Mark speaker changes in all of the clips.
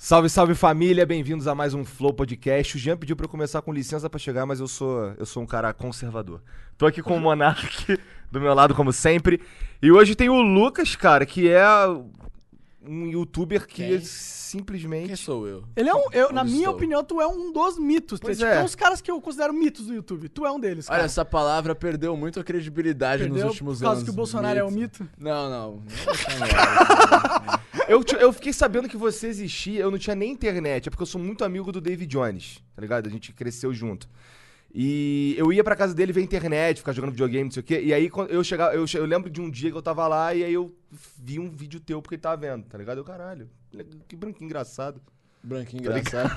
Speaker 1: Salve, salve família, bem-vindos a mais um Flow Podcast. O Jean pediu pra eu começar com licença pra chegar, mas eu sou eu sou um cara conservador. Tô aqui com o Monark do meu lado, como sempre. E hoje tem o Lucas, cara, que é um youtuber que
Speaker 2: Quem?
Speaker 1: simplesmente.
Speaker 2: Quem sou eu?
Speaker 3: Ele é um, eu- na
Speaker 2: Onde
Speaker 3: minha
Speaker 2: estou?
Speaker 3: opinião, tu é um dos mitos.
Speaker 1: Pois
Speaker 3: tu é,
Speaker 1: é.
Speaker 3: tipo, uns caras que eu considero mitos do YouTube. Tu é um deles, cara.
Speaker 2: Olha, essa palavra perdeu muito a credibilidade
Speaker 3: Entendeu?
Speaker 2: nos últimos
Speaker 3: Por causa
Speaker 2: anos.
Speaker 3: que o Bolsonaro é um mito.
Speaker 2: Não, não. é Não vou deixar no ar.
Speaker 1: Eu, te- eu fiquei sabendo que você existia, eu não tinha nem internet, é porque eu sou muito amigo do David Jones, tá ligado? A gente cresceu junto. E eu ia pra casa dele ver internet, ficar jogando videogame, não sei o quê. E aí quando eu chegava, eu, che- eu lembro de um dia que eu tava lá e aí eu vi um vídeo teu porque ele tava vendo, tá ligado? Eu, caralho, que branquinho engraçado.
Speaker 2: Branquinho
Speaker 3: Tá
Speaker 2: engraçado.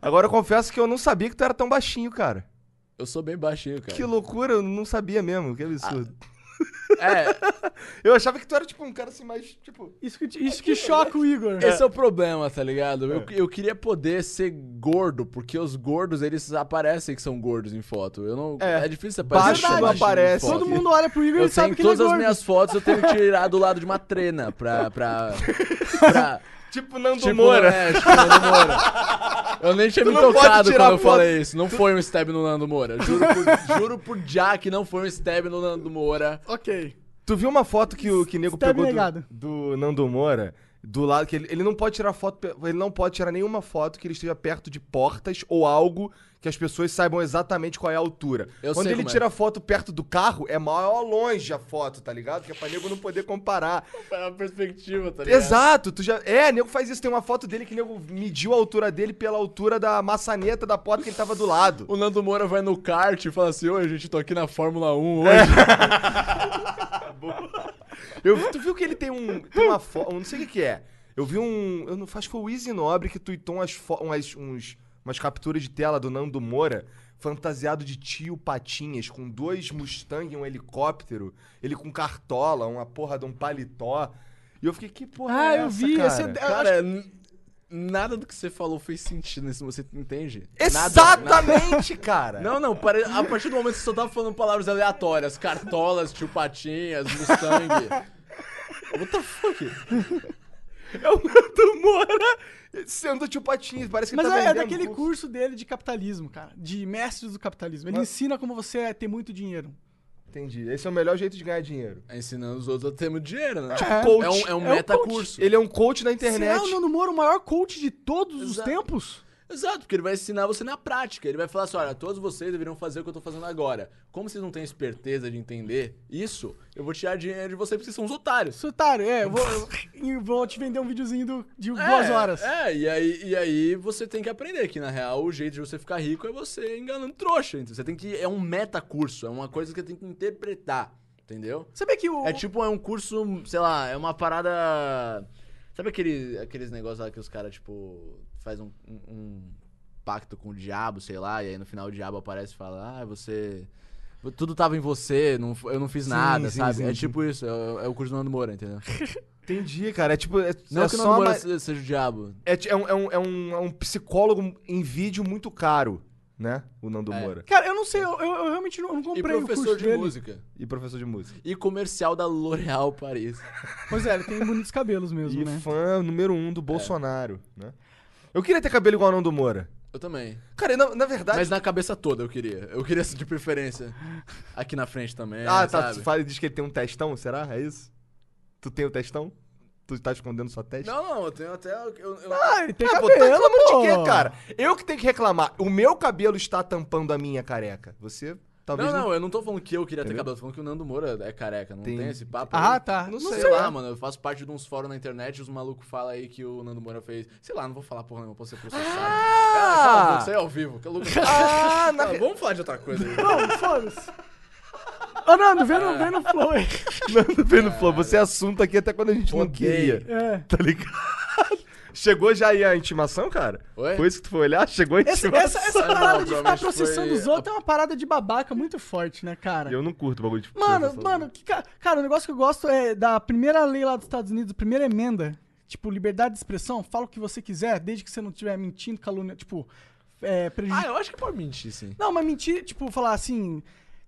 Speaker 1: Agora eu confesso que eu não sabia que tu era tão baixinho, cara.
Speaker 2: Eu sou bem baixinho, cara.
Speaker 1: Que loucura, eu não sabia mesmo, que absurdo.
Speaker 2: É,
Speaker 1: Eu achava que tu era tipo um cara assim mais, tipo,
Speaker 3: Isso que, isso que choca o Igor.
Speaker 2: esse é o problema, tá ligado?
Speaker 3: É.
Speaker 2: Eu, eu queria poder ser gordo, porque os gordos, eles aparecem que são gordos em foto. Eu não...
Speaker 1: É.
Speaker 2: É, difícil aparecer
Speaker 1: Baixo não
Speaker 2: baixinho em
Speaker 1: aparece.
Speaker 2: foto.
Speaker 3: É. Todo mundo olha pro Igor
Speaker 2: Eu
Speaker 3: e sabe
Speaker 2: tenho
Speaker 3: que ele é
Speaker 2: todas as
Speaker 3: gordo.
Speaker 2: minhas fotos, eu tenho que tirar do lado de uma trena pra... pra, pra
Speaker 1: tipo Nando
Speaker 2: Tipo,
Speaker 1: Moura.
Speaker 2: é, tipo Nando Moura. Eu nem tinha
Speaker 1: Tu
Speaker 2: me
Speaker 1: não pode
Speaker 2: tocado
Speaker 1: tirar
Speaker 2: quando eu
Speaker 1: foto.
Speaker 2: falei isso. Não foi um stab no Nando Moura. Juro por, juro por já que não foi um stab no Nando Moura.
Speaker 3: Ok.
Speaker 1: Tu viu uma foto que o que o nego
Speaker 3: Tá
Speaker 1: pegou do,
Speaker 3: negado.
Speaker 1: do Nando Moura? Do lado que ele, ele não pode tirar foto, pe- ele não pode tirar nenhuma foto que ele esteja perto de portas ou algo que as pessoas saibam exatamente qual é a altura.
Speaker 2: Eu
Speaker 1: Quando
Speaker 2: sei
Speaker 1: ele
Speaker 2: como é.
Speaker 1: tira foto perto do carro, é maior longe a foto, tá ligado? Que é pra nego não poder comparar.
Speaker 2: Foi uma perspectiva, tá
Speaker 1: Exato, tu já. É, nego faz isso. Tem uma foto dele que nego mediu a altura dele pela altura da maçaneta da porta que ele tava do lado.
Speaker 2: O Nando Moura vai no kart e fala assim: Oi, gente, tô aqui na Fórmula 1 hoje.
Speaker 1: Eu vi- tu viu que ele tem um. Tem uma foto. Não sei o que, que é. Eu vi um. Eu não acho que foi o Easy Nobre que tuitou umas, fo- umas, uns- umas capturas de tela do Nando Moura. Fantasiado de tio Patinhas, com dois Mustang e um helicóptero. Ele com cartola, uma porra de um paletó. E eu fiquei, que porra
Speaker 3: Ah,
Speaker 1: é
Speaker 3: eu
Speaker 1: essa,
Speaker 3: vi,
Speaker 1: cara?
Speaker 3: esse é- eu
Speaker 2: Cara, n- nada do que você falou fez sentido nesse você entende? Nada, nada.
Speaker 1: Exatamente, cara!
Speaker 2: Não, não, pare- a partir do momento que você só tava falando palavras aleatórias, cartolas, tio Patinhas, Mustang. What the fuck?
Speaker 1: É o Nando Moura sendo tio Patinhas. Parece que
Speaker 3: Mas
Speaker 1: ele tá
Speaker 3: é, é
Speaker 1: vendendo
Speaker 3: daquele curso dele de capitalismo, cara. De mestres do capitalismo. Ele
Speaker 1: Mas-
Speaker 3: ensina como você é ter muito dinheiro.
Speaker 1: Entendi. Esse é o melhor jeito de ganhar dinheiro.
Speaker 2: É ensinando os outros a ter muito dinheiro, né?
Speaker 3: Tipo,
Speaker 1: coach.
Speaker 2: É um, é um
Speaker 3: É um
Speaker 2: metacurso.
Speaker 1: Ele é um coach da internet.
Speaker 3: Será o Nando Moura o maior coach de todos os
Speaker 2: Exato.
Speaker 3: tempos?
Speaker 2: Exato, porque ele vai ensinar você na prática. Ele vai falar assim: olha, todos vocês deveriam fazer o que eu tô fazendo agora. Como vocês não têm esperteza de entender isso, eu vou tirar dinheiro de vocês porque vocês são os otários.
Speaker 3: Sotário, é, eu vou, eu vou te vender um videozinho do- de
Speaker 2: É,
Speaker 3: duas horas.
Speaker 2: É, e aí, e aí você tem que aprender que, na real, o jeito de você ficar rico é você enganando trouxa. Então, você tem que. É um metacurso, é uma coisa que você tem que interpretar, entendeu?
Speaker 3: Sabia que o.
Speaker 2: É tipo, é um curso, sei lá, é uma parada. Sabe aquele, aqueles negócios lá que os caras, tipo, faz um, um- um pacto com o diabo, sei lá, e aí no final o diabo aparece e fala, ah, você. Tudo tava em você, não f- eu não fiz
Speaker 1: Sim,
Speaker 2: nada,
Speaker 1: sim,
Speaker 2: sabe?
Speaker 1: sim,
Speaker 2: é
Speaker 1: sim.
Speaker 2: tipo isso, é, o- é o curso do Nando Moura, entendeu?
Speaker 1: Entendi, cara. É tipo. É,
Speaker 2: Não
Speaker 1: é
Speaker 2: assim. que o
Speaker 1: só
Speaker 2: Nando Moura
Speaker 1: uma-
Speaker 2: se- seja o diabo.
Speaker 1: É, ti- é um, é, um, é, um, é um psicólogo em vídeo muito caro, né? O Nando
Speaker 2: É.
Speaker 1: Moura.
Speaker 3: Cara, eu não sei, eu, eu- eu realmente não, não
Speaker 2: E
Speaker 1: um
Speaker 3: comprei o curso
Speaker 2: professor de
Speaker 3: dele.
Speaker 2: música.
Speaker 1: E professor de música.
Speaker 2: E comercial da L'Oréal Paris.
Speaker 3: Pois é, ele tem bonitos cabelos mesmo,
Speaker 1: e
Speaker 3: né?
Speaker 1: fã número um
Speaker 2: É.
Speaker 1: do Bolsonaro, né? Eu queria ter cabelo igual o Nando Moura.
Speaker 2: Eu também.
Speaker 1: Cara, na, na verdade.
Speaker 2: Mas na cabeça toda eu queria. Eu queria de preferência. Aqui na frente também.
Speaker 1: ah, tá.
Speaker 2: é, sabe?
Speaker 1: Tu fala, diz que ele tem um testão, será? É isso? Tu tem o testão? Tu tá escondendo sua testa?
Speaker 2: Não, não, eu tenho até. Eu, eu-
Speaker 3: Ah, ele tem
Speaker 1: Ah, pô,
Speaker 3: cabelo,
Speaker 1: tá reclamando de
Speaker 3: pô.
Speaker 1: quê, cara? Eu que tenho que reclamar. O meu cabelo está tampando a minha careca. Você talvez.
Speaker 2: não, não, eu não tô falando que eu queria ter
Speaker 1: Entendeu?
Speaker 2: cabelo, tô falando que o Nando Moura é careca, não
Speaker 1: Tem-
Speaker 2: tem, esse papo.
Speaker 3: Ah,
Speaker 2: Eu-
Speaker 3: tá.
Speaker 2: Não,
Speaker 3: Não
Speaker 2: sei,
Speaker 3: sei.
Speaker 2: lá, mano, eu faço parte de uns fóruns na internet e os malucos falam aí que o Nando Moura fez. Sei lá, não vou falar porra nenhuma, posso ser processado. Ah, cala a boca, isso aí é ao vivo. Que louco.
Speaker 1: Ah, na
Speaker 2: Tá, vamos falar de outra coisa aí.
Speaker 3: Não, foda-se. Ô, Nando, vem no, vem no flow aí.
Speaker 1: Nando Pênio falou, você é assunto aqui até quando a gente não
Speaker 2: Odeio.
Speaker 1: queria.
Speaker 3: É.
Speaker 1: Tá ligado? Chegou já aí a intimação, cara?
Speaker 2: Oi?
Speaker 1: Foi isso que tu foi olhar? Chegou a
Speaker 3: Essa,
Speaker 1: intimação?
Speaker 3: essa, essa
Speaker 2: Ah, não,
Speaker 3: parada de ficar
Speaker 2: provavelmente
Speaker 3: processando
Speaker 2: foi-
Speaker 3: os outros é uma parada de babaca muito forte, né, cara?
Speaker 1: Eu não curto bagulho de
Speaker 3: Mano,
Speaker 1: professor.
Speaker 3: mano, que ca- cara, o negócio que eu gosto é da primeira lei lá dos Estados Unidos, primeira emenda, tipo, liberdade de expressão, fala o que você quiser, desde que você não estiver mentindo, calúnia, tipo, é,
Speaker 2: Ah,
Speaker 3: prejudicando.
Speaker 2: eu acho que pode mentir, sim.
Speaker 3: Não, mas mentir, tipo, falar assim,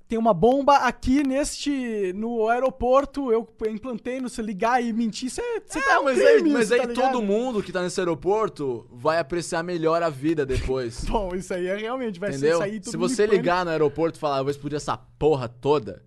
Speaker 3: tem uma bomba aqui neste, no aeroporto, eu implantei, não sei, ligar e mentir, você você
Speaker 2: É,
Speaker 3: tá um
Speaker 2: mas aí,
Speaker 3: crime,
Speaker 2: mas
Speaker 3: isso,
Speaker 2: aí
Speaker 3: tá ligado?
Speaker 2: todo mundo que tá nesse aeroporto vai apreciar melhor a vida depois.
Speaker 3: Bom, isso aí é realmente, vai
Speaker 2: entendeu?
Speaker 3: ser isso aí, todo
Speaker 2: Se
Speaker 3: mundo
Speaker 2: você
Speaker 3: em pânico.
Speaker 2: ligar no aeroporto e falar, eu vou explodir essa porra toda,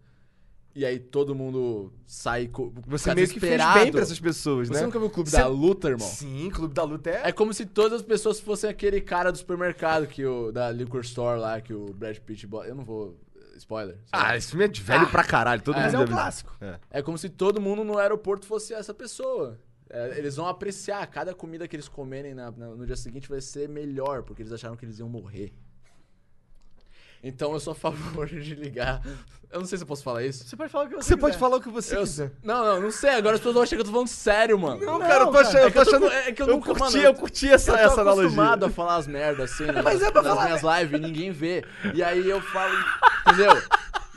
Speaker 2: e aí todo mundo sai co-
Speaker 1: Você
Speaker 2: fica
Speaker 1: meio que fez
Speaker 2: desesperado.
Speaker 1: bem pra essas pessoas,
Speaker 2: Você
Speaker 1: né?
Speaker 2: nunca viu o Clube
Speaker 1: Você-
Speaker 2: da Luta, irmão?
Speaker 1: Sim, Clube da Luta é...
Speaker 2: É como se todas as pessoas fossem aquele cara do supermercado que o, da liquor store lá que o Brad Pitt bota. Eu não vou. Spoiler. sabe?
Speaker 1: Ah, esse filme é de velho pra caralho. Todo
Speaker 3: Mas
Speaker 1: mundo
Speaker 3: é um
Speaker 1: deve-
Speaker 3: clássico.
Speaker 1: É.
Speaker 2: É como se todo mundo no aeroporto fosse essa pessoa. É, eles vão apreciar cada comida que eles comerem na- na- no dia seguinte vai ser melhor, porque eles acharam que eles iam morrer. Então eu sou a favor de ligar. Eu não sei se eu posso falar isso.
Speaker 3: Você pode falar o que você
Speaker 1: Você
Speaker 2: é.
Speaker 1: pode
Speaker 3: quiser.
Speaker 1: falar o que você
Speaker 2: Eu-
Speaker 1: quiser.
Speaker 2: não, não, não sei. Agora as pessoas vão achar que eu tô falando sério, mano.
Speaker 1: Não,
Speaker 3: Não,
Speaker 1: cara, eu tô
Speaker 3: cara.
Speaker 1: achando.
Speaker 2: É que eu
Speaker 1: tô
Speaker 2: tô-
Speaker 1: achando-
Speaker 2: é que eu
Speaker 1: eu
Speaker 2: nunca-
Speaker 1: curti,
Speaker 2: mano,
Speaker 1: eu curti essa,
Speaker 2: eu tô
Speaker 1: essa
Speaker 2: acostumado
Speaker 1: analogia.
Speaker 2: a falar as merdas assim nas,
Speaker 3: Mas é pra
Speaker 2: nas
Speaker 3: falar-
Speaker 2: minhas lives e ninguém vê. E aí eu falo, entendeu?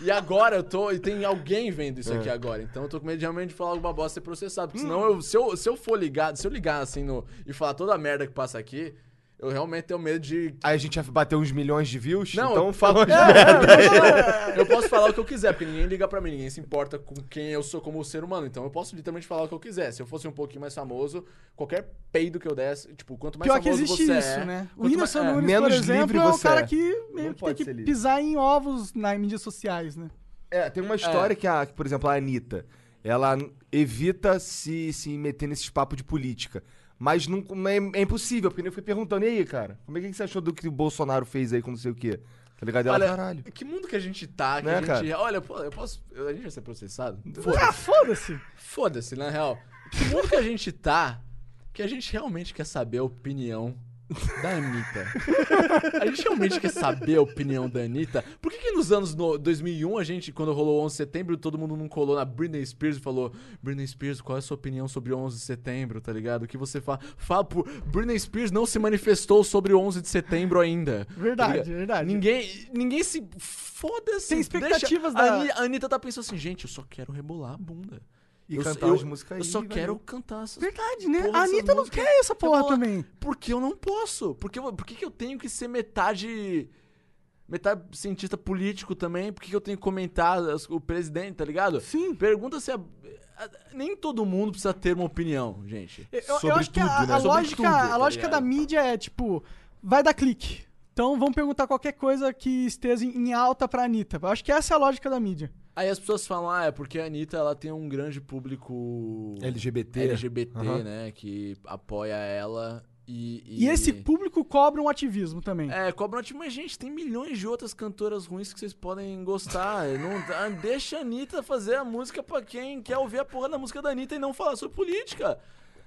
Speaker 2: E agora eu tô. E tem alguém vendo isso
Speaker 3: É.
Speaker 2: aqui agora. Então eu tô com medo de realmente falar alguma bosta ser processado.
Speaker 3: Hum.
Speaker 2: Porque senão eu, se, eu, se eu for ligado, se eu ligar assim no, e falar toda a merda que passa aqui, eu realmente tenho medo de.
Speaker 1: Aí a gente ia bater uns milhões de views,
Speaker 2: Não,
Speaker 1: então
Speaker 2: eu-
Speaker 1: fala umas
Speaker 3: É,
Speaker 1: merda.
Speaker 2: Eu posso falar o que eu quiser, porque ninguém liga pra mim, ninguém se importa com quem eu sou como ser humano. Então eu posso literalmente falar o que eu quiser. Se eu fosse um pouquinho mais famoso, qualquer peido que eu desse, tipo, quanto mais
Speaker 3: Pior que
Speaker 2: famoso
Speaker 3: existe
Speaker 2: você
Speaker 3: isso,
Speaker 2: é,
Speaker 3: né? O
Speaker 2: quanto mais-
Speaker 3: Whindersson
Speaker 2: é,
Speaker 3: Nunes,
Speaker 1: menos
Speaker 3: por exemplo,
Speaker 1: livre
Speaker 3: é um
Speaker 1: você
Speaker 3: cara
Speaker 1: é.
Speaker 3: que meio que tem
Speaker 1: pode
Speaker 3: que
Speaker 1: ser livre.
Speaker 3: pisar em ovos nas mídias sociais, né?
Speaker 1: É, tem uma história que, a, que, por exemplo, a Anitta, ela n- evita se, se meter nesses papos de política. Mas não, é, é impossível, porque eu fui perguntando, e aí, cara, como é que você achou do que o Bolsonaro fez aí com não sei o quê? Tá ligado? Ela,
Speaker 2: É. Olha,
Speaker 1: caralho.
Speaker 2: que mundo que a gente tá, que
Speaker 1: Né,
Speaker 2: a gente...
Speaker 1: cara?
Speaker 2: Olha, pô, eu posso... eu- A gente vai ser processado? Foda-se,
Speaker 3: Ah, foda-se!
Speaker 2: Foda-se, na real. Que mundo que a gente tá, que a gente realmente quer saber a opinião da Anitta. A gente realmente quer saber a opinião da Anitta. Por que que nos anos no- 2001, a gente, quando rolou 11 de setembro, todo mundo não colou na Britney Spears e falou Britney Spears, qual é a sua opinião sobre 11 de setembro, tá ligado? O que você fala? Fala por... Britney Spears não se manifestou sobre o 11 de setembro ainda. tá
Speaker 3: Verdade,
Speaker 2: ligado?
Speaker 3: verdade.
Speaker 2: Ninguém, ninguém se... Foda-se.
Speaker 3: Tem expectativas
Speaker 2: deixa- a
Speaker 3: da-
Speaker 2: Ani- A Anitta tá pensando assim, gente, eu só quero rebolar a bunda.
Speaker 1: E
Speaker 2: Eu-
Speaker 1: cantar
Speaker 2: eu,
Speaker 1: as músicas
Speaker 2: Eu
Speaker 1: aí,
Speaker 2: só
Speaker 1: valeu.
Speaker 2: quero cantar essas
Speaker 3: Verdade, né?
Speaker 2: porra, é
Speaker 3: a
Speaker 2: essas
Speaker 3: Anitta não
Speaker 2: músicas.
Speaker 3: quer essa porra
Speaker 2: Rebolar.
Speaker 3: também.
Speaker 2: Porque eu não posso. Porque eu, por que que eu tenho que ser metade. Metade cientista político também? Por que que eu tenho que comentar as- o presidente, tá ligado?
Speaker 3: Sim.
Speaker 2: Pergunta se a- a- nem todo mundo precisa ter uma opinião, gente.
Speaker 3: Eu, eu
Speaker 1: Sobre
Speaker 3: acho que a,
Speaker 1: tudo, né?
Speaker 3: a
Speaker 2: Sobre
Speaker 3: lógica,
Speaker 2: tudo,
Speaker 3: a
Speaker 2: tá
Speaker 3: lógica
Speaker 2: ligado?
Speaker 3: da mídia é tipo, vai dar clique. Então vamos perguntar qualquer coisa que esteja em em alta pra Anitta. Eu acho que essa é a lógica da mídia.
Speaker 2: Aí as pessoas falam, ah, é porque a Anitta ela tem um grande público
Speaker 1: LGBT.
Speaker 2: LGBT,
Speaker 1: Aham.
Speaker 2: né? Que apoia ela e.
Speaker 3: E, esse público cobra um ativismo também.
Speaker 2: É, Cobrante, mas gente, tem milhões de outras cantoras ruins que vocês podem gostar. Não, ah, deixa a Anitta fazer a música pra quem quer ouvir a porra da música da Anitta e não falar sobre política.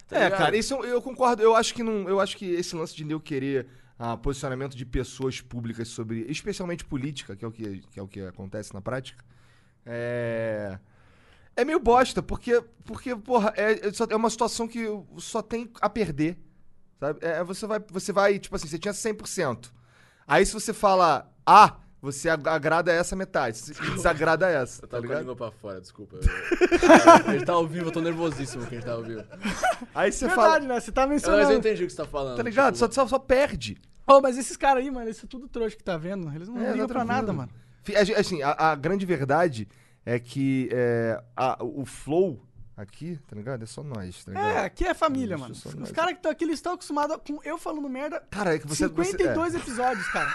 Speaker 2: Tá
Speaker 1: é,
Speaker 2: ligado?
Speaker 1: cara, isso eu, eu concordo. Eu acho que não, eu acho que esse lance de eu querer ah, posicionamento de pessoas públicas sobre, especialmente política, que é o que, que é o que acontece na prática, é é meio bosta, porque porque porra, é, é só- é uma situação que só tem a perder, sabe? É, você vai você vai tipo assim, você tinha 100%. Aí se você fala ah, você ag- agrada essa metade, se- desagrada essa,
Speaker 2: Eu
Speaker 1: tá
Speaker 2: tava com a
Speaker 1: ligado?
Speaker 2: língua pra fora, desculpa. Eu- a gente tá ao vivo, eu tô nervosíssimo que a gente tá ao vivo.
Speaker 1: Aí você
Speaker 3: Verdade,
Speaker 1: fala,
Speaker 3: né? Você tá
Speaker 2: Eu, mas eu
Speaker 3: mencionando.
Speaker 2: entendi o que você tá falando.
Speaker 1: tá ligado? Só,
Speaker 2: tipo,
Speaker 1: só, só perde.
Speaker 3: Oh, mas esses caras aí, mano, esse é tudo trouxa que tá vendo. Eles não
Speaker 1: É, tá
Speaker 3: ligam pra
Speaker 1: tranquilo.
Speaker 3: nada, mano.
Speaker 1: Fi- a gen- Assim, a, a grande verdade é que é, a- o flow aqui, tá ligado? É só nós, tá ligado?
Speaker 3: É, aqui é família,
Speaker 1: Isso,
Speaker 3: mano.
Speaker 1: isso é
Speaker 3: Os
Speaker 1: nóis.
Speaker 3: caras que estão aqui, eles estão acostumados com eu falando merda.
Speaker 1: Cara, é que você... você-
Speaker 3: 52 episódios, cara.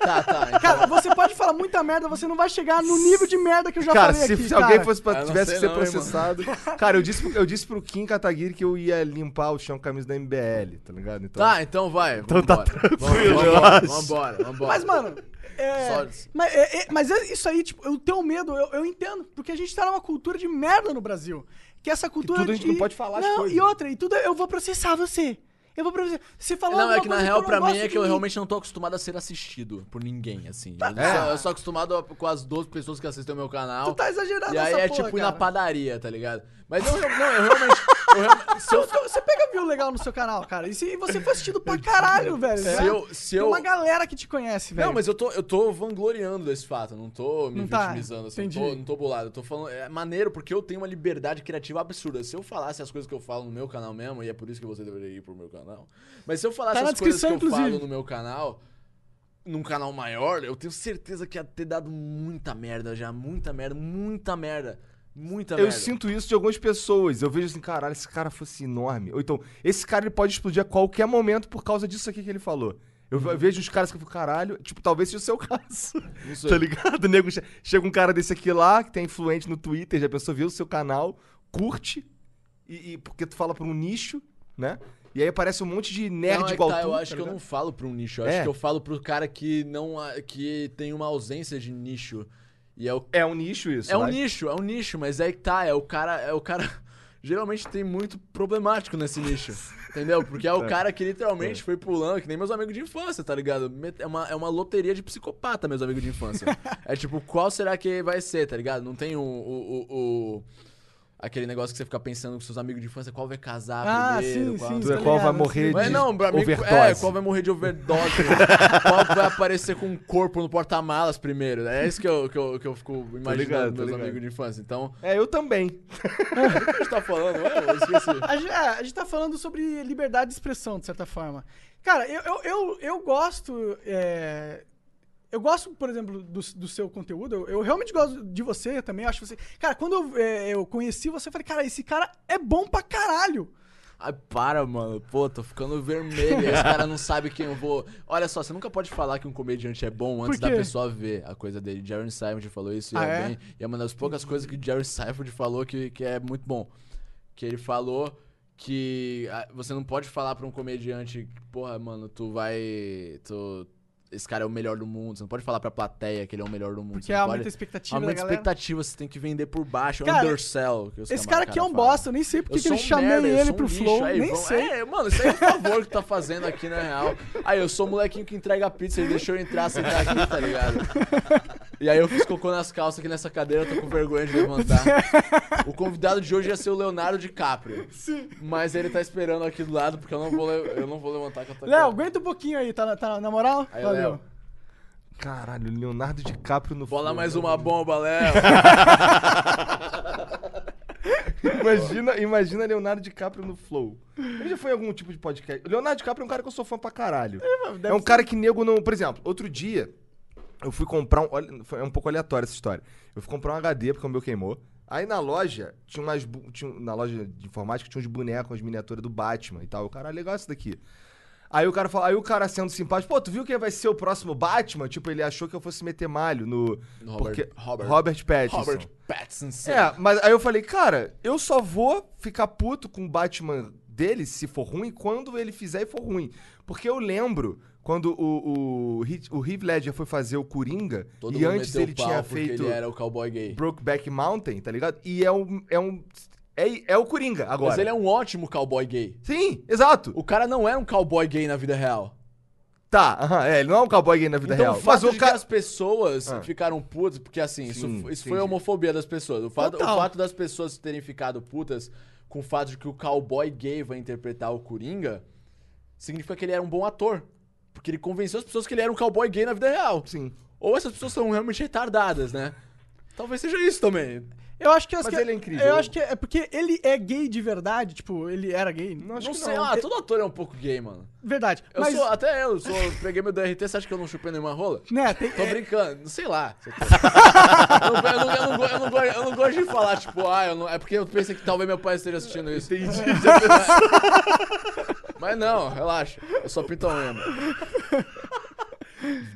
Speaker 2: Tá, tá. então-
Speaker 3: Cara, você pode falar muita merda, você não vai chegar no nível de merda que eu
Speaker 1: é.
Speaker 3: já
Speaker 1: Cara,
Speaker 3: falei
Speaker 1: se,
Speaker 3: aqui,
Speaker 1: se
Speaker 3: cara.
Speaker 1: alguém fosse pra-
Speaker 2: Ah, não
Speaker 1: tivesse que
Speaker 2: sei
Speaker 1: ser
Speaker 2: não, hein,
Speaker 1: processado... cara, eu disse, pro- eu disse pro Kim Kataguiri que eu ia limpar o chão com a camisa da MBL, tá ligado? Então,
Speaker 2: Tá, então vai. Então
Speaker 1: tá tranquilo, eu acho.
Speaker 2: Vambora, vambora.
Speaker 3: Mas, mano, é,
Speaker 2: Só-
Speaker 3: mas, é- é- mas é isso aí, tipo, o teu medo, eu, eu entendo. Porque a gente tá numa cultura de merda no Brasil. Que essa cultura
Speaker 1: tudo a gente
Speaker 3: de-
Speaker 1: não pode falar as
Speaker 3: não,
Speaker 1: coisas.
Speaker 3: E outra, e tudo é, eu vou processar você. Eu vou processar. Você falou
Speaker 2: Não, é
Speaker 3: alguma
Speaker 2: que na
Speaker 3: coisa
Speaker 2: real,
Speaker 3: eu
Speaker 2: pra
Speaker 3: não
Speaker 2: mim,
Speaker 3: gosto
Speaker 2: é que eu
Speaker 3: de-
Speaker 2: realmente não tô acostumado a ser assistido por ninguém, assim. Eu,
Speaker 1: É.
Speaker 2: sou, eu sou acostumado a- com as 12 pessoas que assistem o meu canal.
Speaker 3: Tu tá exagerando
Speaker 2: E aí
Speaker 3: essa
Speaker 2: é
Speaker 3: porra,
Speaker 2: tipo ir na
Speaker 3: cara.
Speaker 2: padaria, tá ligado? Mas eu, não, eu realmente.
Speaker 3: Se eu- você pega view legal no seu canal, cara. E se você foi assistido pra caralho, velho. né?
Speaker 2: Se eu, se
Speaker 3: Tem
Speaker 2: eu...
Speaker 3: uma galera que te conhece, velho.
Speaker 2: Não, mas eu tô, eu tô vangloriando desse fato, eu não tô me
Speaker 3: Não tá,
Speaker 2: vitimizando, assim,
Speaker 3: entendi.
Speaker 2: não tô, não tô bolado. Eu tô falando, é maneiro porque eu tenho uma liberdade criativa absurda. Se eu falasse as coisas que eu falo no meu canal mesmo, e é por isso que você deveria ir pro meu canal. Mas se eu falasse
Speaker 3: Tá na
Speaker 2: as coisas que eu
Speaker 3: descrição,
Speaker 2: falo
Speaker 3: inclusive.
Speaker 2: no meu canal, num canal maior, eu tenho certeza que ia ter dado muita merda já, muita merda, muita merda, muita
Speaker 1: Eu
Speaker 2: merda.
Speaker 1: sinto isso de algumas pessoas. Eu vejo assim, caralho, esse cara fosse enorme. Ou então, esse cara ele pode explodir a qualquer momento por causa disso aqui que ele falou. Eu ve- vejo os caras que eu falo, caralho, tipo, talvez seja o seu caso.
Speaker 2: Não sei.
Speaker 1: Tá ligado? O nego che- chega um cara desse aqui lá, que tá influente no Twitter, já pensou, viu o seu canal, curte, e, e- porque tu fala pra um nicho, né? E aí aparece um monte de nerd
Speaker 2: Não, é que
Speaker 1: igual
Speaker 2: tá,
Speaker 1: tu.
Speaker 2: eu
Speaker 1: tá
Speaker 2: acho que eu
Speaker 1: ligado?
Speaker 2: não falo pra um nicho, eu acho
Speaker 1: É.
Speaker 2: que eu falo pro cara que não a- que tem uma ausência de nicho. E é o
Speaker 1: É um nicho isso.
Speaker 2: É um
Speaker 1: né?
Speaker 2: nicho, é um nicho, mas aí que tá, é o cara, é o cara geralmente tem muito problemático nesse nicho, entendeu? Porque é o cara que literalmente foi pulando, que nem meus amigos de infância, tá ligado? Met- É uma, é uma loteria de psicopata, meus amigos de infância. é tipo, qual será que vai ser, tá ligado? Não tem o... o- o- o- Aquele negócio que você fica pensando com seus amigos de infância, qual vai casar
Speaker 3: Ah,
Speaker 2: primeiro.
Speaker 3: sim,
Speaker 2: qual...
Speaker 3: sim.
Speaker 1: Tu é
Speaker 3: tá
Speaker 1: qual vai
Speaker 3: ligado,
Speaker 1: morrer
Speaker 3: sim.
Speaker 1: de
Speaker 2: Mas não, pra mim,
Speaker 1: overdose.
Speaker 2: é, qual vai morrer de overdose? qual vai aparecer com um corpo no porta-malas primeiro? É isso que eu, que eu, que eu fico imaginando
Speaker 1: ligado, tô
Speaker 2: meus
Speaker 1: ligado.
Speaker 2: amigos de infância. Então,
Speaker 1: É, eu também.
Speaker 2: o que a gente tá falando? Ué, Eu esqueci.
Speaker 3: A gente, é, a gente tá falando sobre liberdade de expressão, de certa forma. Cara, eu, eu, eu, eu gosto. é, eu gosto, por exemplo, do, do seu conteúdo. Eu, eu realmente gosto de você eu também. Acho você. Cara, quando eu, é, eu conheci você, eu falei, cara, esse cara é bom pra caralho.
Speaker 2: Ai, para, mano. Pô, tô ficando vermelho. Esse cara não sabe quem eu vou. Olha só, você nunca pode falar que um comediante é bom antes
Speaker 3: Por
Speaker 2: da
Speaker 3: quê?
Speaker 2: pessoa ver a coisa dele. Jerry Seinfeld falou isso e
Speaker 3: Ah,
Speaker 2: é,
Speaker 3: é?
Speaker 2: bem. E é uma das poucas coisas que Jerry Seinfeld falou que, que é muito bom. Que ele falou que ah, você não pode falar pra um comediante que, porra, mano, tu vai. Tu, esse cara é o melhor do mundo. Você não pode falar pra plateia que ele é o melhor do mundo.
Speaker 3: Porque
Speaker 2: você não
Speaker 3: aumenta
Speaker 2: pode...
Speaker 3: a expectativa
Speaker 2: Aumenta
Speaker 3: da
Speaker 2: a
Speaker 3: galera.
Speaker 2: expectativa, você tem que vender por baixo.
Speaker 3: Cara,
Speaker 2: undersell. que os
Speaker 3: Esse cara aqui é um
Speaker 2: fala.
Speaker 3: bosta, eu nem sei porque
Speaker 2: Eu
Speaker 3: que
Speaker 2: sou
Speaker 3: eu
Speaker 2: um
Speaker 3: chamei
Speaker 2: merda, eu
Speaker 3: ele
Speaker 2: sou um
Speaker 3: pro
Speaker 2: lixo,
Speaker 3: Flow,
Speaker 2: aí,
Speaker 3: nem
Speaker 2: vamos-
Speaker 3: sei.
Speaker 2: É, mano, isso aí é um favor que tá fazendo aqui, na real. Aí, eu sou o molequinho que entrega a pizza, ele deixou eu entrar, sentar aqui, tá ligado? E aí eu fiz cocô nas calças aqui nessa cadeira, eu tô com vergonha de levantar. O convidado de hoje ia ser o Leonardo DiCaprio. Sim. Mas ele tá esperando aqui do lado, porque eu não vou, le- eu não vou levantar que eu tô
Speaker 3: Léo, aguenta um pouquinho aí, tá, na- tá na moral?
Speaker 2: é. Aí, Léo.
Speaker 1: Caralho, Leonardo DiCaprio no
Speaker 2: Bola
Speaker 1: Flow,
Speaker 2: mais
Speaker 1: né?
Speaker 2: uma bomba, Léo.
Speaker 1: Imagina, imagina Leonardo DiCaprio no Flow. Ele já foi em algum tipo de podcast. Leonardo DiCaprio é um cara que eu sou fã pra caralho. É um cara que nego não. Por exemplo, outro dia, eu fui comprar um. olha, foi- É um pouco aleatório essa história. Eu fui comprar um HD porque o meu queimou. Aí na loja, tinha umas. bu- Tinha, na loja de informática, tinha uns bonecos, umas miniaturas do Batman e tal. O cara, "Ah, legal isso daqui. Aí o cara fala, aí o cara sendo simpático, pô, tu viu quem vai ser o próximo Batman? Tipo, ele achou que eu fosse meter malho no.
Speaker 2: No
Speaker 1: porque-
Speaker 2: Robert- Robert-
Speaker 1: Robert Pattinson.
Speaker 2: Robert Pattinson.
Speaker 1: É, mas aí eu falei, cara, eu só vou ficar puto com o Batman dele, se for ruim, quando ele fizer e for ruim. Porque eu lembro quando o, o, Heath- o Heath Ledger foi fazer o Coringa,
Speaker 2: Todo
Speaker 1: e
Speaker 2: mundo
Speaker 1: antes
Speaker 2: meteu
Speaker 1: ele
Speaker 2: pau
Speaker 1: tinha
Speaker 2: porque
Speaker 1: feito
Speaker 2: Ele era um o cowboy gay.
Speaker 1: Brokeback Mountain, tá ligado? E é um. É, um, é, é o Coringa agora.
Speaker 2: Mas ele é um ótimo cowboy gay.
Speaker 1: Sim, exato.
Speaker 2: O cara não é um cowboy gay na vida real.
Speaker 1: Tá, aham, é, ele não é um cowboy gay na vida
Speaker 2: Então,
Speaker 1: real.
Speaker 2: o
Speaker 1: Mas
Speaker 2: fato
Speaker 1: o
Speaker 2: de
Speaker 1: cara.
Speaker 2: que as pessoas
Speaker 1: Ah.
Speaker 2: ficaram putas, porque assim, isso,
Speaker 1: Sim,
Speaker 2: isso foi a
Speaker 1: entendi.
Speaker 2: homofobia das pessoas. O fato, o
Speaker 1: Total.
Speaker 2: fato das pessoas terem ficado putas com o fato de que o cowboy gay vai interpretar o Coringa, significa que ele era um bom ator. Porque ele convenceu as pessoas que ele era um cowboy gay na vida real.
Speaker 1: Sim.
Speaker 2: Ou essas pessoas são realmente retardadas, né? Talvez seja isso também.
Speaker 3: Eu acho que as
Speaker 1: Mas
Speaker 3: que-
Speaker 1: ele é incrível.
Speaker 3: Eu acho que é porque ele é gay de verdade, tipo, ele era gay.
Speaker 1: Não, acho
Speaker 2: não
Speaker 1: que
Speaker 2: sei,
Speaker 1: não.
Speaker 2: ah, todo ator é um pouco gay, mano.
Speaker 3: Verdade.
Speaker 2: Eu
Speaker 3: mas
Speaker 2: sou, até eu sou, peguei meu DRT, você acha que eu não chupei nenhuma rola?
Speaker 3: né, tem,
Speaker 2: Tô
Speaker 3: é-
Speaker 2: brincando, sei lá. se eu tô- eu, não, eu, não, eu, não, go- eu, não, go- eu não gosto de falar, tipo, ah, eu não, é porque eu pensei que talvez meu pai esteja assistindo isso. Entendi. Mas não, relaxa. Eu só pinto a unha. mano.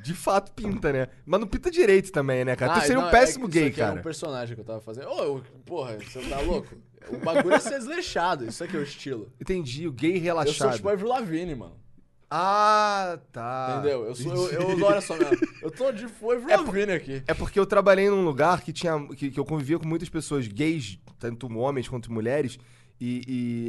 Speaker 1: De fato pinta, né? Mas não pinta direito também, né, cara? tu
Speaker 2: Ah,
Speaker 1: seria
Speaker 2: não,
Speaker 1: um
Speaker 2: é
Speaker 1: péssimo
Speaker 2: que
Speaker 1: gay,
Speaker 2: isso aqui Era
Speaker 1: cara.
Speaker 2: um personagem que eu tava fazendo. Ô, eu- porra, você tá louco? O bagulho é ser desleixado, isso aqui é o estilo.
Speaker 1: Entendi, o gay
Speaker 2: Eu sou
Speaker 1: relaxado.
Speaker 2: tipo Avril Lavigne, mano.
Speaker 1: Ah, tá.
Speaker 2: Entendeu? Eu sou, eu, eu,
Speaker 1: Entendi.
Speaker 2: olha só, meu, eu tô de tipo Avril Lavigne aqui.
Speaker 1: É porque eu trabalhei num lugar que tinha. que, que eu convivia com muitas pessoas gays, tanto homens quanto mulheres, e,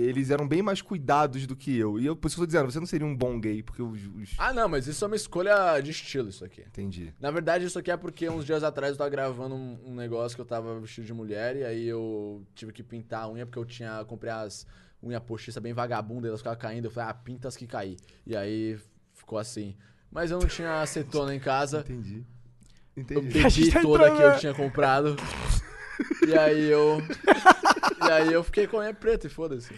Speaker 1: e eles eram bem mais cuidados do que eu. E eu, por isso que eu tô dizendo, você não seria um bom gay, porque os. os-
Speaker 2: Ah, não, mas isso é uma escolha de estilo, isso aqui.
Speaker 1: Entendi.
Speaker 2: Na verdade, isso aqui é porque uns dias atrás eu tava gravando um, um negócio que eu tava vestido de mulher e aí eu tive que pintar a unha porque eu tinha. Comprei as unha postiça bem vagabunda, elas ficavam caindo. Eu falei, ah, pintas que caí. E aí ficou assim. Mas eu não tinha acetona em casa.
Speaker 1: Entendi.
Speaker 2: Eu
Speaker 1: Entendi.
Speaker 3: A gente
Speaker 2: perdi
Speaker 3: tá
Speaker 2: toda
Speaker 3: entrando
Speaker 2: que eu
Speaker 3: na-
Speaker 2: tinha comprado. E aí eu. E aí eu fiquei com a unha preta e foda-se.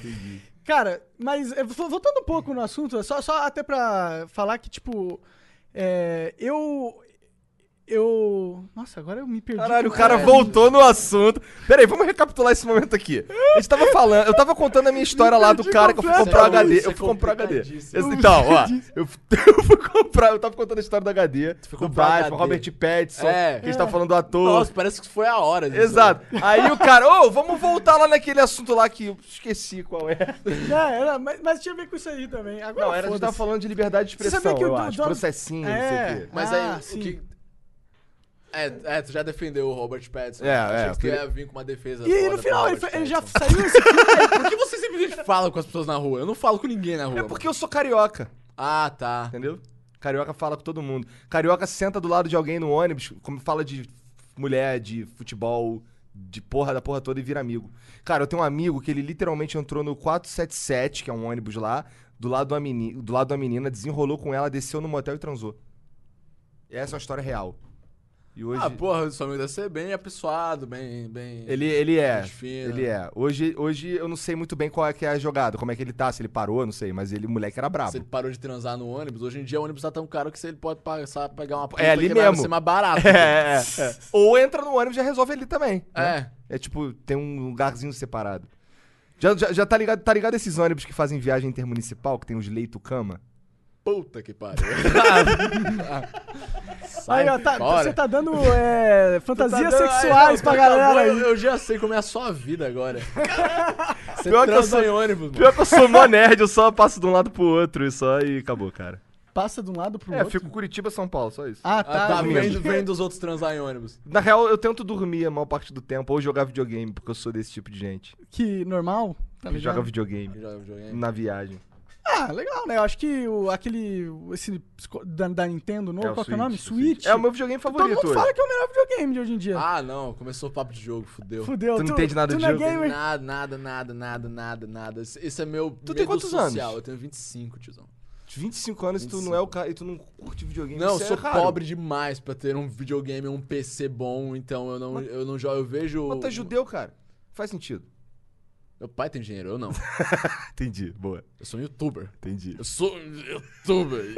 Speaker 3: Cara, mas é, vo- voltando um pouco no assunto, só, só até pra falar que, tipo, é, eu. Eu. Nossa, agora eu me perdi. é,
Speaker 1: Caralho, o cara voltou no assunto. Peraí, vamos recapitular esse momento aqui. A gente tava falando, eu tava contando a minha história lá do cara que eu fui comprar
Speaker 2: completamente.
Speaker 1: HD.
Speaker 2: Isso é
Speaker 1: Eu fui comprar HD.
Speaker 2: complicadíssimo.
Speaker 1: Esse- Então, ó, eu, fui- eu fui comprar, eu tava contando a história do HD,
Speaker 2: foi
Speaker 1: do
Speaker 2: comprar
Speaker 1: Batman,
Speaker 2: HD.
Speaker 1: Robert Pattinson,
Speaker 2: É.
Speaker 1: que a gente tava falando do ator.
Speaker 2: Nossa, parece que foi a hora. disso.
Speaker 1: Exato. Aí o cara, ô, vamos voltar lá naquele assunto lá que eu esqueci qual é.
Speaker 3: É, era, mas, mas tinha a ver com isso aí também. Agora,
Speaker 1: Não, é era a gente tava
Speaker 3: foda-se.
Speaker 1: falando de liberdade de
Speaker 3: Você
Speaker 1: expressão,
Speaker 3: sabia que o
Speaker 1: eu
Speaker 3: do-
Speaker 1: acho.
Speaker 3: do-
Speaker 1: Processinho, não sei o quê.
Speaker 2: Mas
Speaker 3: Ah,
Speaker 2: aí,
Speaker 3: sim.
Speaker 2: o que. É, é, tu já defendeu o Robert Pattinson.
Speaker 1: É,
Speaker 2: Achei
Speaker 1: é,
Speaker 2: que tu
Speaker 1: porque-
Speaker 2: ia vir com uma defesa.
Speaker 3: E, e
Speaker 2: foda
Speaker 3: no
Speaker 2: pro
Speaker 3: final, ele,
Speaker 2: Robert
Speaker 3: foi- ele já
Speaker 2: Pattinson.
Speaker 3: saiu esse filme.
Speaker 2: Por que você sempre fala com as pessoas na rua? Eu não falo com ninguém na rua.
Speaker 1: É porque eu sou carioca.
Speaker 2: Ah, tá.
Speaker 1: Entendeu? Carioca fala com todo mundo. Carioca senta do lado de alguém no ônibus, como fala de mulher, de futebol, de porra da porra toda e vira amigo. Cara, eu tenho um amigo que ele literalmente entrou no 477, que é um ônibus lá, do lado da menina, do lado da menina desenrolou com ela, desceu no motel e transou. E essa é uma história real. E hoje
Speaker 2: Ah, porra, o seu amigo deve ser bem apessoado, bem. bem...
Speaker 1: ele, ele é,
Speaker 2: gente fina.
Speaker 1: ele é. Hoje, hoje eu não sei muito bem qual é que é a jogada, como é que ele tá, se ele parou, eu não sei, mas ele, o moleque era brabo.
Speaker 2: Se ele parou de transar no ônibus, hoje em dia o ônibus tá tão caro que se ele pode passar, pegar uma puta
Speaker 1: É, ali
Speaker 2: que vai
Speaker 1: mesmo.
Speaker 2: ser mais barato.
Speaker 1: É, é, é. Ou entra no ônibus e já resolve ele também. né?
Speaker 2: tá É.
Speaker 1: É tipo, tem um lugarzinho separado. Já, já, já tá, ligado, tá ligado esses ônibus que fazem viagem intermunicipal, que tem os leito-cama?
Speaker 2: Puta que pariu. Sai
Speaker 3: Aí, ó, tá-
Speaker 2: fora.
Speaker 3: você tá dando é, fantasias
Speaker 2: Tá dando-
Speaker 3: sexuais
Speaker 2: Ai,
Speaker 3: pra
Speaker 2: não,
Speaker 3: galera
Speaker 2: acabou,
Speaker 3: aí.
Speaker 2: Eu, eu já sei como é a sua vida agora. Você
Speaker 1: Pior que eu
Speaker 2: transa
Speaker 1: sou-
Speaker 2: em ônibus, mano.
Speaker 1: Pior que eu sou mó nerd, eu só passo de um lado pro outro e só e acabou, cara.
Speaker 3: Passa de um lado pro
Speaker 1: É,
Speaker 3: outro.
Speaker 1: fico Curitiba, São Paulo, só isso.
Speaker 3: Ah,
Speaker 2: Ah,
Speaker 3: tá.
Speaker 2: tá,
Speaker 3: eu-
Speaker 2: vem, vem dos outros transar em ônibus.
Speaker 1: Na real, eu tento dormir a maior parte do tempo ou jogar videogame, porque eu sou desse tipo de gente.
Speaker 3: Que normal, tá
Speaker 1: que
Speaker 3: ligado?
Speaker 1: joga videogame
Speaker 2: Joga videogame.
Speaker 1: na viagem.
Speaker 3: Ah, legal, né? Eu acho que o, aquele. o- Esse psico- da, da Nintendo novo,
Speaker 1: o
Speaker 3: qual que é o nome?
Speaker 1: Switch.
Speaker 3: Switch.
Speaker 1: É o meu videogame
Speaker 3: Todo
Speaker 1: favorito.
Speaker 3: mundo
Speaker 1: hoje.
Speaker 3: fala que é o melhor videogame de hoje em dia.
Speaker 2: Ah, não. Começou o papo de jogo, fudeu.
Speaker 3: Fudeu,
Speaker 1: Tu não entende nada
Speaker 3: tu
Speaker 1: de
Speaker 3: não é
Speaker 1: jogo?
Speaker 3: gamer.
Speaker 2: Nada, nada, nada, nada, nada, nada. Esse esse é meu.
Speaker 1: Tu tem
Speaker 2: medo
Speaker 1: quantos
Speaker 2: social.
Speaker 1: anos?
Speaker 2: Eu tenho 25, tiozão.
Speaker 1: 25 anos e tu não é o cara e tu não curte videogame.
Speaker 2: Não, eu
Speaker 1: isso é
Speaker 2: sou
Speaker 1: raro.
Speaker 2: pobre demais pra ter um videogame, um PC bom, então eu não, eu não jogo. Eu vejo.
Speaker 1: Mas tu é judeu, cara. Faz sentido.
Speaker 2: Meu pai tem dinheiro, eu não.
Speaker 1: Entendi, boa.
Speaker 2: Eu sou um youtuber.
Speaker 1: Entendi.
Speaker 2: Eu sou um youtuber.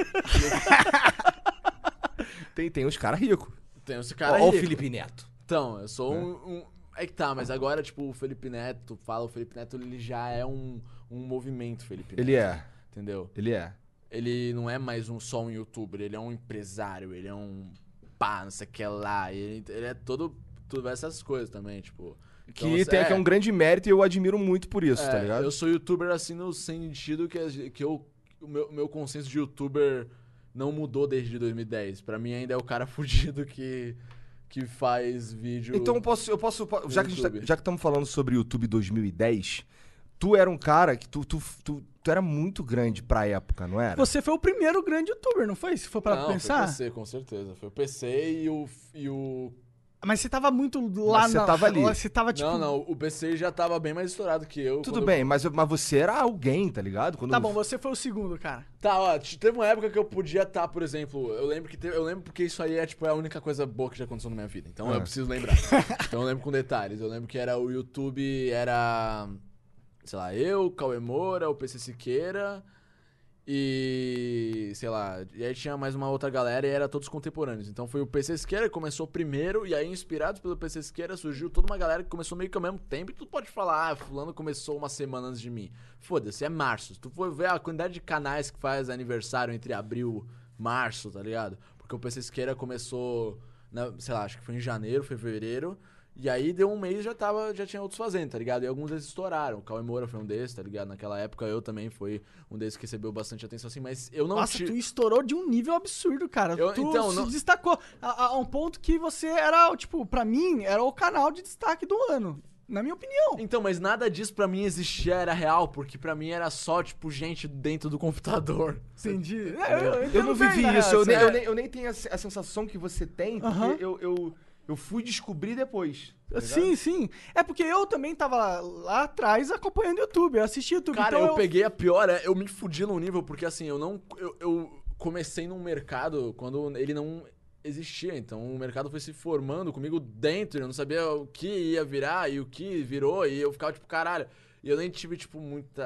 Speaker 1: Tem, tem uns caras ricos.
Speaker 2: Tem esse cara
Speaker 1: Ó, ó o
Speaker 2: rico.
Speaker 1: Felipe Neto.
Speaker 2: Então, eu
Speaker 1: Né?
Speaker 2: sou um, um- É que tá, mas agora, tipo, o Felipe Neto, fala, o Felipe Neto, ele já é um, um movimento, Felipe Neto.
Speaker 1: Ele é,
Speaker 2: Entendeu?
Speaker 1: ele é.
Speaker 2: Ele não é mais um, só um youtuber, ele é um empresário, ele é um pá, não sei o que lá. Ele, ele é todo. Tudo essas coisas também, tipo.
Speaker 1: Que,
Speaker 2: Então,
Speaker 1: tem,
Speaker 2: é,
Speaker 1: que é um grande mérito e eu admiro muito por isso, tá
Speaker 2: É,
Speaker 1: ligado?
Speaker 2: Eu sou youtuber assim no sentido que, as- que eu, o meu, meu consenso de youtuber não mudou desde 2010. Pra mim ainda é o cara fudido que, que faz vídeo.
Speaker 1: Então eu posso, eu posso, po- já que a gente tá-
Speaker 2: YouTube.
Speaker 1: já que estamos falando sobre YouTube 2010, tu era um cara que tu, tu, tu, tu era muito grande pra época, não era?
Speaker 3: Você foi o primeiro grande youtuber, não foi? Se for pra
Speaker 2: não,
Speaker 3: pensar.
Speaker 2: Foi o PC, com certeza. Foi o PC e o. E o...
Speaker 3: Mas você tava muito lá
Speaker 1: Mas você
Speaker 3: na-
Speaker 1: tava ali.
Speaker 3: Você tava tipo.
Speaker 2: Não, não, o PC já tava bem mais estourado que eu.
Speaker 1: Tudo
Speaker 2: quando eu-
Speaker 1: bem, mas, eu- mas você era alguém, tá ligado? Quando
Speaker 3: Tá bom, você foi o segundo, cara.
Speaker 2: Tá, ó, te- teve uma época que eu podia estar, por exemplo, eu lembro que teve- eu lembro porque isso aí é tipo é a única coisa boa que já aconteceu na minha vida. Então
Speaker 1: Ah.
Speaker 2: eu preciso lembrar. então eu lembro com detalhes. Eu lembro que era o YouTube, era sei lá, eu, Cauê Moura, o PC Siqueira e sei lá, e aí tinha mais uma outra galera e era todos contemporâneos. Então foi o PC Siqueira que começou primeiro e aí inspirados pelo PC Siqueira surgiu toda uma galera que começou meio que ao mesmo tempo. E tu pode falar, ah, fulano começou uma semana antes de mim. Foda-se, é março. Se Tu for ver a quantidade de canais que faz aniversário entre abril, março, tá ligado? Porque o PC Siqueira começou, na- sei lá, acho que foi em janeiro, fevereiro. E aí deu um mês já tava, já tinha outros fazendo, tá ligado? E alguns deles estouraram. O Cauê Moura foi um desses, tá ligado? Naquela época eu também fui um desses que recebeu bastante atenção assim, mas eu não
Speaker 3: Nossa,
Speaker 2: ti-
Speaker 3: tu estourou de um nível absurdo, cara.
Speaker 2: Eu-
Speaker 3: tu
Speaker 2: então,
Speaker 3: se
Speaker 2: não-
Speaker 3: destacou a, a- a um ponto que você era, tipo, pra mim, era o canal de destaque do ano. Na minha opinião.
Speaker 2: Então, mas nada disso pra mim existia era real, porque pra mim era só tipo gente dentro do computador.
Speaker 3: Entendi. É, eu,
Speaker 1: Eu não
Speaker 3: entendo bem,
Speaker 1: vivi
Speaker 3: na
Speaker 1: isso,
Speaker 3: real,
Speaker 1: eu,
Speaker 3: assim.
Speaker 1: nem, eu, nem, eu nem tenho a, se- a sensação que você tem, porque
Speaker 3: Aham.
Speaker 1: eu, eu, Eu fui descobrir depois. tá ligado?
Speaker 3: Sim, sim. É porque eu também tava lá atrás acompanhando o YouTube. Eu assisti o YouTube.
Speaker 2: Cara,
Speaker 3: então
Speaker 2: eu, peguei a pior, é, eu me fudi num nível, porque assim, eu não. Eu, eu comecei num mercado quando ele não existia. Então o mercado foi se formando comigo dentro. Eu não sabia o que ia virar e o que virou. E eu ficava, tipo, caralho. E eu nem tive, tipo, muita.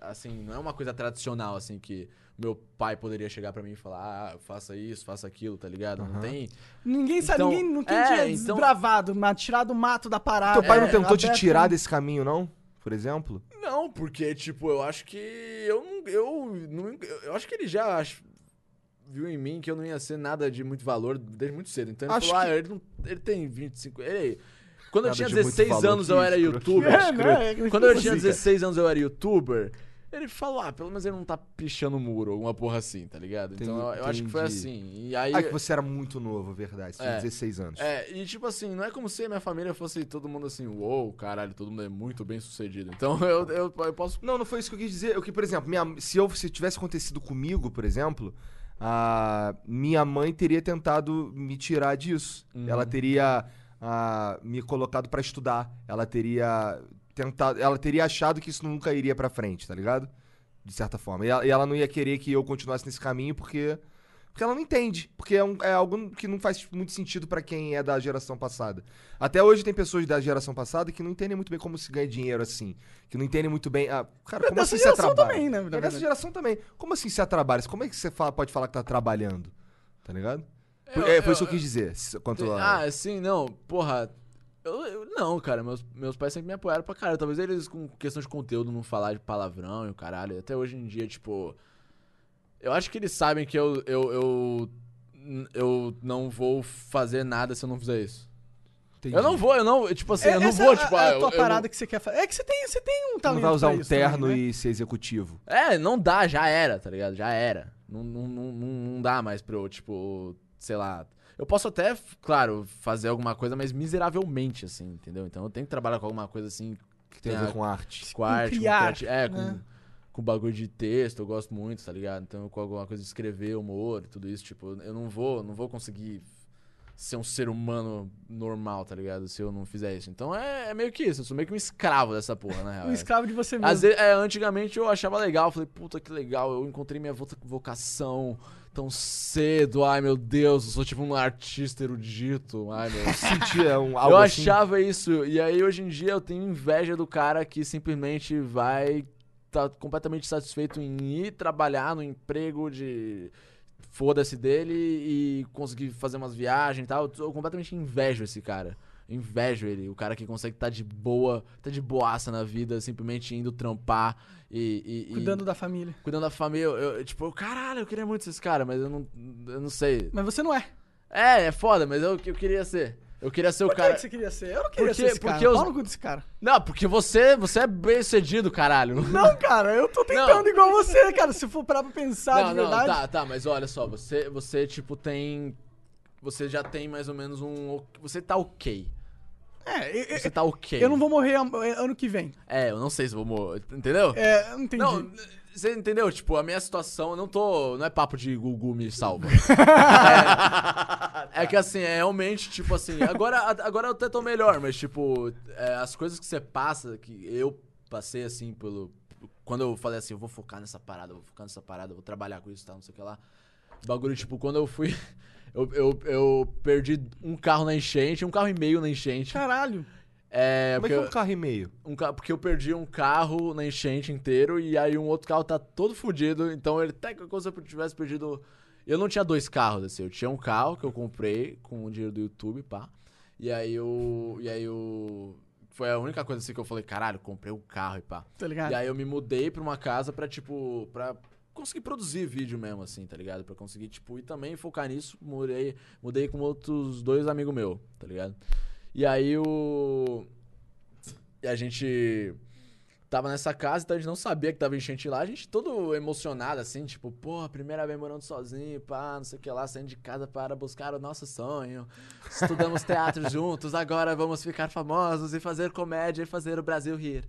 Speaker 2: Assim, não é uma coisa tradicional, assim, que meu pai poderia chegar pra mim e falar, ah, faça isso, faça aquilo, tá ligado? Não tem.
Speaker 3: Ninguém sabe,
Speaker 2: Então,
Speaker 3: ninguém não tem
Speaker 2: é,
Speaker 3: dia
Speaker 2: então-
Speaker 3: desbravado, mas tirado o mato da parada.
Speaker 1: Teu pai não
Speaker 3: é,
Speaker 1: tentou te
Speaker 3: aberto.
Speaker 1: tirar desse caminho, não? Por exemplo?
Speaker 2: Não, porque, tipo, eu acho que. Eu não. Eu, não, eu acho que ele já ach- viu em mim que eu não ia ser nada de muito valor desde muito cedo. Então ele
Speaker 1: Acho
Speaker 2: falou,
Speaker 1: que-
Speaker 2: ah, ele, não, ele tem 25. Ele. é Quando
Speaker 1: Nada
Speaker 2: eu tinha
Speaker 1: de muito
Speaker 2: 16
Speaker 1: valor,
Speaker 2: anos
Speaker 1: que
Speaker 2: eu era
Speaker 1: escroto.
Speaker 2: youtuber.
Speaker 3: É, né?
Speaker 2: Quando eu
Speaker 1: Assim,
Speaker 2: tinha
Speaker 1: cara.
Speaker 2: 16 anos eu era youtuber. Ele falou, ah, pelo menos ele não tá pichando o muro, alguma porra assim, tá ligado? Então eu, eu acho que foi
Speaker 1: Entendi.
Speaker 2: assim. E aí.
Speaker 1: Ah, que você era muito novo, verdade. Você tinha
Speaker 2: É.
Speaker 1: 16 anos.
Speaker 2: É, e tipo assim, não é como se a minha família fosse todo mundo assim, uou, caralho, todo mundo é muito bem sucedido. Então eu, eu, eu posso
Speaker 1: Não, não foi isso que eu quis dizer. Eu que, por exemplo, minha- se, eu, se tivesse acontecido comigo, por exemplo, a minha mãe teria tentado me tirar disso. Ela teria ah, me colocado pra estudar. Ela teria tentado, ela teria achado que isso nunca iria pra frente, tá ligado? De certa forma. E ela, e ela não ia querer que eu continuasse nesse caminho porque porque ela não entende, porque é, um- é algo que não faz muito sentido pra quem é da geração passada. Até hoje tem pessoas da geração passada que não entendem muito bem como se ganha dinheiro assim, que não entendem muito bem, ah, cara, como
Speaker 3: Dessa
Speaker 1: assim você
Speaker 3: geração
Speaker 1: trabalha?
Speaker 3: também, né? na
Speaker 1: É dessa
Speaker 3: verdade.
Speaker 1: geração também. Como assim você trabalha? Como é que você fala- pode falar que tá trabalhando? Tá ligado? Por-
Speaker 2: Eu-
Speaker 1: é, foi
Speaker 2: eu-
Speaker 1: isso que eu quis dizer. s- Quanto a...
Speaker 2: Ah, sim, não. Porra. Eu, eu- não, cara, meus, meus pais sempre me apoiaram pra caralho. Talvez eles, com questão de conteúdo, não falar de palavrão e o caralho. Até hoje em dia, tipo. Eu acho que eles sabem que eu. Eu, eu, eu não vou fazer nada se eu não fizer isso.
Speaker 1: Entendi.
Speaker 2: Eu não vou, eu não. Tipo assim, eu não
Speaker 3: Essa
Speaker 2: vou,
Speaker 3: é
Speaker 2: tipo.
Speaker 3: a,
Speaker 2: ah,
Speaker 3: é a
Speaker 2: eu-
Speaker 3: tua
Speaker 2: eu
Speaker 3: parada que você quer fazer. É que você tem, você tem um
Speaker 1: Você
Speaker 3: talento.
Speaker 1: não vai usar
Speaker 3: pra
Speaker 1: um
Speaker 3: isso também,
Speaker 1: terno
Speaker 3: né?
Speaker 1: e ser executivo.
Speaker 2: É, não dá, já era, tá ligado? Já era. Não, não, não, não não dá mais pra eu, tipo, sei lá. Eu posso até, f- claro, fazer alguma coisa, mas miseravelmente, assim, entendeu? Então eu tenho que trabalhar com alguma coisa assim,
Speaker 1: Que tem a
Speaker 2: Tem
Speaker 1: ver
Speaker 2: a-
Speaker 1: com arte.
Speaker 2: com arte, com
Speaker 3: criar,
Speaker 2: criati- É, com,
Speaker 3: né?
Speaker 2: com bagulho de texto, eu gosto muito, tá ligado? Então com alguma coisa de escrever, humor, tudo isso, tipo, eu não vou, não vou conseguir ser um ser humano normal, tá ligado? Se eu não fizer isso. Então é, é meio que isso, eu sou meio que um escravo dessa porra, na real.
Speaker 3: Um
Speaker 2: é.
Speaker 3: escravo de você mesmo.
Speaker 2: Às vezes, é, antigamente eu achava legal, falei, puta que legal, eu encontrei minha vo- vocação tão cedo, ai meu Deus, eu sou tipo um artista erudito, ai meu
Speaker 1: Sentia um, algo
Speaker 2: Eu
Speaker 1: assim.
Speaker 2: achava é, isso, e aí hoje em dia eu tenho inveja do cara que simplesmente vai tá completamente satisfeito em ir trabalhar no emprego de foda-se dele e conseguir fazer umas viagens e tal. Eu completamente invejo esse cara. Invejo ele, o cara que consegue tá de boa, tá de boaça na vida, simplesmente indo trampar e. e- e-
Speaker 3: Cuidando da família.
Speaker 2: cuidando da família. Eu, eu, tipo, caralho, eu queria muito esses caras, mas eu não, eu não sei.
Speaker 3: Mas você não é.
Speaker 2: É, é foda, mas eu, eu queria ser. Eu queria ser o
Speaker 3: Por que
Speaker 2: cara.
Speaker 3: que você queria ser? Eu não queria
Speaker 2: Porque-
Speaker 3: ser esse cara.
Speaker 2: porque os-
Speaker 3: Fala no cu desse cara.
Speaker 2: Não, porque você, você é bem sucedido, caralho.
Speaker 3: Não, cara, eu tô tentando
Speaker 2: Não.
Speaker 3: igual você, cara. Se for parar pra pensar
Speaker 2: não,
Speaker 3: de
Speaker 2: não,
Speaker 3: verdade.
Speaker 2: tá, tá, mas olha só, você, você tipo tem você já tem mais ou menos um ok- você tá OK.
Speaker 3: É, eu, eu-
Speaker 2: Você tá OK.
Speaker 3: eu não vou morrer am- ano que vem.
Speaker 2: É, eu não sei se eu vou morrer, entendeu?
Speaker 3: É, eu não entendi.
Speaker 2: Não, você entendeu? Tipo, a minha situação, eu não tô. Não é papo de Gugu me salva. é, é que assim, é realmente, tipo assim. Agora, agora eu até tô melhor, mas, tipo, é, as coisas que você passa, que eu passei assim, pelo. Quando eu falei assim, eu vou focar nessa parada, eu vou focar nessa parada, eu vou trabalhar com isso, tá, não sei o que lá. Bagulho, tipo, quando eu fui. Eu, eu, eu perdi um carro na enchente, um carro e meio na enchente.
Speaker 3: Caralho.
Speaker 2: É,
Speaker 1: Como é
Speaker 2: porque
Speaker 1: que é um carro e meio?
Speaker 2: um ca- porque eu perdi um carro na enchente inteiro e aí um outro carro tá todo fudido. Então ele até que coisa eu tivesse perdido. Eu não tinha dois carros, assim. Eu tinha um carro que eu comprei com o dinheiro do YouTube, pá. E aí eu. E aí eu. Foi a única coisa assim que eu falei, caralho, comprei um carro e pá.
Speaker 3: Tá ligado?
Speaker 2: E aí eu me mudei pra uma casa pra, tipo, pra conseguir produzir vídeo mesmo, assim, tá ligado? Pra conseguir, tipo, e também focar nisso, mudei, mudei com outros dois amigos meus, tá ligado? E aí o. E a gente tava nessa casa, então a gente não sabia que tava enchente lá. A gente todo emocionado, assim, tipo, porra, primeira vez morando sozinho, pá, não sei o que lá, saindo de casa para buscar o nosso sonho. Estudamos teatro juntos, agora vamos ficar famosos e fazer comédia e fazer o Brasil rir.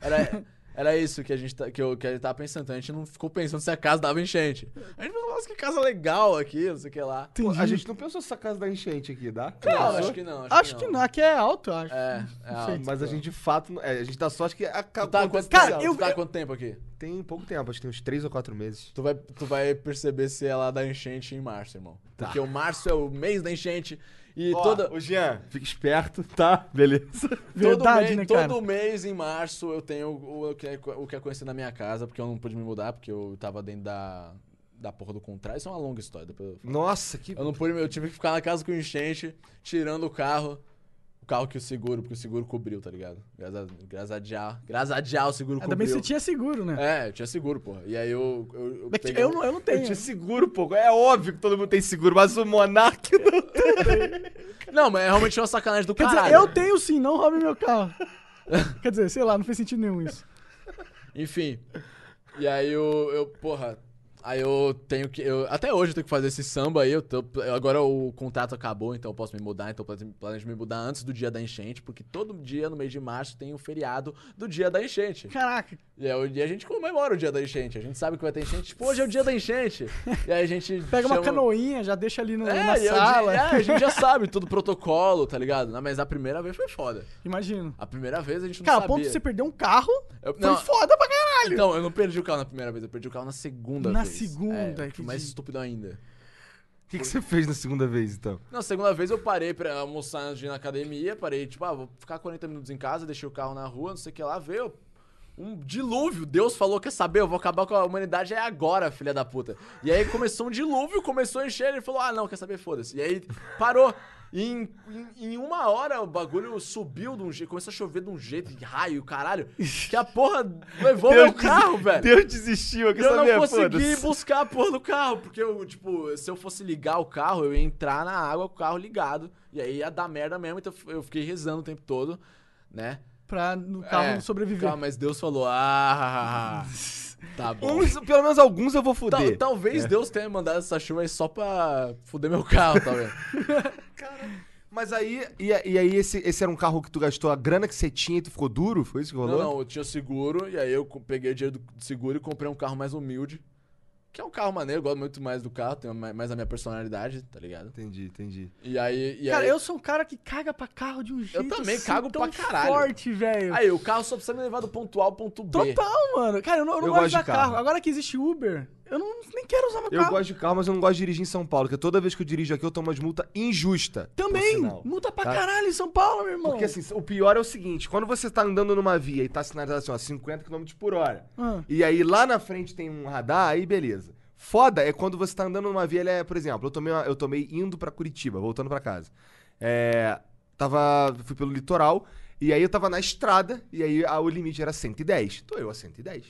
Speaker 2: Era, era isso que a, gente, tá- que, eu, que a gente tava pensando. Então a gente não ficou pensando se a casa dava enchente. A gente falou, nossa, que casa legal aqui, não sei o que lá.
Speaker 1: Pô,
Speaker 3: Entendi.
Speaker 1: a gente não pensou essa casa da enchente aqui, dá?
Speaker 2: Não,
Speaker 1: Pensou?
Speaker 2: acho que não.
Speaker 3: Acho que não, aqui é alto, eu acho.
Speaker 2: É, é.
Speaker 3: Não sei.
Speaker 2: alto.
Speaker 1: Mas a gente de fato. não- É, a gente dá sorte que
Speaker 2: Tu
Speaker 1: acabou.
Speaker 2: tá há quanto
Speaker 3: Cara,
Speaker 2: tempo?
Speaker 3: eu-
Speaker 2: Tu tá há
Speaker 3: eu-
Speaker 2: quanto tempo aqui?
Speaker 1: Tem pouco tempo, acho que tem uns 3 ou 4 meses.
Speaker 2: Tu vai, tu vai perceber se é lá da enchente em março, irmão.
Speaker 1: Tá.
Speaker 2: Porque o março é o mês da enchente e
Speaker 1: Ó,
Speaker 2: toda.
Speaker 1: Ô, Jean, fica esperto, tá? Beleza.
Speaker 3: Verdade,
Speaker 2: todo,
Speaker 3: né,
Speaker 2: mês,
Speaker 3: cara?
Speaker 2: todo mês em março eu tenho o, o que é, o que é conhecido na minha casa, porque eu não pude me mudar, porque eu tava dentro da, da porra do contrato. Isso é uma longa história. Depois eu, falo.
Speaker 1: Nossa, que.
Speaker 2: eu não pude, eu tive que ficar na casa com enchente, tirando o carro. O carro que o seguro, porque o seguro cobriu, tá ligado? Graças a, graças a Jah- graças a Jah o seguro
Speaker 3: Ainda bem que
Speaker 2: cobriu.
Speaker 3: você tinha seguro, né?
Speaker 2: É, eu tinha seguro, porra. E aí eu. Eu, eu
Speaker 3: Mas
Speaker 2: peguei- um-
Speaker 3: eu, não, eu não
Speaker 1: Eu
Speaker 3: tenho.
Speaker 1: te seguro, pô. É óbvio que todo mundo tem seguro, mas o Monark não.
Speaker 2: Não, mas é realmente uma sacanagem do
Speaker 3: Quer
Speaker 2: caralho.
Speaker 3: dizer, eu tenho sim, não roube meu carro. Quer dizer, sei lá, não fez sentido nenhum isso.
Speaker 2: Enfim. E aí eu, eu, porra, aí eu tenho que. Eu, até hoje eu tenho que fazer esse samba aí. Eu tô, eu- agora o contrato acabou, então eu posso me mudar. Então eu plane- planejo me mudar antes do dia da enchente, porque todo dia no mês de março tem o feriado do dia da enchente.
Speaker 3: Caraca,
Speaker 2: E aí o dia- a gente comemora o dia da enchente. A gente sabe que vai ter enchente. Tipo, hoje é o dia da enchente. E aí a gente.
Speaker 3: pega uma
Speaker 2: chama-
Speaker 3: canoinha, já deixa ali no,
Speaker 2: É,
Speaker 3: na
Speaker 2: e eu-
Speaker 3: sala.
Speaker 2: é, a gente já sabe todo o protocolo, tá ligado? Não, mas a primeira vez foi foda.
Speaker 3: Imagino.
Speaker 2: A primeira vez a gente não
Speaker 3: Cara, a
Speaker 2: sabia.
Speaker 3: ponto de você perder um carro,
Speaker 2: Eu-
Speaker 3: foi
Speaker 2: não,
Speaker 3: foda pra caralho.
Speaker 2: Então, eu não perdi o carro na primeira vez, eu perdi o carro na segunda
Speaker 3: Na
Speaker 2: vez.
Speaker 3: segunda,
Speaker 2: é, eu
Speaker 3: que
Speaker 2: fui mais
Speaker 3: dia.
Speaker 2: estúpido ainda.
Speaker 1: O que, que você fez na segunda vez, então?
Speaker 2: Na segunda vez eu parei pra almoçar antes de ir na academia, parei, tipo, ah, vou ficar 40 minutos em casa, deixei o carro na rua, não sei o que lá, veio um dilúvio. Deus falou, quer saber, eu vou acabar com a humanidade é agora, filha da puta. E aí começou um dilúvio, começou a encher, ele falou, ah, não, quer saber, foda-se. E aí parou. E em, em- em uma hora o bagulho subiu de um jeito, começou a chover de um jeito, de raio, caralho, que a porra levou meu
Speaker 1: des-
Speaker 2: carro, velho.
Speaker 1: Deus desistiu, eu quer
Speaker 2: Eu
Speaker 1: saber?
Speaker 2: não consegui
Speaker 1: Foda-se.
Speaker 2: buscar a porra do carro, porque eu, tipo, se eu fosse ligar o carro, eu ia entrar na água com o carro ligado, e aí ia dar merda mesmo, então eu fiquei rezando o tempo todo, né?
Speaker 3: Pra no carro
Speaker 2: É,
Speaker 3: não sobreviver.
Speaker 2: Calma, mas Deus falou, ah, tá bom.
Speaker 1: Uns- pelo menos alguns eu vou
Speaker 2: Tal-
Speaker 1: foder.
Speaker 2: talvez
Speaker 3: É.
Speaker 2: Deus tenha mandado essa chuva aí só pra fuder meu carro, tá talvez.
Speaker 1: Mas aí, e, a- e aí esse, esse era um carro que tu gastou a grana que você tinha e tu ficou duro? Foi isso que
Speaker 2: não,
Speaker 1: rolou?
Speaker 2: não, eu tinha seguro, e aí eu co- peguei o dinheiro do seguro e comprei um carro mais humilde, que é um carro maneiro, eu gosto muito mais do carro, tem mais mais a minha personalidade, tá ligado?
Speaker 1: Entendi, entendi.
Speaker 2: E aí... E
Speaker 3: Cara,
Speaker 2: aí...
Speaker 3: eu sou um cara que caga pra carro de um jeito
Speaker 2: também
Speaker 3: assim,
Speaker 2: cago
Speaker 3: tão
Speaker 2: pra caralho.
Speaker 3: forte, velho.
Speaker 2: Aí, o carro só precisa me levar do ponto A ao ponto B.
Speaker 3: Total, mano. Cara, eu não, eu não
Speaker 1: Eu
Speaker 3: gosto
Speaker 1: gosto
Speaker 3: de usar
Speaker 1: de carro.
Speaker 3: carro. Agora que existe Uber, eu não, nem quero usar meu
Speaker 1: Eu
Speaker 3: carro.
Speaker 1: gosto de carro, mas eu não gosto de dirigir em São Paulo, porque toda vez que eu dirijo aqui eu tomo umas multas injusta.
Speaker 3: Também,
Speaker 1: por sinal.
Speaker 3: multa pra
Speaker 1: Tá?
Speaker 3: caralho em São Paulo, meu irmão.
Speaker 1: Porque assim, o pior é o seguinte, quando você tá andando numa via e tá sinalizado assim, ó, 50 km por hora,
Speaker 3: Ah.
Speaker 1: e aí lá na frente tem um radar, aí beleza. Foda é quando você tá andando numa via, ele é, por exemplo, eu tomei, uma- eu tomei indo pra Curitiba, voltando pra casa. É, tava, fui pelo litoral, e aí eu tava na estrada, e aí a- o limite era 110. Tô eu a 110.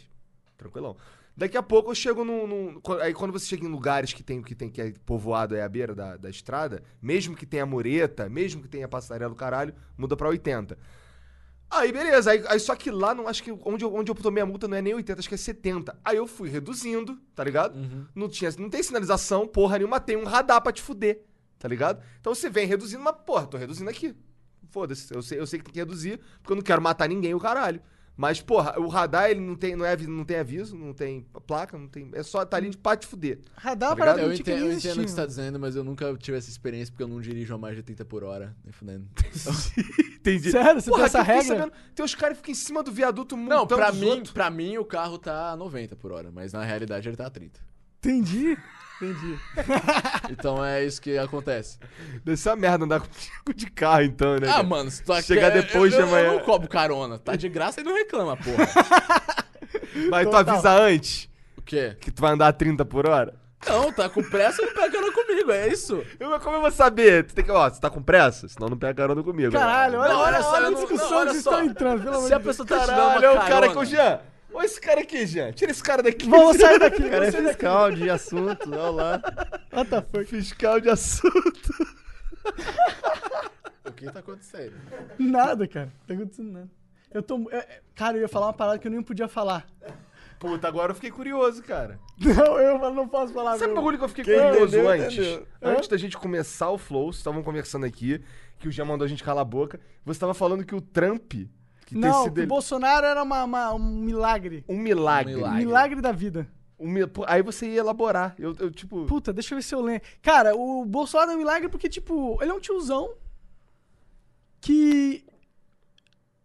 Speaker 1: Tranquilão. Daqui a pouco eu chego num. num- qu- aí quando você chega em lugares que tem, que tem que é povoado é à beira da, da estrada, mesmo que tenha mureta, mesmo que tenha passarela do caralho, muda pra 80. Aí beleza, aí, aí só que lá não acho que onde eu, onde eu tomei a multa não é nem 80, acho que é 70. Aí eu fui reduzindo, tá ligado? Não tinha, não tem sinalização, porra nenhuma, tem um radar pra te fuder, tá ligado? Então você vem reduzindo, mas porra, tô reduzindo aqui. Foda-se, eu sei, eu sei que tem que reduzir, porque eu não quero matar ninguém, o caralho. Mas, porra, o radar, ele não tem, não é, avi- não tem aviso, não tem placa, não tem. É só tá ali pra te fuder.
Speaker 3: Radar é
Speaker 1: Tá
Speaker 3: uma parada que
Speaker 2: Eu
Speaker 3: não tinha que
Speaker 2: entendo,
Speaker 3: nem
Speaker 2: eu entendo o que
Speaker 3: existir.
Speaker 2: você tá dizendo, mas eu nunca tive essa experiência porque eu não dirijo a mais de 30 por hora. nem fudendo.
Speaker 1: Entendi.
Speaker 3: Sério? Você tem essa
Speaker 1: eu fiquei
Speaker 3: regra?
Speaker 1: tem os caras que ficam em cima do viaduto
Speaker 2: Não,
Speaker 1: montando
Speaker 2: pra
Speaker 1: os
Speaker 2: mim,
Speaker 1: outros.
Speaker 2: pra mim o carro tá a 90 por hora, mas na realidade ele tá a 30.
Speaker 3: Entendi. Entendi.
Speaker 2: Então é isso que acontece.
Speaker 1: Deve ser uma merda andar contigo de carro, então, né?
Speaker 2: Ah,
Speaker 1: cara?
Speaker 2: mano, se tu aqui-
Speaker 1: Chegar
Speaker 2: eu-
Speaker 1: depois
Speaker 2: eu,
Speaker 1: de amanhã.
Speaker 2: Eu não cobro carona. Tá de graça e não reclama, porra.
Speaker 1: Mas tu
Speaker 3: total.
Speaker 1: avisa antes
Speaker 2: O quê?
Speaker 1: que tu vai andar a 30 por hora?
Speaker 2: Não, tá com pressa e não pega carona comigo, é isso.
Speaker 1: Eu, mas como eu vou saber? Tu tem que, ó, você tá com pressa? Senão não pega carona comigo. né?
Speaker 3: Caralho, olha,
Speaker 2: Não, olha
Speaker 3: olha,
Speaker 2: só,
Speaker 3: olha
Speaker 2: eu
Speaker 3: a
Speaker 2: não-
Speaker 3: discussão
Speaker 2: não, olha
Speaker 3: que vocês
Speaker 2: só.
Speaker 3: estão entrando, pelo amor de
Speaker 2: Se a
Speaker 3: Deus.
Speaker 2: pessoa tá te dando
Speaker 1: Caralho,
Speaker 2: uma
Speaker 1: olha o cara
Speaker 2: carona-
Speaker 1: com o Jean. Olha esse cara aqui, Jean. Tira esse cara daqui.
Speaker 3: Vamos sair daqui,
Speaker 4: O cara é
Speaker 3: vamos sair daqui.
Speaker 4: fiscal de assuntos,
Speaker 3: né,
Speaker 4: olha lá.
Speaker 3: What the fuck?
Speaker 1: Fiscal de assunto.
Speaker 2: O que tá acontecendo?
Speaker 3: Nada, cara. Não tá acontecendo nada. Eu tô... eu- eu- cara, eu ia falar uma parada que eu nem podia falar.
Speaker 1: Puta, agora eu fiquei curioso, cara.
Speaker 3: Não, eu não posso falar.
Speaker 1: Sabe o
Speaker 3: meu.
Speaker 1: bagulho que eu fiquei
Speaker 3: Quem
Speaker 1: curioso
Speaker 3: entendeu,
Speaker 1: antes?
Speaker 3: entendeu.
Speaker 1: Antes da gente começar o Flow, vocês estavam conversando aqui, que o Jean mandou a gente calar a boca. Você tava falando que o Trump, que tem
Speaker 3: Não,
Speaker 1: sido
Speaker 3: que o
Speaker 1: ele-
Speaker 3: Bolsonaro era uma, uma- um milagre.
Speaker 1: um milagre.
Speaker 2: Um milagre.
Speaker 3: Milagre da vida.
Speaker 1: o me- pô, aí você ia elaborar. Eu, eu, tipo.
Speaker 3: Puta, deixa eu ver se eu lembro. Cara, o Bolsonaro é um milagre porque, tipo, ele é um tiozão que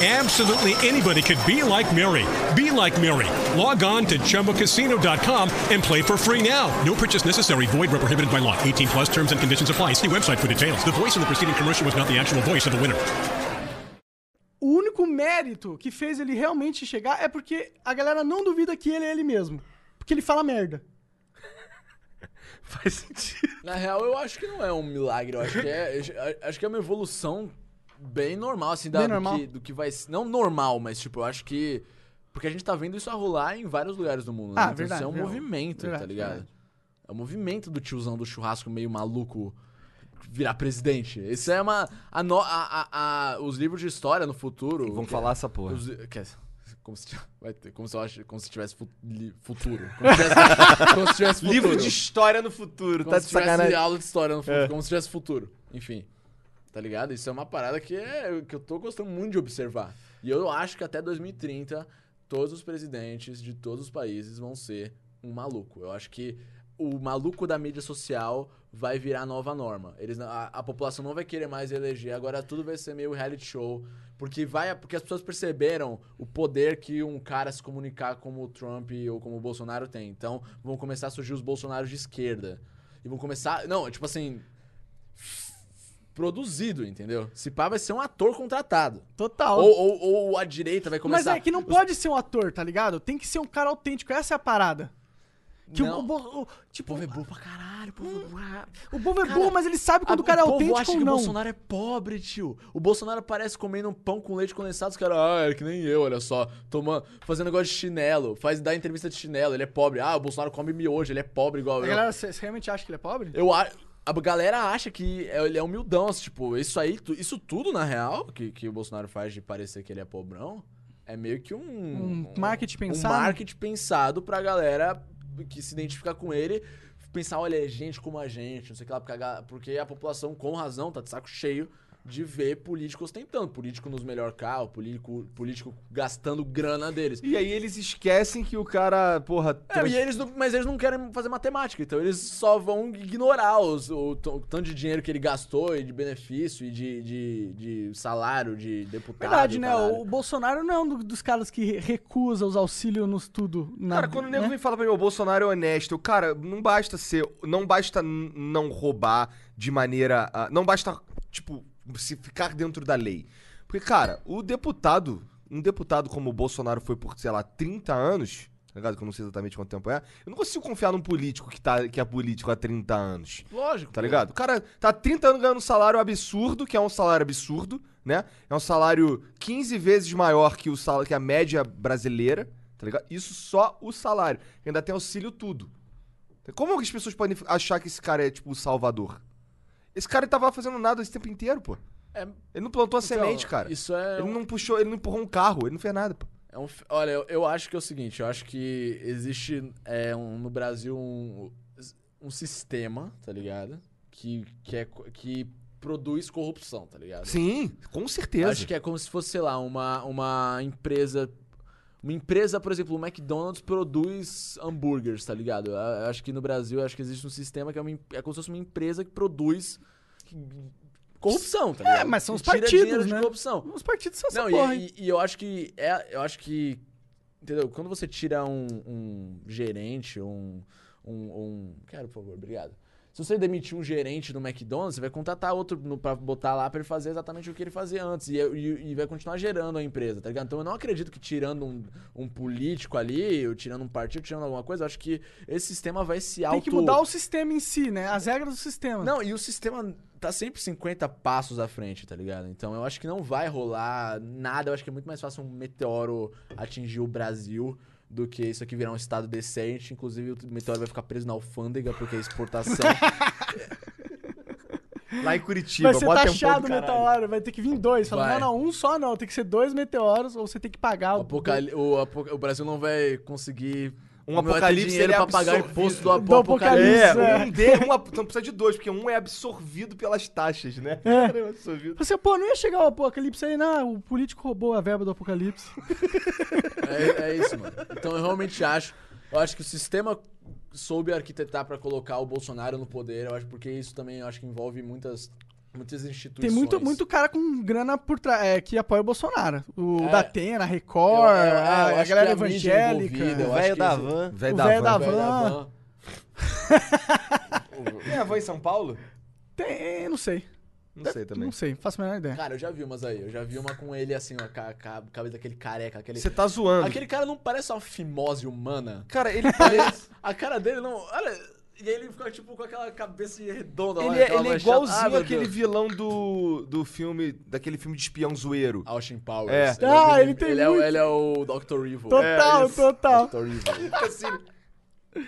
Speaker 5: Absolutely anybody could be like Mary. Be like Mary. Log on to ChumboCasino.com and play for free now. No purchase necessary. Void where prohibited by law. 18 plus terms and conditions apply. See website for details. The voice in the preceding commercial was not the actual voice of the winner.
Speaker 3: o único mérito que fez ele realmente chegar é porque a galera não duvida que ele é ele mesmo. Porque ele fala merda.
Speaker 1: Faz sentido.
Speaker 2: Na real, eu acho que não é um milagre, eu acho que é, eu acho que é uma evolução bem normal, assim, da,
Speaker 3: Bem
Speaker 2: do,
Speaker 3: normal.
Speaker 2: Que, do que vai. s- Não normal, mas tipo, eu acho que. Porque a gente tá vendo isso rolar em vários lugares do mundo, né?
Speaker 3: Ah,
Speaker 2: então
Speaker 3: verdade,
Speaker 2: isso é um
Speaker 3: verdade.
Speaker 2: movimento,
Speaker 3: Verdade,
Speaker 2: tá ligado? É um movimento do tiozão do churrasco meio maluco virar presidente. Isso é uma. a no- a- a- a- os livros de história no futuro.
Speaker 1: Vamos
Speaker 2: que-
Speaker 1: falar essa porra.
Speaker 2: os- que- como se, ti- vai ter- como se eu acho- como se tivesse fu- li- futuro. Como se tivesse, como se tivesse futuro.
Speaker 1: Livro de história no futuro,
Speaker 2: Como
Speaker 1: tá de
Speaker 2: se tivesse
Speaker 1: sacanagem. É.
Speaker 2: aula de história no futuro, como se tivesse futuro. Enfim. Tá ligado? Isso é uma parada que, é, que eu tô gostando muito de observar. E eu acho que até 2030, todos os presidentes de todos os países vão ser um maluco. Eu acho que o maluco da mídia social vai virar a nova norma. Eles, não- a, a população não vai querer mais eleger, agora tudo vai ser meio reality show. Porque, vai, porque as pessoas perceberam o poder que um cara se comunicar como o Trump ou como o Bolsonaro tem. Então vão começar a surgir os Bolsonaros de esquerda. E vão começar. Não, é tipo assim. Produzido, entendeu? Se pá, vai ser um ator contratado.
Speaker 3: Total.
Speaker 2: Ou, ou, ou a direita vai
Speaker 3: Mas
Speaker 2: começar.
Speaker 3: é que não pode ser um ator, tá ligado? Tem que ser um cara autêntico. Essa é a parada. Que o-
Speaker 2: Não.
Speaker 3: o, bo- o-
Speaker 2: O
Speaker 3: tipo,
Speaker 2: povo é burro pra caralho. O povo é burro.
Speaker 3: o povo é
Speaker 2: Cara,
Speaker 3: burro, mas ele sabe quando
Speaker 2: Ah,
Speaker 3: o cara é
Speaker 2: povo
Speaker 3: autêntico
Speaker 2: acha
Speaker 3: ou
Speaker 2: que
Speaker 3: não.
Speaker 2: O Bolsonaro é pobre, tio. O Bolsonaro parece comendo um pão com leite condensado. Os caras, ah, é que nem eu, olha só. Tomando, fazendo negócio de chinelo. Faz dar entrevista de chinelo, ele é pobre. Ah, o Bolsonaro come miojo, ele é pobre igual
Speaker 3: A
Speaker 2: eu.
Speaker 3: galera, você você realmente acha que ele é pobre?
Speaker 2: Eu a, a galera acha que é- ele é humildão, assim, tipo, isso aí, tu- isso tudo na real que, que o Bolsonaro faz de parecer que ele é pobrão, é meio que um
Speaker 3: Um marketing pensado?
Speaker 2: um marketing pensado pra galera que se identifica com ele pensar, olha, é gente como a gente, não sei o que lá, porque a, ga- porque a população com razão tá de saco cheio de ver políticos tentando, político nos melhor carro, político, político gastando grana deles.
Speaker 1: E aí eles esquecem que o cara, porra.
Speaker 2: É,
Speaker 1: trans-
Speaker 2: e eles não- mas eles não querem fazer matemática, então eles só vão ignorar os- o, t- o tanto de dinheiro que ele gastou e de benefício e de, de- de salário de deputado.
Speaker 3: Verdade,
Speaker 2: e
Speaker 3: né?
Speaker 2: caralho.
Speaker 3: O Bolsonaro não é um do- dos caras que re- recusa os auxílios nos tudo. na-
Speaker 1: Cara, quando o nego
Speaker 3: né?
Speaker 1: vem falar pra mim, o Bolsonaro é honesto, eu, cara, não basta ser. Não basta n- não roubar de maneira. ah, não basta, tipo, se ficar dentro da lei. Porque, cara, o deputado. Um deputado como o Bolsonaro foi por, sei lá, 30 anos, tá ligado? Que eu não sei exatamente quanto tempo é. Eu não consigo confiar num político que, tá, que é político há 30 anos.
Speaker 2: Lógico.
Speaker 1: Tá ligado? O cara tá há 30 anos ganhando um salário absurdo, que é um salário absurdo, né? É um salário 15 vezes maior que, o salário, que a média brasileira, tá ligado? Isso só o salário. Ainda tem auxílio tudo. Como que as pessoas podem achar que esse cara é, tipo, o salvador? Esse cara tava fazendo nada esse tempo inteiro, pô.
Speaker 2: É,
Speaker 1: Ele não plantou a
Speaker 2: Então,
Speaker 1: semente, cara.
Speaker 2: isso é
Speaker 1: Ele
Speaker 2: um-
Speaker 1: não puxou, ele não empurrou um carro, ele não fez nada, pô.
Speaker 2: É um f- olha, eu, eu acho que é o seguinte, eu acho que existe é, um- no Brasil um, um sistema, tá ligado? Que, que, é, co- que produz corrupção, tá ligado?
Speaker 1: Sim, com
Speaker 2: Eu
Speaker 1: certeza.
Speaker 2: Acho que é como se fosse, sei lá, uma, uma empresa. Uma empresa, por exemplo, o McDonald's produz hambúrgueres, tá ligado? Eu- eu acho que no Brasil eu acho que existe um sistema que é, uma, em- é como se fosse uma empresa que produz que- corrupção, tá ligado?
Speaker 3: É, mas são os
Speaker 2: Que tira dinheiro
Speaker 3: partidos,
Speaker 2: de
Speaker 3: né?
Speaker 2: corrupção.
Speaker 3: Os partidos são essa
Speaker 2: Não,
Speaker 3: porra,
Speaker 2: e-
Speaker 3: hein?
Speaker 2: e, e eu acho que é, eu acho que entendeu? Quando você tira um, um gerente, um, um, um- quero por favor, obrigado. Se você demitir um gerente do McDonald's, você vai contratar outro no, pra botar lá pra ele fazer exatamente o que ele fazia antes. E, é, e- e vai continuar gerando a empresa, tá ligado? Então eu não acredito que tirando um, um político ali, ou tirando um partido, tirando alguma coisa, eu acho que esse sistema vai se auto...
Speaker 3: Tem que mudar o sistema em si, né? As regras do sistema.
Speaker 2: Não, e o sistema tá sempre 50 passos à frente, tá ligado? Então eu acho que não vai rolar nada. Eu acho que é muito mais fácil um meteoro atingir o Brasil do que isso aqui virar um estado decente. Inclusive, o meteoro vai ficar preso na alfândega porque é exportação.
Speaker 1: Lá em Curitiba,
Speaker 3: Vai ser
Speaker 1: bota
Speaker 3: taxado
Speaker 1: um
Speaker 3: o meteoro, vai ter que vir dois. Fala,
Speaker 2: Vai.
Speaker 3: não, não, um só não, tem que ser dois meteoros ou você tem que pagar
Speaker 2: O,
Speaker 3: o
Speaker 2: apocali- o apo- o Brasil não vai conseguir.
Speaker 1: Um
Speaker 2: não vai ter
Speaker 1: apocalipse,
Speaker 2: dinheiro
Speaker 1: ele é
Speaker 2: pra pagar
Speaker 1: absorvido.
Speaker 2: imposto do,
Speaker 3: Do apocalipse.
Speaker 2: apocalipse.
Speaker 1: É,
Speaker 3: Isso, é.
Speaker 1: um D, um, ap- então precisa de dois, porque um é absorvido pelas taxas, né? É. absorvido.
Speaker 3: Você, assim, pô, não ia chegar o apocalipse aí, não. O político roubou a verba do apocalipse.
Speaker 2: É, é isso, mano. Então eu realmente acho. Eu acho que o sistema soube arquitetar pra colocar o Bolsonaro no poder. Eu acho porque isso também eu acho que envolve muitas, muitas
Speaker 3: Tem
Speaker 2: instituições.
Speaker 3: muito, muito cara com grana por trás é, que apoia o Bolsonaro. O
Speaker 2: É.
Speaker 3: Datena, a
Speaker 2: Eu- eu-
Speaker 3: Record,
Speaker 2: eu
Speaker 3: a-
Speaker 2: acho
Speaker 3: a,
Speaker 2: que
Speaker 3: galera
Speaker 2: a mídia
Speaker 3: evangélica.
Speaker 2: envolvida, eu acho
Speaker 4: Velho
Speaker 2: que
Speaker 4: da
Speaker 2: esse-
Speaker 4: van.
Speaker 1: Véi
Speaker 3: O
Speaker 1: da
Speaker 3: véio
Speaker 1: van.
Speaker 3: da
Speaker 2: Velho da van.
Speaker 1: Tem a van em São Paulo?
Speaker 3: Tem, não sei.
Speaker 1: Não sei também.
Speaker 3: Não sei, faço a menor
Speaker 1: Ah.
Speaker 3: ideia.
Speaker 2: Cara, eu já vi umas aí. Eu já vi uma com ele assim, ó, ca- ca- cabeça daquele careca. Aquele,
Speaker 1: Você tá zoando.
Speaker 2: aquele cara não parece uma fimose humana.
Speaker 1: Cara, ele parece...
Speaker 2: A cara dele não. Olha. E aí ele fica tipo com aquela cabeça redonda lá.
Speaker 1: Ele é,
Speaker 2: aquela
Speaker 1: ele é
Speaker 2: manchada. Ah,
Speaker 1: igualzinho
Speaker 2: meu
Speaker 1: aquele
Speaker 2: Deus.
Speaker 1: vilão do, do filme, daquele filme de espião zoeiro.
Speaker 2: Austin Powers.
Speaker 1: É.
Speaker 2: é o
Speaker 3: Ah,
Speaker 2: menino-
Speaker 3: ele tem
Speaker 2: é, o-
Speaker 3: muito.
Speaker 2: ele é o Dr. Evil. É,
Speaker 3: Total, total.
Speaker 2: Dr. Evil.
Speaker 1: assim,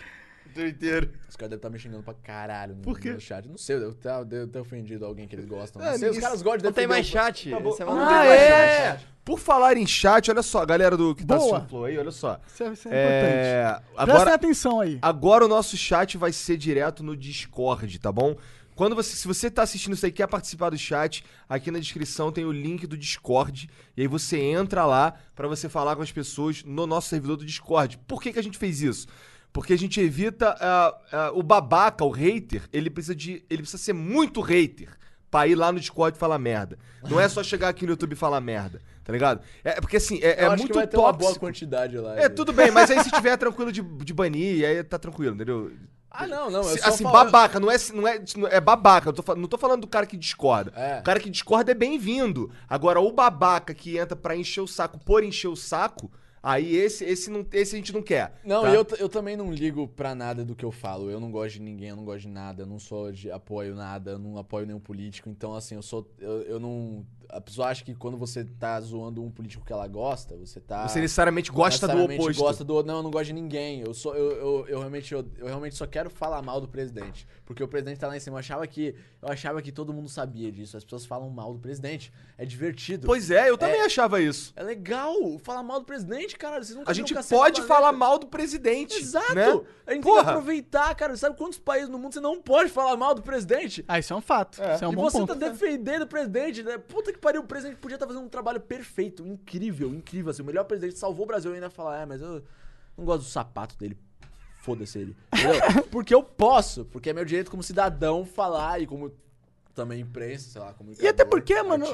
Speaker 1: doideiro.
Speaker 2: Os caras devem estar me xingando pra caralho no,
Speaker 1: Por quê?
Speaker 2: no chat. Não sei, eu devo ter, devo ter ofendido alguém que eles gostam.
Speaker 1: É,
Speaker 2: Não sei, Ah, os
Speaker 1: ninguém-
Speaker 2: caras gostam de
Speaker 4: Não tem
Speaker 2: defender
Speaker 4: mais
Speaker 2: o- Tá Ah,
Speaker 4: chat. Esse é
Speaker 1: Não
Speaker 4: maluco.
Speaker 1: tem mais
Speaker 2: é,
Speaker 1: chat. Por falar em chat, olha só, galera do que tá
Speaker 3: Boa.
Speaker 1: assistindo o Flow aí, olha só.
Speaker 3: Isso é, isso é importante.
Speaker 1: É,
Speaker 3: Prestem
Speaker 1: agora,
Speaker 3: atenção aí.
Speaker 1: agora o nosso chat vai ser direto no Discord, tá bom? Quando você, se você tá assistindo isso aí e quer participar do chat, aqui na descrição tem o link do Discord. E aí você entra lá pra você falar com as pessoas no nosso servidor do Discord. Por que, que a gente fez isso? Porque a gente evita ah, ah, o babaca, o hater, ele precisa de. ele precisa ser muito hater pra ir lá no Discord e falar merda. Não é só chegar aqui no YouTube e falar merda, tá ligado? É é porque assim, é, é
Speaker 2: Eu acho que
Speaker 1: muito
Speaker 2: vai ter uma boa
Speaker 1: tóxico.
Speaker 2: quantidade lá.
Speaker 1: É,
Speaker 2: de-
Speaker 1: tudo bem, mas aí se tiver tranquilo de, de banir, aí tá tranquilo, entendeu?
Speaker 2: Ah, não, não. eu
Speaker 1: Se-
Speaker 2: só
Speaker 1: assim,
Speaker 2: falo-
Speaker 1: babaca, não é, não é, não é babaca. Eu tô fal- não tô falando do cara que discorda.
Speaker 2: É.
Speaker 1: O cara que discorda é bem-vindo. Agora, o babaca que entra pra encher o saco por encher o saco, aí esse, esse, não, esse a gente não quer.
Speaker 2: Não,
Speaker 1: tá?
Speaker 2: eu, t- eu também não ligo pra nada do que eu falo. Eu não gosto de ninguém, eu não gosto de nada, eu não sou de apoio nada, eu não apoio nenhum político. Então, assim, eu sou. Eu, eu não. A pessoa acha que quando você tá zoando um político que ela gosta, você tá.
Speaker 1: Você necessariamente gosta do
Speaker 2: necessariamente
Speaker 1: oposto.
Speaker 2: gosta do outro. Não, eu não gosto de ninguém. Eu, sou, eu, eu, eu realmente, eu, eu realmente só quero falar mal do presidente. Porque o presidente tá lá em cima. Eu achava que, eu achava que todo mundo sabia disso. As pessoas falam mal do presidente. É divertido.
Speaker 1: Pois é, eu também achava isso.
Speaker 2: É legal falar mal do presidente, cara. Vocês nunca
Speaker 1: A
Speaker 2: viram
Speaker 1: gente
Speaker 2: Cacete do
Speaker 1: pode
Speaker 2: Planeta.
Speaker 1: falar mal do presidente.
Speaker 2: Exato!
Speaker 1: né?
Speaker 2: A gente tem que
Speaker 1: Porra.
Speaker 2: aproveitar, cara. Sabe quantos países no mundo você não pode falar mal do presidente?
Speaker 3: Ah, isso é um fato. Isso é um
Speaker 2: e
Speaker 3: bom
Speaker 2: você
Speaker 3: ponto.
Speaker 2: tá defendendo o presidente, né? Puta que pariu, o presidente podia estar fazendo um trabalho perfeito, incrível, incrível. Assim, o melhor presidente salvou o Brasil e ainda falar, é, mas eu não gosto do sapato dele. Foda-se ele. Entendeu? porque eu posso, porque é meu direito como cidadão falar e como também imprensa, sei lá, como
Speaker 3: E até porque, mano,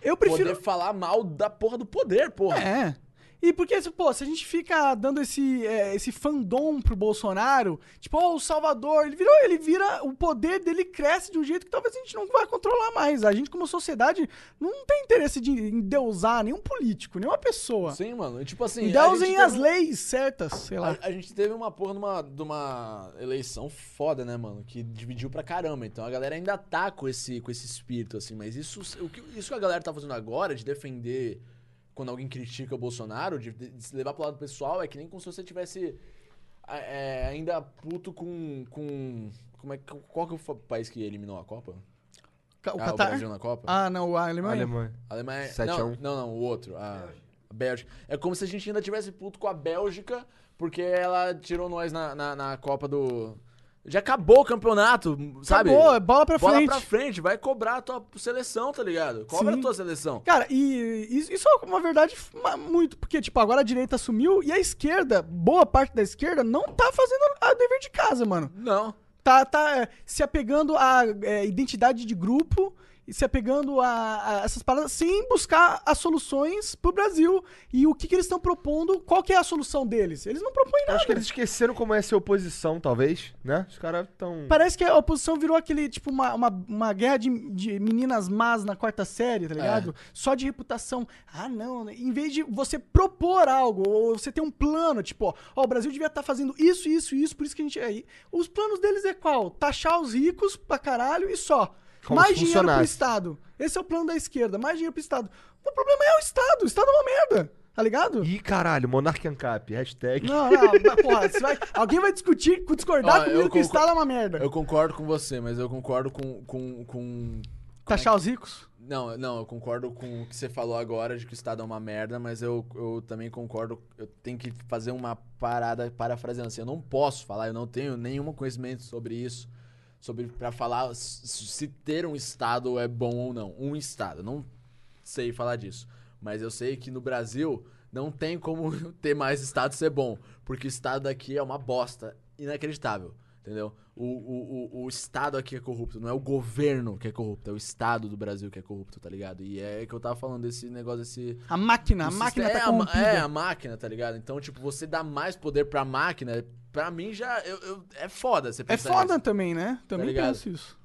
Speaker 3: eu prefiro-
Speaker 2: poder falar mal da porra do poder, porra.
Speaker 3: É. E porque, se- pô, se a gente fica dando esse, é, esse fandom pro Bolsonaro, tipo, ó, o Salvador, ele virou, ele vira, o poder dele cresce de um jeito que talvez a gente não vai controlar mais. A gente, como sociedade, não tem interesse de endeusar nenhum político, nenhuma pessoa.
Speaker 2: Sim, mano. E, tipo assim. a gente
Speaker 3: Endeusem
Speaker 2: teve
Speaker 3: as
Speaker 2: um-
Speaker 3: leis certas, sei lá.
Speaker 2: A, a gente teve uma porra numa- de uma eleição foda, né, mano? Que dividiu pra caramba. Então a galera ainda tá com esse, com esse espírito, assim. Mas isso, o que, isso que a galera tá fazendo agora, de defender quando alguém critica o Bolsonaro, de, de se levar pro lado pessoal, é que nem como se você tivesse a- é, ainda puto com. com como é, que- qual que foi o país que eliminou a Copa?
Speaker 3: Ca- O
Speaker 2: ah, o
Speaker 3: Qatar?
Speaker 2: Brasil na Copa?
Speaker 3: Ah, não, a Alemanha.
Speaker 1: Alemanha.
Speaker 2: A Alemanha.
Speaker 1: 7 a
Speaker 2: não,
Speaker 1: 1.
Speaker 2: não, não, o outro. A a Bélgica. É como se a gente ainda tivesse puto com a Bélgica, porque ela tirou nós na, na, na Copa do. Já acabou o campeonato, sabe?
Speaker 3: Acabou, é bola pra
Speaker 2: Bola
Speaker 3: frente.
Speaker 2: pra frente, vai cobrar a tua seleção, tá ligado? Cobra
Speaker 3: Sim.
Speaker 2: a tua seleção.
Speaker 3: Cara, e isso isso é uma verdade ma- muito, porque, tipo, agora a direita assumiu e a esquerda, boa parte da esquerda, não tá fazendo a dever de casa, mano.
Speaker 2: Não.
Speaker 3: Tá, tá é, se apegando à é, identidade de grupo e se apegando a, a essas paradas sem buscar as soluções pro Brasil. E o que, que eles estão propondo, qual que é a solução deles? Eles não propõem nada.
Speaker 1: Acho que eles esqueceram como é ser oposição, talvez, né? Os caras tão.
Speaker 3: Parece que a oposição virou aquele, tipo, uma, uma, uma guerra de, de meninas más na quarta série, tá ligado?
Speaker 2: É.
Speaker 3: Só de reputação. Ah, não. né? Em vez de você propor algo, ou você ter um plano, tipo, ó, ó, o Brasil devia estar fazendo isso, isso, isso, por isso que a gente. Aí, os planos deles é qual? Taxar os ricos pra caralho e só.
Speaker 1: Como
Speaker 3: mais
Speaker 1: se
Speaker 3: dinheiro pro
Speaker 1: funcionasse.
Speaker 3: Estado. Esse é o plano da esquerda, mais dinheiro pro Estado. O problema é o Estado, o Estado é uma merda. Tá ligado?
Speaker 1: Ih, caralho, Monark Ancap, hashtag.
Speaker 3: Não, não, mas, porra, você vai- alguém vai discutir, discordar
Speaker 2: Ó, eu
Speaker 3: comigo que o
Speaker 2: concor-
Speaker 3: Estado é uma merda.
Speaker 2: Eu concordo com você, mas eu concordo com. com, com...
Speaker 3: Taxar os ricos?
Speaker 2: Não, não, eu concordo com o que você falou agora de que o Estado é uma merda, mas eu, eu também concordo. Eu tenho que fazer uma parada parafraseando assim. Eu não posso falar, eu não tenho nenhum conhecimento sobre isso. Sobre pra falar s- se ter um Estado é bom ou não. Um Estado. eu Não sei falar disso. Mas eu sei que no Brasil não tem como ter mais Estado ser bom. Porque o Estado daqui é uma bosta inacreditável. Entendeu? O, o, o, o Estado aqui é corrupto, não é o governo que é corrupto, é o Estado do Brasil que é corrupto, tá ligado? E é que eu tava falando desse negócio, desse.
Speaker 3: A máquina, a
Speaker 2: o
Speaker 3: máquina
Speaker 2: sistema-
Speaker 3: tá
Speaker 2: é, a ma-
Speaker 3: corrompida.
Speaker 2: é, a máquina, tá ligado? Então, tipo, você dá mais poder pra máquina, pra mim já. eu- eu- é foda você
Speaker 3: É
Speaker 2: pensar
Speaker 3: foda
Speaker 2: nisso.
Speaker 3: também, né? Também
Speaker 2: Tá ligado?
Speaker 3: penso isso.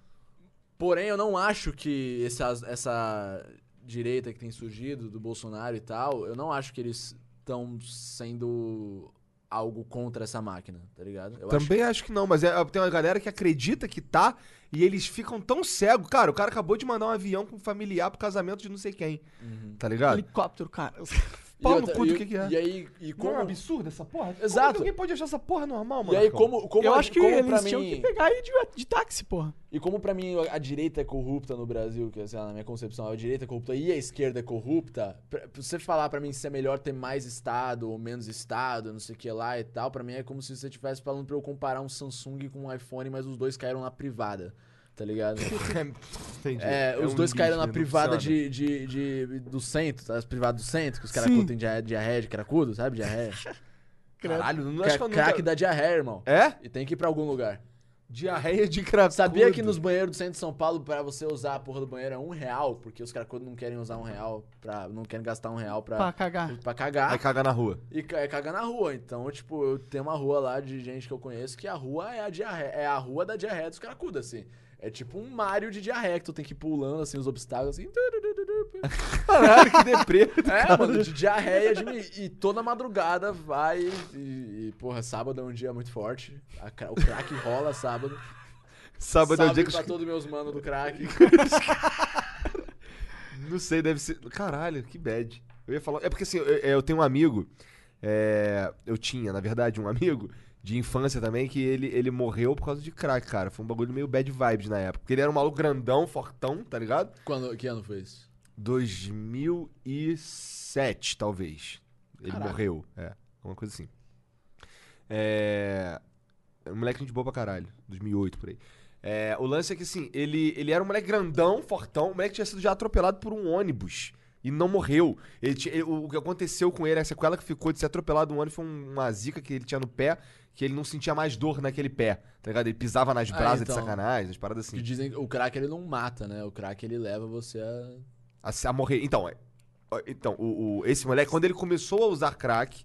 Speaker 2: Porém, eu não acho que essa, essa direita que tem surgido do Bolsonaro e tal, eu não acho que eles estão sendo algo contra essa máquina, tá ligado? Eu acho
Speaker 1: Também acho que não, mas é- tem uma galera que acredita que tá e eles ficam tão cegos. Cara, o cara acabou de mandar um avião com um familiar pro casamento de não sei quem.
Speaker 2: Uhum.
Speaker 1: Tá ligado?
Speaker 3: Helicóptero, cara.
Speaker 2: que-
Speaker 1: Pau
Speaker 2: E
Speaker 1: no
Speaker 2: outra-
Speaker 1: cu do
Speaker 2: e-
Speaker 1: que que é.
Speaker 2: E aí, e como,
Speaker 1: absurdo essa porra?
Speaker 2: Exato.
Speaker 1: Como é que pode achar essa porra normal,
Speaker 2: e aí como, como
Speaker 3: eu
Speaker 2: a-
Speaker 3: acho que
Speaker 2: como pra
Speaker 3: eles tinham
Speaker 2: mim,
Speaker 3: que pegar e ir de, de táxi, porra.
Speaker 2: E como pra mim a, a direita é corrupta no Brasil, que sei lá, na minha concepção a direita é corrupta e a esquerda é corrupta, pra, pra você falar pra mim se é melhor ter mais Estado ou menos Estado, não sei o que lá e tal, pra mim é como se você estivesse falando pra eu comparar um Samsung com um iPhone, mas os dois caíram na privada, tá ligado?
Speaker 1: Entendi.
Speaker 2: É,
Speaker 1: É
Speaker 2: os
Speaker 1: um
Speaker 2: dois
Speaker 1: lixo,
Speaker 2: caíram na
Speaker 1: não
Speaker 2: privada
Speaker 1: funciona.
Speaker 2: de, de, de- do centro, tá? As privadas do centro, que os caras
Speaker 3: Sim.
Speaker 2: têm diarreia, diarreia de cracudo, sabe? Diarreia.
Speaker 1: Caralho, não acho
Speaker 2: Cra
Speaker 1: que é eu
Speaker 2: crack
Speaker 1: nunca...
Speaker 2: dá diarreia, irmão.
Speaker 1: É?
Speaker 2: E tem que ir pra algum lugar.
Speaker 1: Diarreia de cracudo.
Speaker 2: Sabia que nos banheiros do centro de São Paulo, pra você usar a porra do banheiro é um real, porque os cracudos não querem usar um real, pra, não querem gastar um real pra,
Speaker 3: Pra cagar.
Speaker 2: pra cagar.
Speaker 1: Vai cagar na rua.
Speaker 2: E ca- é cagar na rua. Então, tipo, eu tenho uma rua lá de gente que eu conheço que a rua é a diarreia, é a rua da diarreia dos cracudos, assim. É tipo um Mario de diarreia que tu tem que ir pulando, assim, os obstáculos, assim.
Speaker 1: Caralho, que deprê.
Speaker 2: É, mano, de diarreia de mim. E toda madrugada vai. E, e, porra, sábado é um dia muito forte. A cra- o crack rola sábado.
Speaker 1: Sábado é o
Speaker 2: Salve
Speaker 1: dia que
Speaker 2: pra
Speaker 1: os...
Speaker 2: todos meus manos do crack.
Speaker 1: Não sei, deve ser. Caralho, que bad. Eu ia falar. É porque assim, eu, eu tenho um amigo. é, Eu tinha, na verdade, um amigo de infância também que ele, ele morreu por causa de crack, cara. Foi um bagulho meio bad vibes na época. Porque ele era um maluco grandão, fortão, tá ligado?
Speaker 2: Quando, que ano foi isso?
Speaker 1: 2007, talvez. Ele morreu, é. Uma coisa assim. É. Era um moleque gente boa pra caralho. 2008, por aí. É, o lance é que, assim, ele, ele era um moleque grandão, fortão. O moleque tinha sido já atropelado por um ônibus. E não morreu. Ele tinha- ele- o que aconteceu com ele, a sequela que ficou de ser atropelado um ônibus foi um- uma zica que ele tinha no pé, que ele não sentia mais dor naquele pé, tá ligado? Ele pisava nas
Speaker 2: Ah,
Speaker 1: brasas
Speaker 2: então.
Speaker 1: de sacanagem, nas paradas assim.
Speaker 2: Que dizem que o crack ele não mata, né? O crack ele leva você a.
Speaker 1: a, se- a morrer. Então, é- ó, então o, o- esse moleque, quando ele começou a usar crack,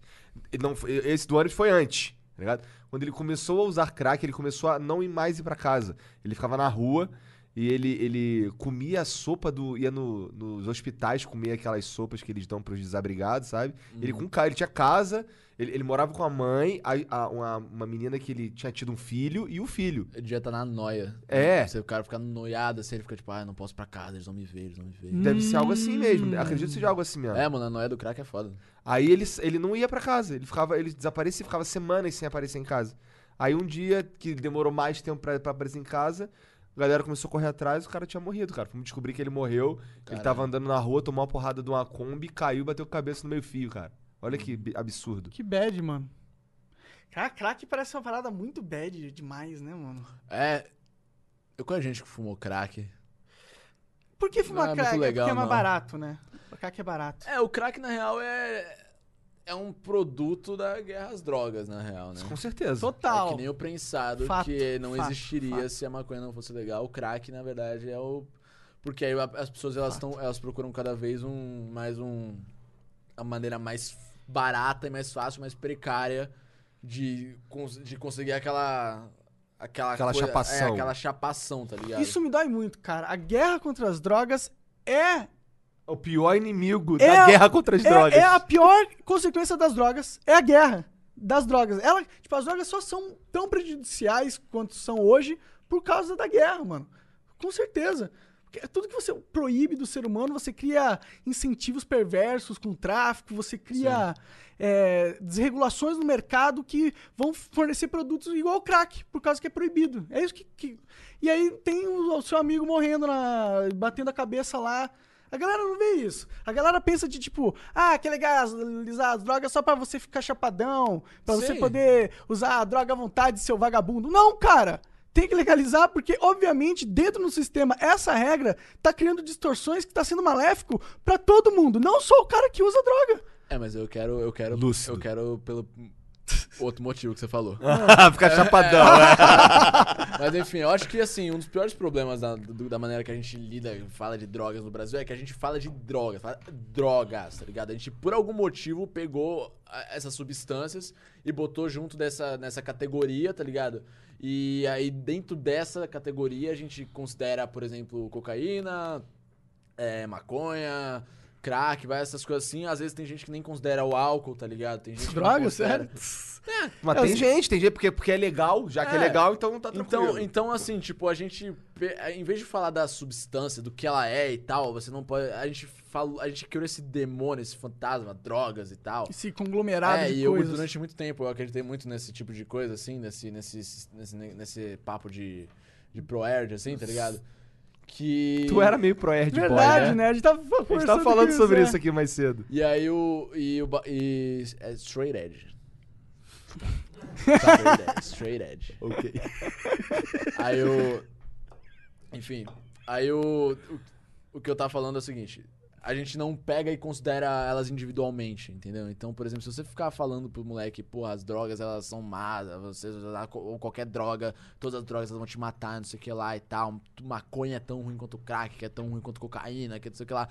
Speaker 1: ele não, foi- esse do ônibus foi antes, tá ligado? Quando ele começou a usar crack, ele começou a não ir mais ir pra casa. Ele ficava na rua e ele, ele comia a sopa do. ia no- nos hospitais comer aquelas sopas que eles dão pros desabrigados, sabe? Ele com ca- ele tinha casa, ele, ele morava com a mãe, a- a- uma, uma menina que ele tinha tido um filho e o filho.
Speaker 2: Ele devia estar na noia. Né?
Speaker 1: É.
Speaker 2: Você, o cara fica noiado assim, ele fica tipo, ah, não posso ir pra casa, eles vão me ver, eles vão me ver.
Speaker 1: Deve ser algo assim mesmo. Acredito que seja algo assim mesmo.
Speaker 2: É, mano, a noia do crack é foda.
Speaker 1: Aí ele, ele não ia pra casa, ele ficava, ele desaparecia, ficava semanas sem aparecer em casa. Aí um dia que demorou mais tempo pra, pra aparecer em casa, a galera começou a correr atrás, o cara tinha morrido, cara. Fomos descobrir que ele morreu, que ele
Speaker 2: Caralho.
Speaker 1: tava andando na rua, tomou uma porrada de uma Kombi, caiu e bateu com a cabeça no meio fio, cara. Olha que bi- absurdo.
Speaker 3: Que bad, mano. Cara, crack parece uma parada muito bad demais, né, mano?
Speaker 2: É. Eu conheço gente que fumou crack.
Speaker 3: Por que fumar
Speaker 2: Não é muito
Speaker 3: crack?
Speaker 2: legal,
Speaker 3: é porque é mais
Speaker 2: não.
Speaker 3: barato, né? O crack é barato.
Speaker 2: É, o crack na real é. É um produto da guerra às drogas, na real, né?
Speaker 1: Com certeza.
Speaker 3: Total.
Speaker 2: É que nem o prensado
Speaker 3: Fato,
Speaker 2: que não
Speaker 3: fato,
Speaker 2: existiria
Speaker 3: fato.
Speaker 2: se a maconha não fosse legal. O crack, na verdade, é o. Porque aí a- as pessoas elas, tão, elas procuram cada vez um mais um. A maneira mais barata e mais fácil, mais precária de, cons- de conseguir aquela. Aquela,
Speaker 1: Aquela
Speaker 2: coisa- é,
Speaker 1: chapação.
Speaker 2: aquela chapação, tá ligado?
Speaker 3: Isso me dói muito, cara. A guerra contra as drogas é
Speaker 1: O pior inimigo
Speaker 3: É
Speaker 1: da
Speaker 3: a-
Speaker 1: guerra contra as
Speaker 3: é,
Speaker 1: drogas.
Speaker 3: é a pior consequência das drogas. É a guerra das drogas. Ela, tipo, as drogas só são tão prejudiciais quanto são hoje por causa da guerra, mano. Com certeza. é Tudo que você proíbe do ser humano, você cria incentivos perversos com tráfico, você cria é, desregulações no mercado que vão fornecer produtos igual ao crack, por causa que é proibido. É isso que. que- E aí tem o, o seu amigo morrendo, na- batendo a cabeça lá. A galera não vê isso. A galera pensa de tipo, ah, que legalizar as drogas só pra você ficar chapadão, pra você
Speaker 2: Sim.
Speaker 3: poder usar a droga à vontade, seu vagabundo. Não, cara! Tem que legalizar porque, obviamente, dentro do sistema, essa regra tá criando distorções que tá sendo maléfico pra todo mundo, não só o cara que usa droga.
Speaker 2: É, mas eu quero, eu quero, eu quero pelo outro motivo que você falou.
Speaker 1: Ficar chapadão, né?
Speaker 2: Mas enfim, eu acho que assim, um dos piores problemas da, do- da maneira que a gente lida e fala de drogas no Brasil é que a gente fala de drogas, fala drogas, tá ligado? A gente, por algum motivo, pegou a- essas substâncias e botou junto dessa, nessa categoria, tá ligado? E aí, dentro dessa categoria, a gente considera, por exemplo, cocaína, é, maconha, crack, vai essas coisas assim. Às vezes tem gente que nem considera o álcool, tá ligado? Tem gente que não é
Speaker 3: Droga,
Speaker 2: considera.
Speaker 3: sério? É
Speaker 1: Mas tem gente, tem gente, porque, porque é legal, já que é
Speaker 2: É.
Speaker 1: legal, então tá tranquilo.
Speaker 2: Então, então, assim, tipo, a gente. pe- Em vez de falar da substância, do que ela é e tal, você não pode. A gente falou. A gente criou esse demônio, esse fantasma, drogas e tal.
Speaker 3: Esse conglomerado
Speaker 2: É,
Speaker 3: de
Speaker 2: e eu
Speaker 3: coisas.
Speaker 2: durante muito tempo eu acreditei muito nesse tipo de coisa, assim, nesse, nesse, nesse, nesse papo de, de proerd, assim, tá ligado? Que.
Speaker 1: Tu era meio pro Erd
Speaker 3: Verdade,
Speaker 1: boy, né?
Speaker 3: né? A gente tava né?
Speaker 1: A gente tava falando sobre
Speaker 3: é.
Speaker 1: isso aqui mais cedo.
Speaker 2: E aí o. E o. ba- E, é straight edge. Tá, Straight edge. Straight edge.
Speaker 1: Ok.
Speaker 2: Aí eu. Enfim. Aí eu. O, o que eu tava falando é o seguinte. A gente não pega e considera elas individualmente, entendeu? Então, por exemplo, se você ficar falando pro moleque, porra, as drogas elas são más, você usar co- ou qualquer droga, todas as drogas elas vão te matar, não sei o que lá e tal. Maconha é tão ruim quanto crack, que é tão ruim quanto cocaína, que não sei o que lá.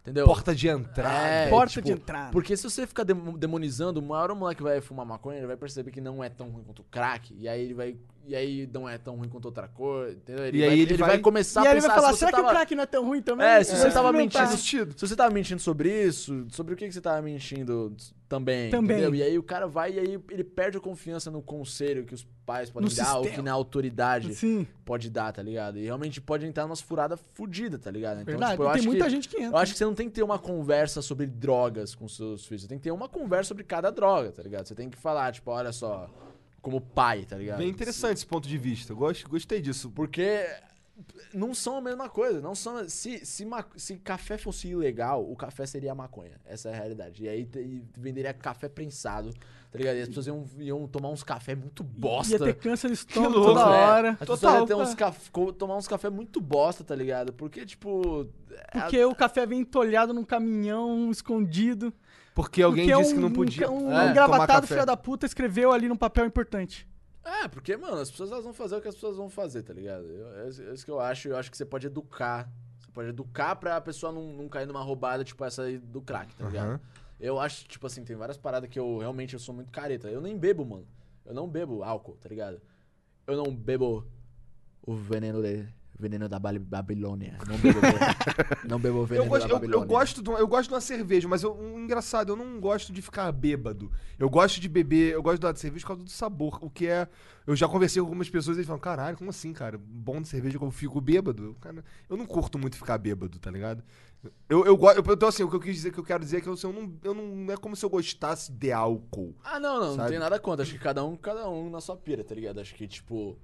Speaker 2: Entendeu?
Speaker 1: Porta de entrada. Tipo,
Speaker 2: É,
Speaker 3: Porta de entrada.
Speaker 2: Porque se você ficar demo- demonizando, uma hora o moleque vai fumar maconha, ele vai perceber que não é tão ruim quanto o crack, e aí ele vai. E aí não é tão ruim quanto outra cor, entendeu? Ele
Speaker 1: E
Speaker 2: vai,
Speaker 1: aí ele
Speaker 2: ele, vai,
Speaker 1: vai-
Speaker 2: começar
Speaker 3: E
Speaker 2: a
Speaker 3: aí ele
Speaker 2: pensar
Speaker 3: vai falar,
Speaker 2: se você
Speaker 3: será que o
Speaker 2: tava-
Speaker 3: crack não é tão ruim também?
Speaker 2: É, se
Speaker 3: Eu
Speaker 2: você
Speaker 3: vou
Speaker 2: tava
Speaker 3: experimentar.
Speaker 2: mentindo. Se você tava mentindo sobre isso, sobre o que, que você tava mentindo também,
Speaker 3: Também.
Speaker 2: entendeu? E aí o cara vai e aí ele perde a confiança no conselho que os pais podem
Speaker 3: No
Speaker 2: dar, ou
Speaker 3: sistema.
Speaker 2: que na autoridade
Speaker 3: Sim.
Speaker 2: pode dar, tá ligado? E realmente pode entrar numa furada fudida, tá ligado? Então,
Speaker 3: Verdade,
Speaker 2: eu
Speaker 3: tem
Speaker 2: acho
Speaker 3: muita
Speaker 2: que,
Speaker 3: gente que
Speaker 2: Eu
Speaker 3: entra.
Speaker 2: acho que você não tem que ter uma conversa sobre drogas com seus filhos. Você tem que ter uma conversa sobre cada droga, tá ligado? Você tem que falar, tipo, olha só, como pai, tá ligado?
Speaker 1: Bem interessante esse ponto de vista. Eu gosto- gostei disso.
Speaker 2: Porque não são a mesma coisa. Não são. Se, se, ma- se café fosse ilegal, o café seria a maconha. Essa é a realidade. E aí te- e venderia café prensado, tá ligado? E as pessoas iam, iam tomar uns café muito bosta.
Speaker 3: Ia ter câncer de estômago
Speaker 1: louco,
Speaker 3: toda
Speaker 2: É,
Speaker 3: hora.
Speaker 2: As pessoas iam ter uns caf- co- tomar uns café muito bosta, tá ligado? Porque, tipo. é-
Speaker 3: Porque o café vem entolhado num caminhão escondido.
Speaker 1: Porque alguém
Speaker 3: porque
Speaker 1: disse
Speaker 3: um,
Speaker 1: que não podia.
Speaker 3: Um, um
Speaker 1: é, tomar
Speaker 3: engravatado
Speaker 1: café.
Speaker 3: filho da puta escreveu ali num papel importante.
Speaker 2: É, porque, mano, as pessoas elas vão fazer o que as pessoas vão fazer, tá ligado? Eu- é isso- é isso que eu acho. Eu acho que você pode educar. Você pode educar pra pessoa não, não cair numa roubada, tipo essa aí do crack, tá ligado? Eu acho, tipo assim, tem várias paradas que eu realmente eu sou muito careta. Eu nem bebo, mano. Eu não bebo álcool, tá ligado? Eu não bebo o veneno de, veneno da Bali- Babilônia. Não bebo, não bebo o veneno
Speaker 1: Eu
Speaker 3: é
Speaker 1: gosto,
Speaker 2: da
Speaker 1: eu,
Speaker 2: Babilônia.
Speaker 1: eu gosto de uma, eu gosto de uma cerveja, mas eu- um engraçado, eu não gosto de ficar bêbado. Eu gosto de beber, eu gosto de dar de cerveja por causa do sabor. O que é. Eu já conversei com algumas pessoas e eles falam, caralho, como assim, cara? Bom de cerveja que eu fico bêbado? Eu, cara, eu não curto muito ficar bêbado, tá ligado? Eu, eu gosto. Então, assim, o que eu quis dizer que eu quero dizer é que eu, assim, eu não, eu não. não é como se eu gostasse de álcool.
Speaker 2: Ah, não, não, não
Speaker 1: Sabe?
Speaker 2: tem nada contra. Acho que cada um, cada um na sua pira, tá ligado? Acho que, tipo.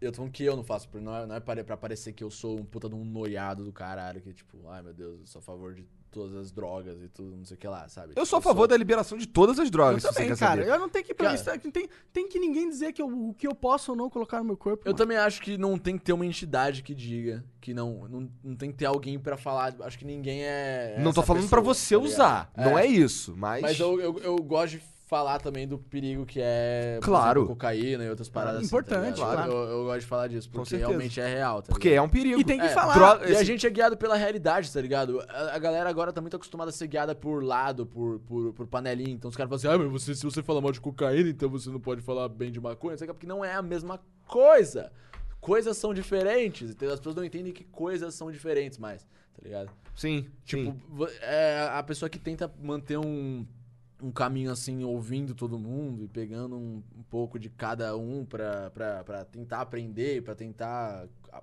Speaker 2: Eu tô falando que eu não faço, porque não é, não é pare- pra parecer que eu sou um puta de um noiado do caralho, que, tipo, ai meu Deus, eu sou a favor de todas as drogas e tudo, não sei o que lá, sabe? Tipo,
Speaker 1: Eu sou a favor da liberação de todas as drogas, se
Speaker 3: eu
Speaker 1: você
Speaker 3: também,
Speaker 1: quer
Speaker 3: cara.
Speaker 1: saber.
Speaker 3: Eu não tenho que.
Speaker 2: Cara.
Speaker 3: isso aqui não tem, tem que ninguém dizer que eu- o que eu posso ou não colocar no meu corpo.
Speaker 2: Eu
Speaker 3: mano.
Speaker 2: também acho que não tem que ter uma entidade que diga, que não. Não, não tem que ter alguém pra falar. Acho que ninguém é. é
Speaker 1: Não tô
Speaker 2: essa
Speaker 1: falando pra
Speaker 2: pessoa,
Speaker 1: você
Speaker 2: tá ligado?
Speaker 1: usar. Não é isso, mas.
Speaker 2: Mas eu, eu, eu gosto de falar também do perigo que é por
Speaker 1: Claro.
Speaker 2: exemplo, cocaína e outras paradas.
Speaker 3: Importante,
Speaker 2: assim, tá ligado?
Speaker 1: claro.
Speaker 2: Eu, eu gosto de falar disso, porque
Speaker 1: certeza.
Speaker 2: realmente é real. Tá
Speaker 1: Porque
Speaker 2: ligado?
Speaker 1: é um perigo.
Speaker 3: E tem que
Speaker 2: É,
Speaker 3: falar. Ah,
Speaker 1: droga-
Speaker 2: E a
Speaker 1: esse-
Speaker 2: gente é guiado pela realidade, tá ligado? A, a galera agora tá muito acostumada a ser guiada por lado, por, por, por panelinha. Então os caras falam assim, ah, mas você, se você falar mal de cocaína, então você não pode falar bem de maconha. Sabe? Porque não é a mesma coisa. Coisas são diferentes, entendeu? As pessoas não entendem que coisas são diferentes mais, tá ligado?
Speaker 1: É. Sim.
Speaker 2: Tipo,
Speaker 1: sim.
Speaker 2: vo- é a pessoa que tenta manter um, um caminho assim, ouvindo todo mundo e pegando um, um pouco de cada um pra, pra, pra tentar aprender, pra tentar a-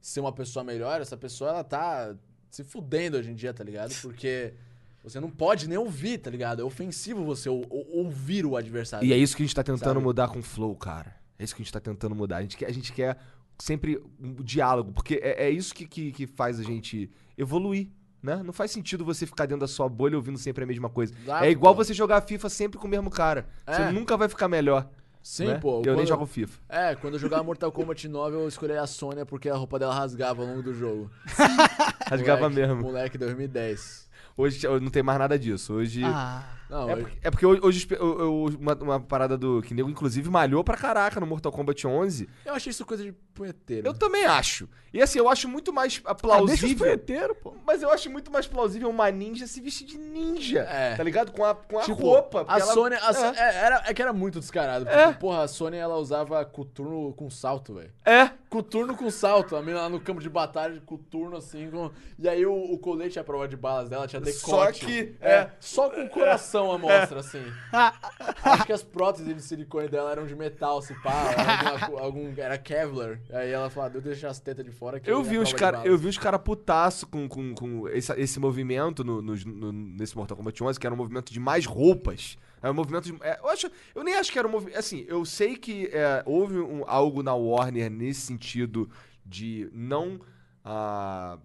Speaker 2: ser uma pessoa melhor, essa pessoa ela tá se fudendo hoje em dia, tá ligado? Porque você não pode nem ouvir, tá ligado? É ofensivo você ou- ou- ouvir o adversário.
Speaker 1: E é isso que a gente tá tentando
Speaker 2: Sabe?
Speaker 1: mudar com o Flow, cara. É isso que a gente tá tentando mudar. A gente quer, a gente quer sempre um diálogo, porque é, é isso que, que, que faz a gente evoluir, né? Não faz sentido você ficar dentro da sua bolha ouvindo sempre a mesma coisa.
Speaker 2: Exato,
Speaker 1: é igual
Speaker 2: pô.
Speaker 1: você jogar FIFA sempre com o mesmo cara.
Speaker 2: É.
Speaker 1: Você nunca vai ficar melhor.
Speaker 2: Sim,
Speaker 1: né?
Speaker 2: pô.
Speaker 1: Eu
Speaker 2: quando-
Speaker 1: nem jogo FIFA.
Speaker 2: É, quando eu jogava Mortal Kombat 9, eu escolhi a Sônia porque a roupa dela rasgava ao longo do jogo.
Speaker 1: Rasgava
Speaker 2: Moleque-
Speaker 1: mesmo.
Speaker 2: Moleque 2010.
Speaker 1: Hoje eu não tem mais nada disso. Hoje.
Speaker 2: Ah, Não,
Speaker 1: É
Speaker 2: eu-
Speaker 1: porque, é porque hoje, hoje eu- eu- uma, uma parada do. Que nego, inclusive, malhou pra caraca no Mortal Kombat 11.
Speaker 2: eu achei isso coisa de punheteiro.
Speaker 1: Eu também acho. E assim, eu acho muito mais ah,
Speaker 3: Ah, deixa os
Speaker 1: plausível.
Speaker 3: punheteiros, pô.
Speaker 1: Mas eu acho muito mais plausível uma ninja se vestir de ninja.
Speaker 2: É.
Speaker 1: Tá ligado? Com a, com a
Speaker 2: Tipo,
Speaker 1: roupa.
Speaker 2: A
Speaker 1: porque ela-
Speaker 2: Sônia. a Sô-
Speaker 1: É.
Speaker 2: é, era, é que era muito descarado. Porque, Porra, a Sônia ela usava coturno com salto, velho.
Speaker 1: É.
Speaker 2: Coturno com salto. A menina lá no campo de batalha, coturno assim. com- E aí o, o colete à prova de balas dela tinha decote.
Speaker 1: Só que- É.
Speaker 2: É, só com o coração à mostra, assim. Acho que as próteses de silicone dela eram de metal, se pá. Era, alguma- algum, era Kevlar. Aí ela falou: ah, eu deixei as tetas de fora. Que
Speaker 1: Eu
Speaker 2: é
Speaker 1: vi,
Speaker 2: a
Speaker 1: uns
Speaker 2: prova de
Speaker 1: cara,
Speaker 2: balas."
Speaker 1: eu vi os caras putaço com, com, com esse, esse movimento no, nos- no- nesse Mortal Kombat 11, que era um movimento de mais roupas. Era um movimento de, é, eu, acho, eu nem acho que era um movimento. Assim, eu sei que é, houve um- algo na Warner nesse sentido de não ah,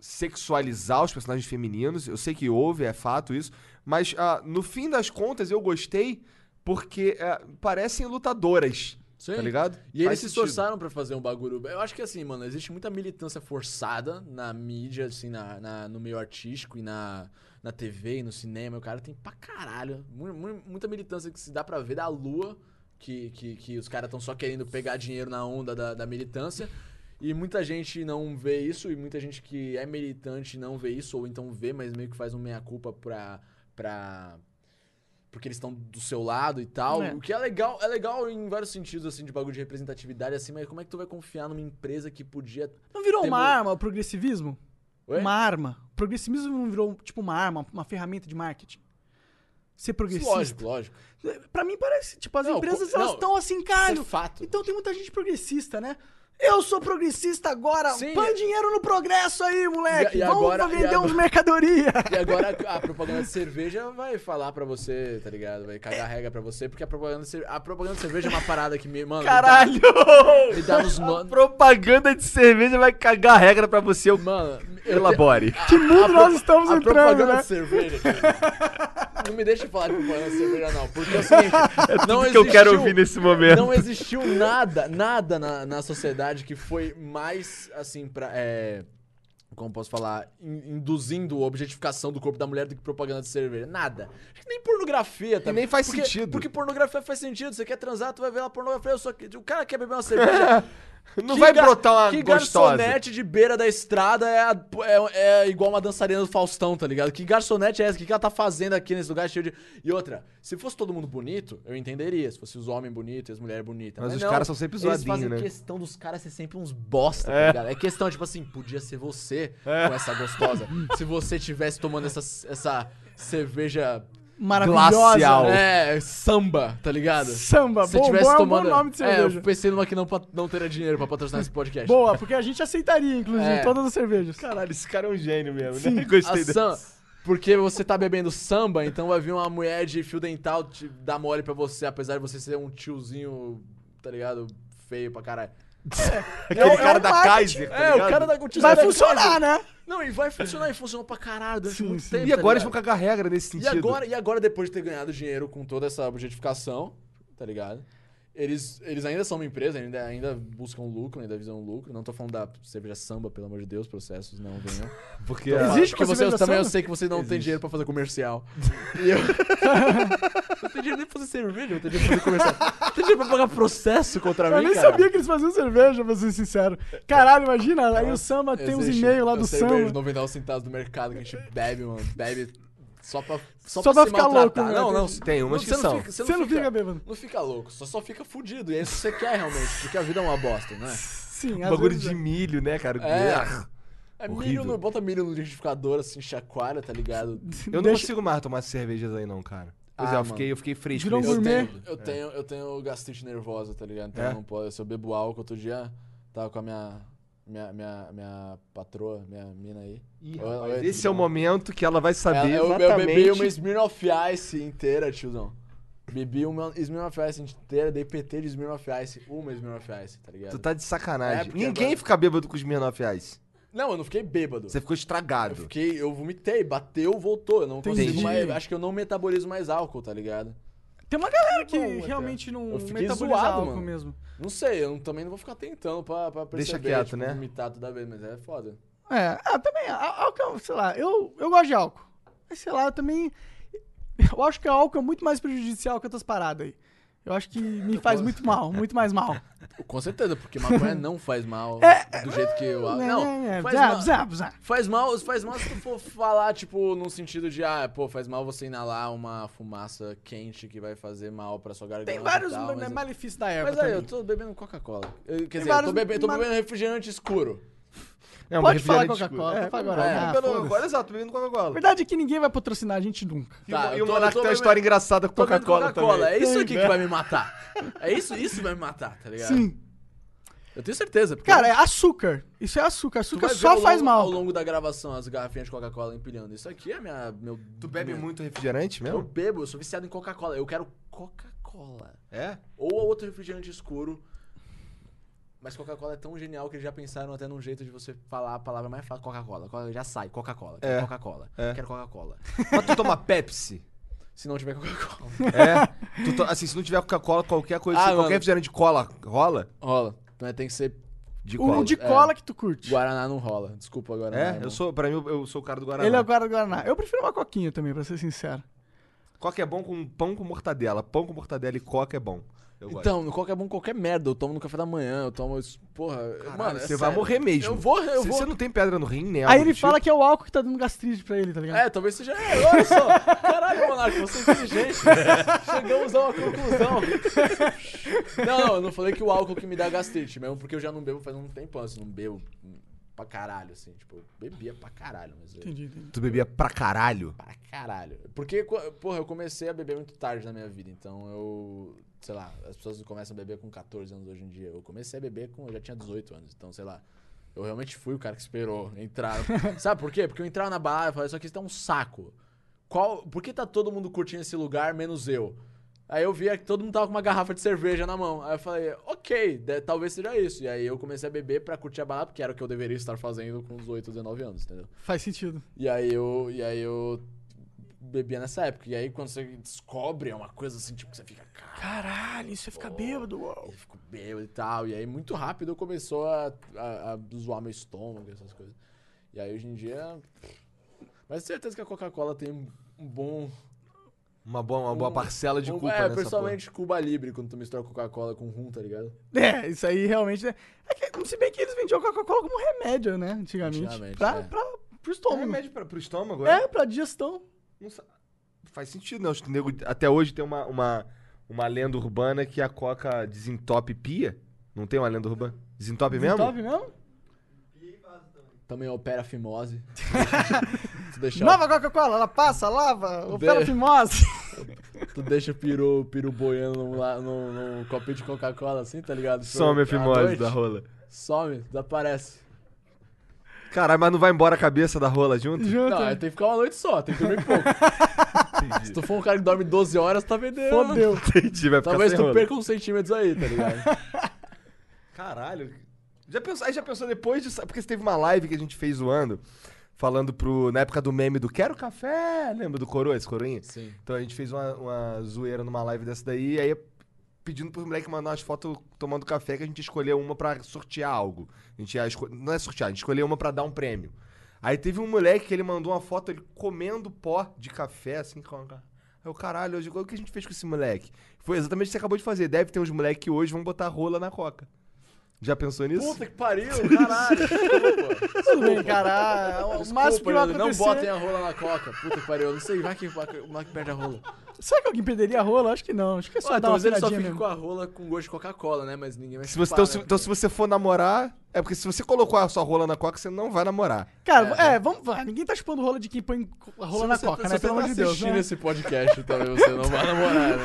Speaker 1: sexualizar os personagens femininos. Eu sei que houve, é fato isso. Mas ah, no fim das contas eu gostei porque é, parecem lutadoras.
Speaker 2: Sim.
Speaker 1: Tá ligado?
Speaker 2: E eles
Speaker 1: Faz
Speaker 2: se
Speaker 1: sentido.
Speaker 2: esforçaram pra fazer um bagulho. Eu acho que assim, mano, existe muita militância forçada na mídia, assim, na, na- no meio artístico e na, na TV e no cinema. O cara tem pra caralho. mu- mu- Muita militância que se dá pra ver da lua, que, que, que os caras estão só querendo pegar dinheiro na onda da, da militância. E muita gente não vê isso, e muita gente que é militante não vê isso, ou então vê, mas meio que faz um meia-culpa pra, pra, porque eles estão do seu lado e tal.
Speaker 3: É.
Speaker 2: O que é legal, é legal em vários sentidos, assim, de bagulho de representatividade, assim, mas como é que tu vai confiar numa empresa que podia.
Speaker 3: Não virou
Speaker 2: Tem
Speaker 3: uma
Speaker 2: mu-
Speaker 3: arma o progressivismo?
Speaker 2: Oi?
Speaker 3: Uma arma. O progressivismo não virou, tipo, uma arma, uma ferramenta de marketing? Ser progressista.
Speaker 2: Lógico, lógico.
Speaker 3: Pra mim parece, tipo, as
Speaker 2: Não,
Speaker 3: empresas
Speaker 2: co-
Speaker 3: elas
Speaker 2: não,
Speaker 3: estão assim, caralho.
Speaker 2: isso é fato.
Speaker 3: Então tem muita gente progressista, né? Eu sou progressista agora,
Speaker 2: Sim,
Speaker 3: põe
Speaker 2: é-
Speaker 3: dinheiro no progresso aí, moleque.
Speaker 2: E- e
Speaker 3: Vamos
Speaker 2: agora-
Speaker 3: vender
Speaker 2: e agora-
Speaker 3: uns mercadoria.
Speaker 2: E agora a propaganda de cerveja vai falar pra você, tá ligado? Vai cagar regra pra você, porque a propaganda de, cer- a propaganda de cerveja é uma parada que me. Mano, me dá-
Speaker 1: Caralho!
Speaker 2: Me dá nos nomes.
Speaker 1: Propaganda de cerveja vai cagar a regra pra você. Eu...
Speaker 2: Mano, eu
Speaker 1: Elabore.
Speaker 3: Que mundo nós estamos
Speaker 2: a
Speaker 3: entrando,
Speaker 2: propaganda
Speaker 3: né?
Speaker 2: de cerveja. cara. Não me deixe falar de propaganda de cerveja, não. Porque é o seguinte, não
Speaker 1: que eu quero
Speaker 2: existiu-
Speaker 1: ouvir nesse momento.
Speaker 2: Não existiu nada, nada na, na sociedade que foi mais, assim, pra... é, como posso falar? in- induzindo a objetificação do corpo da mulher do que propaganda de cerveja. Nada. Acho que nem pornografia também.
Speaker 1: nem faz
Speaker 2: Porque-
Speaker 1: sentido.
Speaker 2: Porque pornografia faz sentido. Você quer transar, tu vai ver lá pornografia. Eu só, que- o cara quer beber uma cerveja...
Speaker 1: Não
Speaker 2: Ah, Que
Speaker 1: vai
Speaker 2: ga-
Speaker 1: brotar uma
Speaker 2: que
Speaker 1: gostosa.
Speaker 2: garçonete de beira da estrada é, a- é- é igual uma dançarina do Faustão, tá ligado? Que garçonete é essa? O que, que ela tá fazendo aqui nesse lugar cheio de. E outra, se fosse todo mundo bonito, eu entenderia. Se fosse os homens bonitos e as mulheres bonitas.
Speaker 1: Mas
Speaker 2: Mas,
Speaker 1: os
Speaker 2: não,
Speaker 1: caras são sempre
Speaker 2: Eles
Speaker 1: zoadinhos,
Speaker 2: fazem
Speaker 1: né?
Speaker 2: questão dos caras ser sempre uns bosta, tá ligado? É questão, tipo assim, podia ser você
Speaker 1: É.
Speaker 2: com essa gostosa. se você tivesse tomando essa, essa cerveja.
Speaker 3: Maravilhosa.
Speaker 1: Glacial.
Speaker 2: É, samba, tá ligado?
Speaker 3: Samba,
Speaker 2: se
Speaker 3: bom,
Speaker 2: tivesse
Speaker 3: bom, é um bom
Speaker 2: tomando.
Speaker 3: nome de cerveja.
Speaker 2: É, eu pensei numa que não, pat- não teria dinheiro pra patrocinar esse podcast.
Speaker 3: Boa, porque a gente aceitaria, inclusive,
Speaker 2: É.
Speaker 3: todas as cervejas.
Speaker 1: Caralho, esse cara é um gênio mesmo, né? Gostei
Speaker 2: A
Speaker 1: dele.
Speaker 2: sam- Porque você tá bebendo samba, então vai vir uma mulher de fio dental te dar mole pra você, apesar de você ser um tiozinho, tá ligado? Feio pra caralho.
Speaker 1: Aquele
Speaker 3: é
Speaker 1: cara
Speaker 3: um
Speaker 1: da
Speaker 3: marketing.
Speaker 1: Kaiser, tá
Speaker 2: É, o
Speaker 1: ligado?
Speaker 2: cara da o tiozinho
Speaker 3: Vai
Speaker 2: da
Speaker 3: funcionar, né?
Speaker 2: Kaiser- Não, e vai funcionar, e funcionou pra caralho durante muito
Speaker 3: sim.
Speaker 2: tempo.
Speaker 1: E
Speaker 2: tá
Speaker 1: agora eles vão
Speaker 2: ligado?
Speaker 1: cagar regra nesse
Speaker 2: E
Speaker 1: sentido.
Speaker 2: agora, e agora, depois de ter ganhado dinheiro com toda essa objetificação, tá ligado? Eles, eles ainda são uma empresa, ainda, ainda buscam lucro, ainda visam lucro. Não tô falando da cerveja samba, pelo amor de Deus, processos não venham.
Speaker 1: Porque é
Speaker 2: Eu
Speaker 1: a-
Speaker 2: falo,
Speaker 3: Existe
Speaker 2: Porque
Speaker 3: cerveja
Speaker 2: vocês também, eu
Speaker 3: samba?
Speaker 2: sei que você não tem dinheiro pra fazer comercial. E eu... não tem dinheiro nem pra fazer cerveja, não tem dinheiro pra fazer comercial. Não tem dinheiro pra pagar processo contra
Speaker 3: Eu
Speaker 2: mim,
Speaker 3: nem
Speaker 2: cara.
Speaker 3: sabia que eles faziam cerveja, pra ser sincero. Caralho, imagina, aí o samba tem uns
Speaker 2: Existe
Speaker 3: e-mails lá
Speaker 2: a
Speaker 3: do
Speaker 2: cerveja de
Speaker 3: samba.
Speaker 2: 99 centavos do mercado que a gente bebe, mano. Bebe só pra, só
Speaker 3: Só
Speaker 2: pra,
Speaker 3: pra
Speaker 2: se
Speaker 3: ficar
Speaker 2: maltratar.
Speaker 3: louco, né?
Speaker 2: Não, não.
Speaker 1: Tem umas
Speaker 2: não,
Speaker 1: que são.
Speaker 2: Fica, você,
Speaker 3: Você não fica bêbado.
Speaker 2: Não fica louco, só, só fica fudido. E é isso que você quer realmente, porque a vida é uma bosta, né?
Speaker 3: Sim, às
Speaker 1: um Bagulho
Speaker 3: vezes
Speaker 1: de
Speaker 3: é.
Speaker 1: milho, né, cara?
Speaker 2: É. É milho
Speaker 1: Horrível.
Speaker 2: no, bota milho no liquidificador, assim, chacoalha, tá ligado?
Speaker 1: Eu não
Speaker 3: Deixa-
Speaker 1: consigo mais tomar essas cervejas aí, não, cara. Pois
Speaker 2: Ah,
Speaker 1: é, eu
Speaker 2: mano.
Speaker 1: fiquei, eu fiquei fresco.
Speaker 3: Virou um
Speaker 1: nesse-
Speaker 2: Eu
Speaker 3: gourmet.
Speaker 2: tenho, eu, tenho, eu tenho gastrite nervosa, tá ligado? Então
Speaker 1: É?
Speaker 2: eu não posso. Se eu bebo álcool outro dia, tava com a minha minha, minha, minha patroa, minha mina aí.
Speaker 1: Ih,
Speaker 2: Ela-
Speaker 1: rapaz,
Speaker 2: ela-
Speaker 1: esse é o momento que ela vai
Speaker 2: ela-
Speaker 1: saber
Speaker 2: eu, eu bebi uma
Speaker 1: exatamente.
Speaker 2: Smirnoff Ice inteira, tiozão. Bebi uma Smirnoff Ice inteira, dei PT de Smirnoff Ice, uma Smirnoff Ice, tá ligado?
Speaker 1: Tu tá de
Speaker 2: É,
Speaker 1: sacanagem.
Speaker 2: porque
Speaker 1: Ninguém
Speaker 2: agora-
Speaker 1: fica bêbado com os Smirnoff Ice.
Speaker 2: Não, eu não fiquei bêbado.
Speaker 1: Você ficou
Speaker 2: Eu
Speaker 1: estragado.
Speaker 2: fiquei, eu vomitei, bateu, voltou. Eu não
Speaker 1: Entendi.
Speaker 2: consigo mais. Acho que eu não metabolizo mais álcool, tá ligado?
Speaker 3: Tem uma galera que
Speaker 2: Bom, até.
Speaker 3: realmente não
Speaker 2: Eu fiquei
Speaker 3: metaboliza
Speaker 2: zoado,
Speaker 3: álcool
Speaker 2: mano.
Speaker 3: mesmo.
Speaker 2: Não sei, eu não- também não vou ficar tentando pra, pra perceber.
Speaker 1: Deixa quieto,
Speaker 2: tipo,
Speaker 1: né?
Speaker 2: Vomitar toda vez, mas é foda.
Speaker 3: É, ah, também, á- álcool, sei lá, eu, eu gosto de álcool. Mas sei lá, eu também. Eu acho que o álcool é muito mais prejudicial que outras paradas aí. Eu acho que me faz muito mal, muito mais mal.
Speaker 2: Com certeza, porque maconha não faz mal do jeito que eu... Não,
Speaker 3: é, é,
Speaker 2: faz
Speaker 3: zap,
Speaker 2: mal-
Speaker 3: zap, zap.
Speaker 2: Faz mal, faz mal se tu for falar, tipo, num sentido de, ah, pô, faz mal você inalar uma fumaça quente que vai fazer mal pra sua garganta.
Speaker 3: Tem vários
Speaker 2: e tal, mas- é
Speaker 3: malefícios da erva.
Speaker 2: Mas aí,
Speaker 3: também.
Speaker 2: eu tô bebendo Coca-Cola. Eu- Quer dizer, eu
Speaker 3: vários
Speaker 2: tô bebendo, tô
Speaker 3: mal-
Speaker 2: bebendo refrigerante escuro.
Speaker 1: É,
Speaker 3: Pode falar Coca-Cola, é, agora.
Speaker 2: é,
Speaker 3: ah,
Speaker 1: Bebendo
Speaker 3: foda-se.
Speaker 1: Coca-Cola, exato, bebendo
Speaker 3: a
Speaker 1: Coca-Cola.
Speaker 3: verdade é que ninguém vai patrocinar a gente nunca.
Speaker 1: E
Speaker 2: Tá,
Speaker 1: o-
Speaker 2: eu
Speaker 1: e o
Speaker 2: tô-
Speaker 1: Monark
Speaker 2: eu tô
Speaker 1: tem uma
Speaker 2: bebendo-
Speaker 1: história engraçada com
Speaker 2: Tô bebendo
Speaker 1: Coca-Cola
Speaker 2: Coca-Cola,
Speaker 1: também.
Speaker 2: é isso aqui que vai me matar. É isso, isso vai me matar, tá ligado?
Speaker 3: Sim.
Speaker 2: Eu tenho certeza. porque
Speaker 3: Cara,
Speaker 2: eu-
Speaker 3: é açúcar. Isso é açúcar.
Speaker 2: tu
Speaker 3: Açúcar
Speaker 2: vai ver
Speaker 3: só
Speaker 2: ao
Speaker 3: faz
Speaker 2: longo- Ao
Speaker 3: mal.
Speaker 2: longo da gravação, as garrafinhas de Coca-Cola empilhando. Isso aqui é minha... Meu,
Speaker 1: Tu bebe
Speaker 2: meu-
Speaker 1: muito refrigerante
Speaker 2: Eu
Speaker 1: mesmo?
Speaker 2: bebo, eu sou viciado em Coca-Cola. Eu quero Coca-Cola.
Speaker 1: É?
Speaker 2: Ou outro refrigerante escuro. Mas Coca-Cola é tão genial que eles já pensaram até num jeito de você falar a palavra mais fácil. Coca-Cola. Co- Já sai. Coca-Cola. Quero
Speaker 1: É.
Speaker 2: Coca-Cola.
Speaker 1: É.
Speaker 2: Quero Coca-Cola.
Speaker 1: Mas tu toma Pepsi?
Speaker 2: Se não tiver Coca-Cola.
Speaker 1: É. Tu to- assim, se não tiver Coca-Cola, qualquer coisa,
Speaker 2: Ah,
Speaker 1: se qualquer
Speaker 2: mano.
Speaker 1: refrigerante de cola rola?
Speaker 2: Rola. Mas tem que ser.
Speaker 1: De cola.
Speaker 3: O de cola que tu curte.
Speaker 2: é. Guaraná não rola. Desculpa, Guaraná.
Speaker 1: É,
Speaker 2: irmão.
Speaker 1: eu sou, pra mim, eu- eu sou o cara do Guaraná.
Speaker 3: Ele é o guarda do Guaraná. Eu prefiro uma coquinha também, pra ser sincero.
Speaker 1: Coca é bom com pão com mortadela. Pão com mortadela e coca é bom. Eu gosto.
Speaker 2: Então, no Coca é bom qualquer merda. Eu tomo no café da manhã, eu tomo. isso- Porra,
Speaker 1: Caralho,
Speaker 2: mano. é
Speaker 1: você vai
Speaker 2: sério.
Speaker 1: morrer mesmo.
Speaker 2: Eu vou, eu
Speaker 1: Se
Speaker 2: vou.
Speaker 1: você não tem pedra no rim, né?
Speaker 3: Aí ele fala que é o álcool que tá dando gastrite pra ele, tá ligado?
Speaker 2: tipo? É, talvez seja. É, olha só. Caralho, Monarco, você é inteligente. Chegamos a uma conclusão. Não, não, eu não falei que o álcool que me dá gastrite, mesmo porque eu já não bebo faz um tempão, assim, não bebo pra caralho, assim. Tipo, eu bebia pra caralho, mas. eu-
Speaker 3: Entendi, entendi.
Speaker 1: Tu bebia pra caralho.
Speaker 2: Pra caralho. Porque, co- porra, eu comecei a beber muito tarde na minha vida, então eu. Sei lá, as pessoas começam a beber com 14 anos hoje em dia. Eu comecei a beber com. Eu já tinha 18 anos, então sei lá. Eu realmente fui o cara que esperou entrar. Sabe por quê? Porque eu entrava na balada e falava, isso aqui tá um saco. Qual, por que tá todo mundo curtindo esse lugar, menos eu? Aí eu via que todo mundo tava com uma garrafa de cerveja na mão. Aí eu falei, ok, de- talvez seja isso. E aí eu comecei a beber pra curtir a balada, porque era o que eu deveria estar fazendo com 18, 19 anos, entendeu?
Speaker 3: Faz sentido.
Speaker 2: E aí eu, e aí eu bebia nessa época. E aí quando você descobre, é uma coisa assim, tipo, que você fica, cara,
Speaker 3: Caralho, isso é ficar bêbado, uau.
Speaker 2: eu fico bêbado e tal. E aí muito rápido eu começou a, a, a zoar meu estômago, essas coisas. E aí hoje em dia. Mas certeza que a Coca-Cola tem um um bom.
Speaker 1: Uma boa, uma boa
Speaker 2: um-
Speaker 1: parcela Tá de
Speaker 2: um-
Speaker 1: culpa
Speaker 2: É,
Speaker 1: nessa
Speaker 2: principalmente Cuba Libre, quando tu mistura Coca-Cola com rum, tá ligado?
Speaker 3: É, isso aí realmente. É É que, se bem que eles vendiam Coca-Cola como remédio, né? Antigamente.
Speaker 2: Antigamente,
Speaker 3: pra,
Speaker 2: é.
Speaker 3: pra, pro
Speaker 1: porra. É
Speaker 3: estômago.
Speaker 1: remédio pra, pro estômago?
Speaker 3: É, pra digestão.
Speaker 1: Não sa- Faz sentido, não. Acho que o nego- Até hoje tem uma, uma, uma lenda urbana que a coca desentope pia. Não tem uma lenda urbana? Desentope,
Speaker 2: Tá
Speaker 3: Top
Speaker 1: mesmo?
Speaker 3: mesmo?
Speaker 2: Também opera a fimose. tu deixa,
Speaker 3: Nova Coca-Cola, ela passa, lava,
Speaker 2: Bem-
Speaker 3: opera fimose.
Speaker 2: tu deixa o peru, peru boiando lá no, no copinho de Coca-Cola, assim, tá ligado?
Speaker 1: Some a
Speaker 2: À
Speaker 1: fimose
Speaker 2: noite.
Speaker 1: da rola.
Speaker 2: Some, desaparece.
Speaker 1: Caralho, mas não vai embora a cabeça da rola junto?
Speaker 2: Não, aí tem que ficar uma noite só, tem que dormir pouco. Se tu for um cara que dorme 12 horas, tá vendendo.
Speaker 3: Fodeu.
Speaker 1: Entendi, vai ficar
Speaker 2: Talvez
Speaker 1: sem
Speaker 2: tu
Speaker 1: rola.
Speaker 2: perca uns centímetros aí, tá ligado?
Speaker 1: Caralho. Já pensou, aí já pensou depois disso? Porque teve uma live que a gente fez zoando, falando pro. Na época do meme do Quero Café. Lembra do Coroa, esse coroinha?
Speaker 2: Sim.
Speaker 1: Então a gente fez uma, uma zoeira numa live dessa daí, aí pedindo pros moleque mandar umas fotos tomando café que a gente escolheu uma pra sortear algo. A gente ia esco- Não é sortear, a gente escolheu uma pra dar um prêmio. Aí teve um moleque que ele mandou uma foto ele comendo pó de café, assim, com. Aí o caralho, hoje, o que a gente fez com esse moleque? Foi exatamente o que você acabou de fazer. Deve ter uns moleques que hoje vão botar rola na coca. Já pensou nisso?
Speaker 2: Puta que pariu, caralho. Desculpa.
Speaker 3: Tudo bem, cara. ah, O máximo que
Speaker 2: Desculpa,
Speaker 3: vai
Speaker 2: Leandro,
Speaker 3: acontecer...
Speaker 2: não botem a rola na coca. Puta que pariu, eu não sei, vai é que o Mac perde a rola.
Speaker 3: Será que alguém perderia a rola? Acho que não. Acho que é só
Speaker 2: Ué,
Speaker 3: dar uma
Speaker 2: talvez ele só
Speaker 3: afinadinha
Speaker 2: fique
Speaker 3: mesmo.
Speaker 2: com a rola com gosto de Coca-Cola, né? Mas ninguém vai
Speaker 1: Se você,
Speaker 2: chupar,
Speaker 1: então, se,
Speaker 2: né?
Speaker 1: então se você for namorar, É porque se você colocou a sua rola na coca, você não vai namorar.
Speaker 3: Cara, é, vamos. vai, Ninguém tá chupando rola de quem põe a rola na
Speaker 2: né? Se você-
Speaker 3: coca,
Speaker 2: se
Speaker 3: né?
Speaker 2: você
Speaker 3: Pelo
Speaker 2: tá
Speaker 3: amor de Deus.
Speaker 2: assistindo
Speaker 3: né?
Speaker 2: esse podcast também, você não vai namorar, né?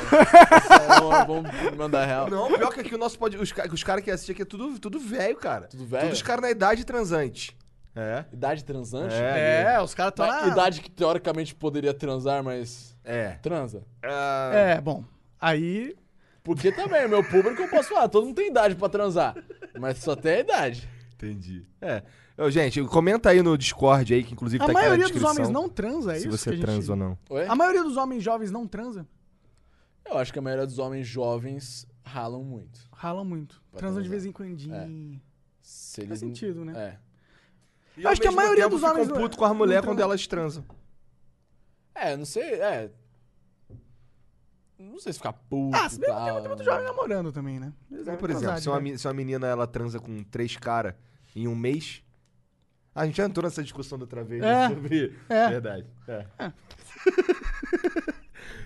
Speaker 2: Essa é uma- Vamos mandar real.
Speaker 1: Não, pior que aqui o nosso pode. Os, ca- os caras que assistem aqui é tudo, tudo velho, cara.
Speaker 2: Tudo velho?
Speaker 1: Todos os caras na idade transante. É.
Speaker 2: Idade transante?
Speaker 1: É.
Speaker 3: É, os caras estão
Speaker 2: Mas
Speaker 3: na.
Speaker 2: Idade que teoricamente poderia transar, mas
Speaker 1: É.
Speaker 2: transa.
Speaker 1: Ah,
Speaker 3: É, bom. Aí.
Speaker 2: Porque também, é meu público, eu posso falar, todo mundo tem idade pra transar. Mas só tem a idade.
Speaker 1: Entendi. É. Ô, gente, comenta aí no Discord aí, que inclusive
Speaker 3: A
Speaker 1: tá aqui na
Speaker 3: maioria dos
Speaker 1: descrição,
Speaker 3: homens não transa, é
Speaker 1: Se
Speaker 3: isso? que
Speaker 1: você
Speaker 3: a gente-
Speaker 1: transa ou não.
Speaker 2: Oi?
Speaker 3: A maioria dos homens jovens não transa?
Speaker 2: Eu acho que a maioria dos homens jovens ralam muito.
Speaker 3: Ralam muito.
Speaker 2: Pra
Speaker 3: Transam de
Speaker 2: transar.
Speaker 3: vez em quando.
Speaker 2: Se eles-
Speaker 3: sentido, né?
Speaker 2: É.
Speaker 1: E
Speaker 3: Eu acho que a maioria dos homens
Speaker 1: ficam
Speaker 3: não-
Speaker 1: puto com as
Speaker 3: não
Speaker 1: mulheres
Speaker 3: transa.
Speaker 1: quando elas transam.
Speaker 2: É, não sei, é. Não sei se ficar puto
Speaker 3: Ah, se
Speaker 2: e
Speaker 3: bem que tem
Speaker 2: tal.
Speaker 3: muito, muito jovem namorando também, né? Eles devem
Speaker 1: Por
Speaker 3: transar
Speaker 1: exemplo,
Speaker 3: de
Speaker 1: se uma,
Speaker 3: vez.
Speaker 1: me- se uma menina ela transa com três caras em um mês. A gente já entrou nessa discussão da outra vez né,
Speaker 3: É.
Speaker 1: sobre.
Speaker 3: É.
Speaker 1: Verdade. É.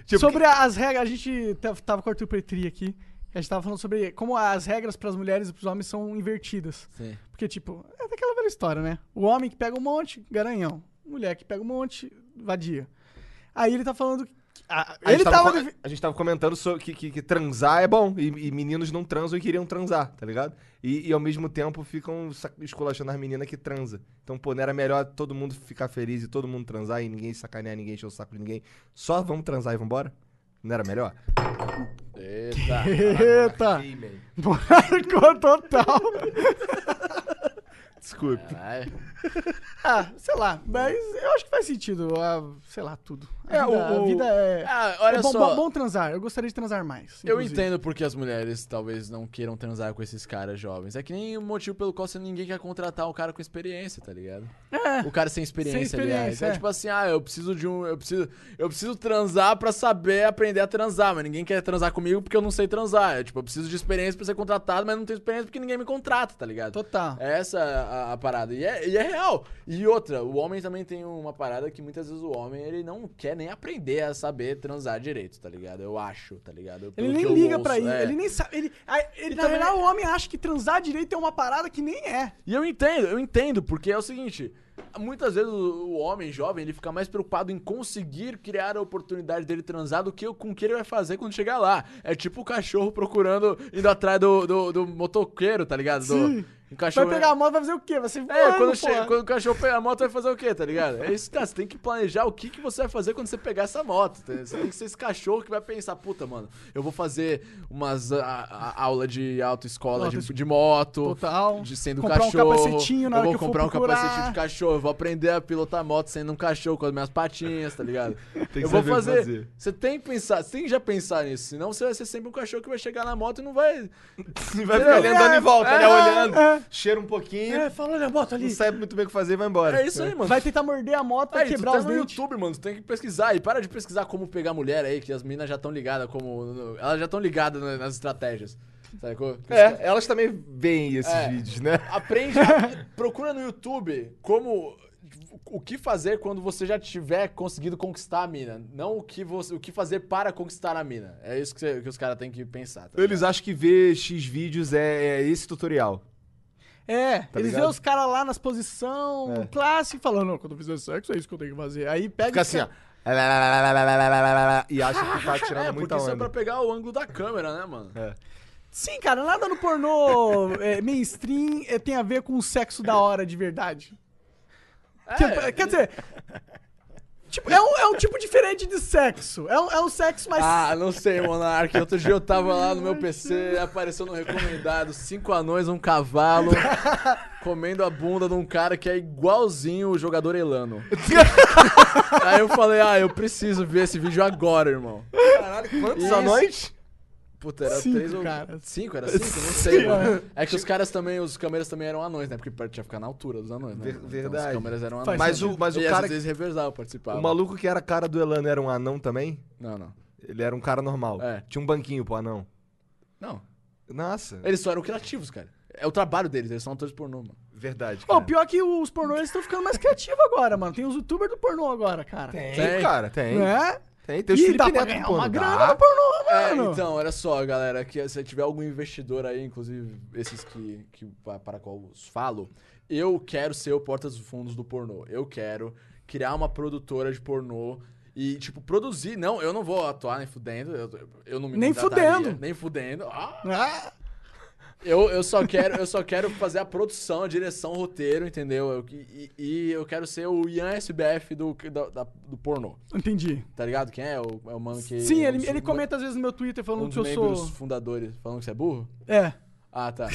Speaker 1: Tipo,
Speaker 3: sobre as regras, a gente ta- tava com o Arthur Petri aqui. A gente tava falando sobre como as regras pras mulheres e pros homens são invertidas.
Speaker 2: Sim.
Speaker 3: Porque, tipo, é daquela velha história, né? O homem que pega um monte, garanhão. Mulher que pega um monte, vadia. Aí ele tá falando. que- ah,
Speaker 1: A
Speaker 3: ele
Speaker 1: gente, tava,
Speaker 3: tava.
Speaker 1: co- a gente tava comentando sobre que, que- que transar é bom. E, e meninos não transam e queriam transar, tá ligado? E, e ao mesmo tempo ficam sa- esculachando as meninas que transa. Então, pô, não era melhor todo mundo ficar feliz e todo mundo transar e ninguém sacanear ninguém, encher o saco de ninguém. Só vamos transar e vambora? Não era melhor?
Speaker 2: Eita.
Speaker 3: Eita! Monarcou total!
Speaker 1: Desculpe.
Speaker 2: Caralho.
Speaker 3: Ah, sei lá, mas eu acho que faz sentido, ah, sei lá, tudo. A,
Speaker 1: É,
Speaker 3: vida,
Speaker 1: o-
Speaker 3: a vida é.
Speaker 2: Ah, olha
Speaker 3: é bom,
Speaker 2: só.
Speaker 3: bom, bom transar, eu gostaria de transar mais.
Speaker 2: Eu
Speaker 3: inclusive.
Speaker 2: entendo porque as mulheres talvez não queiram transar com esses caras jovens. É que nem o motivo pelo qual você ninguém quer contratar um cara com experiência, tá ligado? É. O cara sem experiência,
Speaker 3: experiência,
Speaker 2: aliás. É.
Speaker 3: é.
Speaker 2: tipo assim, ah, eu preciso de um, eu preciso, eu preciso transar pra saber aprender a transar, mas ninguém quer transar comigo porque eu não sei transar. É, tipo, eu preciso de experiência pra ser contratado, mas não tenho experiência porque ninguém me contrata, tá ligado?
Speaker 3: Total.
Speaker 2: É essa a, a parada. E é, e é real. E outra, o homem também tem uma parada que muitas vezes o homem ele não quer nem aprender a saber transar direito, tá ligado? Eu acho, tá ligado?
Speaker 3: Ele
Speaker 2: Pelo
Speaker 3: nem
Speaker 2: que eu
Speaker 3: liga
Speaker 2: ouço,
Speaker 3: pra isso,
Speaker 2: é.
Speaker 3: ele nem sabe. Ele, ah, ele-
Speaker 2: E
Speaker 3: na
Speaker 2: também-
Speaker 3: verdade, o homem acha que transar direito é uma parada que nem é.
Speaker 2: E eu entendo, eu entendo, porque é o seguinte. Muitas vezes o o homem jovem ele fica mais preocupado em conseguir criar a oportunidade dele transar do que o- com o que ele vai fazer quando chegar lá. É tipo o cachorro procurando, indo atrás do, do, do motoqueiro, tá ligado? Do, o cachorro
Speaker 3: Vai pegar a moto, vai fazer o quê? Vai ser
Speaker 2: É,
Speaker 3: voando,
Speaker 2: quando,
Speaker 3: pô.
Speaker 2: chega- quando o cachorro pega a moto, vai fazer o quê, tá ligado? É isso, cara. Você tem que planejar o que, que você vai fazer quando você pegar essa moto. tá? Você tem que ser esse cachorro que vai pensar, puta, mano, eu vou fazer umas a, a- aula de autoescola de,
Speaker 3: Autoescola.
Speaker 2: de moto.
Speaker 3: Total.
Speaker 2: De sendo
Speaker 3: Comprar um
Speaker 2: cachorro.
Speaker 3: capacetinho na
Speaker 2: eu
Speaker 3: hora
Speaker 2: vou
Speaker 3: que eu for
Speaker 2: comprar um
Speaker 3: procurar.
Speaker 2: capacete de cachorro. Eu vou aprender a pilotar moto sendo um cachorro com as minhas patinhas, tá ligado?
Speaker 1: que
Speaker 2: eu
Speaker 1: saber
Speaker 2: vou
Speaker 1: o que
Speaker 2: fazer.
Speaker 1: fazer.
Speaker 2: Você tem que pensar, você tem que já pensar nisso. Senão você vai ser sempre um cachorro que vai chegar na moto e não vai.
Speaker 1: Vai ficar ele andando em volta, né? Olhando. Cheira um pouquinho.
Speaker 3: É, fala, olha a moto
Speaker 1: Não
Speaker 3: ali.
Speaker 1: sabe muito bem o que fazer e vai embora.
Speaker 2: É isso aí, mano.
Speaker 3: Vai tentar morder a moto, vai
Speaker 2: Aí, tu
Speaker 3: quebrar
Speaker 2: tá
Speaker 3: os
Speaker 2: no
Speaker 3: dentes.
Speaker 2: YouTube, mano, tu tem que pesquisar. E para de pesquisar como pegar mulher aí, que as meninas já estão ligadas como. Elas já estão ligadas na- nas estratégias. Sacou?
Speaker 1: É, elas também veem esses
Speaker 2: É.
Speaker 1: vídeos, né?
Speaker 2: Aprende. a- procura no YouTube como. O que fazer quando você já tiver conseguido conquistar a mina. Não o que, você, o que fazer para conquistar a mina. É isso que, você- que os caras têm que pensar. tá
Speaker 1: Eles
Speaker 2: ligado?
Speaker 1: acham que ver X vídeos é, é esse tutorial.
Speaker 3: É,
Speaker 2: Tá
Speaker 3: eles
Speaker 1: ligado?
Speaker 3: veem os caras lá nas posições
Speaker 2: É.
Speaker 3: clássica e falam, não, quando eu fizer sexo é isso que eu tenho que fazer. Aí pega
Speaker 1: Fica
Speaker 3: e
Speaker 1: assim, ó.
Speaker 3: fica-
Speaker 1: E acha que tá
Speaker 2: É,
Speaker 1: tirando
Speaker 2: porque
Speaker 1: muita
Speaker 2: isso é pra
Speaker 1: onda.
Speaker 2: pegar o ângulo da câmera, né, mano?
Speaker 3: Sim, cara, nada no pornô é, mainstream é, tem a ver com o sexo da hora de verdade. Tipo, quer dizer. Tipo, é, um, é um tipo diferente de sexo. É um, é um sexo mais.
Speaker 2: Ah, não sei, Monark. Outro dia eu tava lá no meu PC, apareceu no recomendado cinco anões, um cavalo, comendo a bunda de um cara que é igualzinho o jogador Elano. Aí eu falei, ah, eu preciso ver esse vídeo agora, irmão.
Speaker 1: Caralho, quantos
Speaker 2: Isso.
Speaker 1: anões?
Speaker 2: Puta, era
Speaker 3: Cinco,
Speaker 2: três ou.
Speaker 3: cara.
Speaker 2: Cinco, era cinco? Não sei, mano. É que os caras também, os câmeras também eram anões, né? Porque tinha que ficar na altura dos anões, né?
Speaker 1: Ver- verdade.
Speaker 2: Então, os câmeras eram anões.
Speaker 3: Faz
Speaker 1: Mas o, mas o
Speaker 2: e
Speaker 1: cara.
Speaker 2: às vezes reversava, participava.
Speaker 1: O maluco que era a cara do Elano era um anão também?
Speaker 2: Não, não.
Speaker 1: Ele era um cara normal.
Speaker 2: É.
Speaker 1: Tinha um banquinho pro anão.
Speaker 2: Não.
Speaker 1: Nossa.
Speaker 2: Eles só eram criativos, cara. É o trabalho deles, eles são atores pornô, mano.
Speaker 1: Verdade.
Speaker 3: Ô,
Speaker 1: Cara.
Speaker 3: pior que os pornôs estão ficando mais criativos agora, mano. Tem os youtubers do pornô agora, cara.
Speaker 1: Tem,
Speaker 2: Tem.
Speaker 1: cara, tem.
Speaker 3: Né?
Speaker 1: Tem, tem o
Speaker 3: Ih,
Speaker 1: Felipe
Speaker 3: dá pra
Speaker 1: Neto Ah,
Speaker 3: ganhar
Speaker 1: pô,
Speaker 3: uma
Speaker 1: não
Speaker 3: grana
Speaker 1: dá?
Speaker 3: na pornô,
Speaker 2: É,
Speaker 3: mano.
Speaker 2: então, olha só, galera, que se tiver algum investidor aí, inclusive esses que, que pa- para qual eu falo, eu quero ser o porta dos fundos do pornô. Eu quero criar uma produtora de pornô e, tipo, produzir. Não, eu não vou atuar nem fudendo. Eu, eu não me
Speaker 3: Nem
Speaker 2: contrataria,
Speaker 3: fudendo.
Speaker 2: Nem fudendo. Ah,
Speaker 3: Ah,
Speaker 2: eu, eu só quero, eu só quero fazer a produção, a direção, o roteiro, entendeu? Eu- e, e eu quero ser o Ian SBF do, da- da- do pornô.
Speaker 3: entendi.
Speaker 2: Tá ligado? Quem é? É o, é o mano que.
Speaker 3: Sim,
Speaker 2: é um
Speaker 3: ele,
Speaker 2: dos-
Speaker 3: ele comenta às vezes no meu Twitter falando
Speaker 2: um
Speaker 3: que eu
Speaker 2: dos
Speaker 3: sou...
Speaker 2: membros fundadores falando que você é burro?
Speaker 3: É.
Speaker 2: Ah, tá.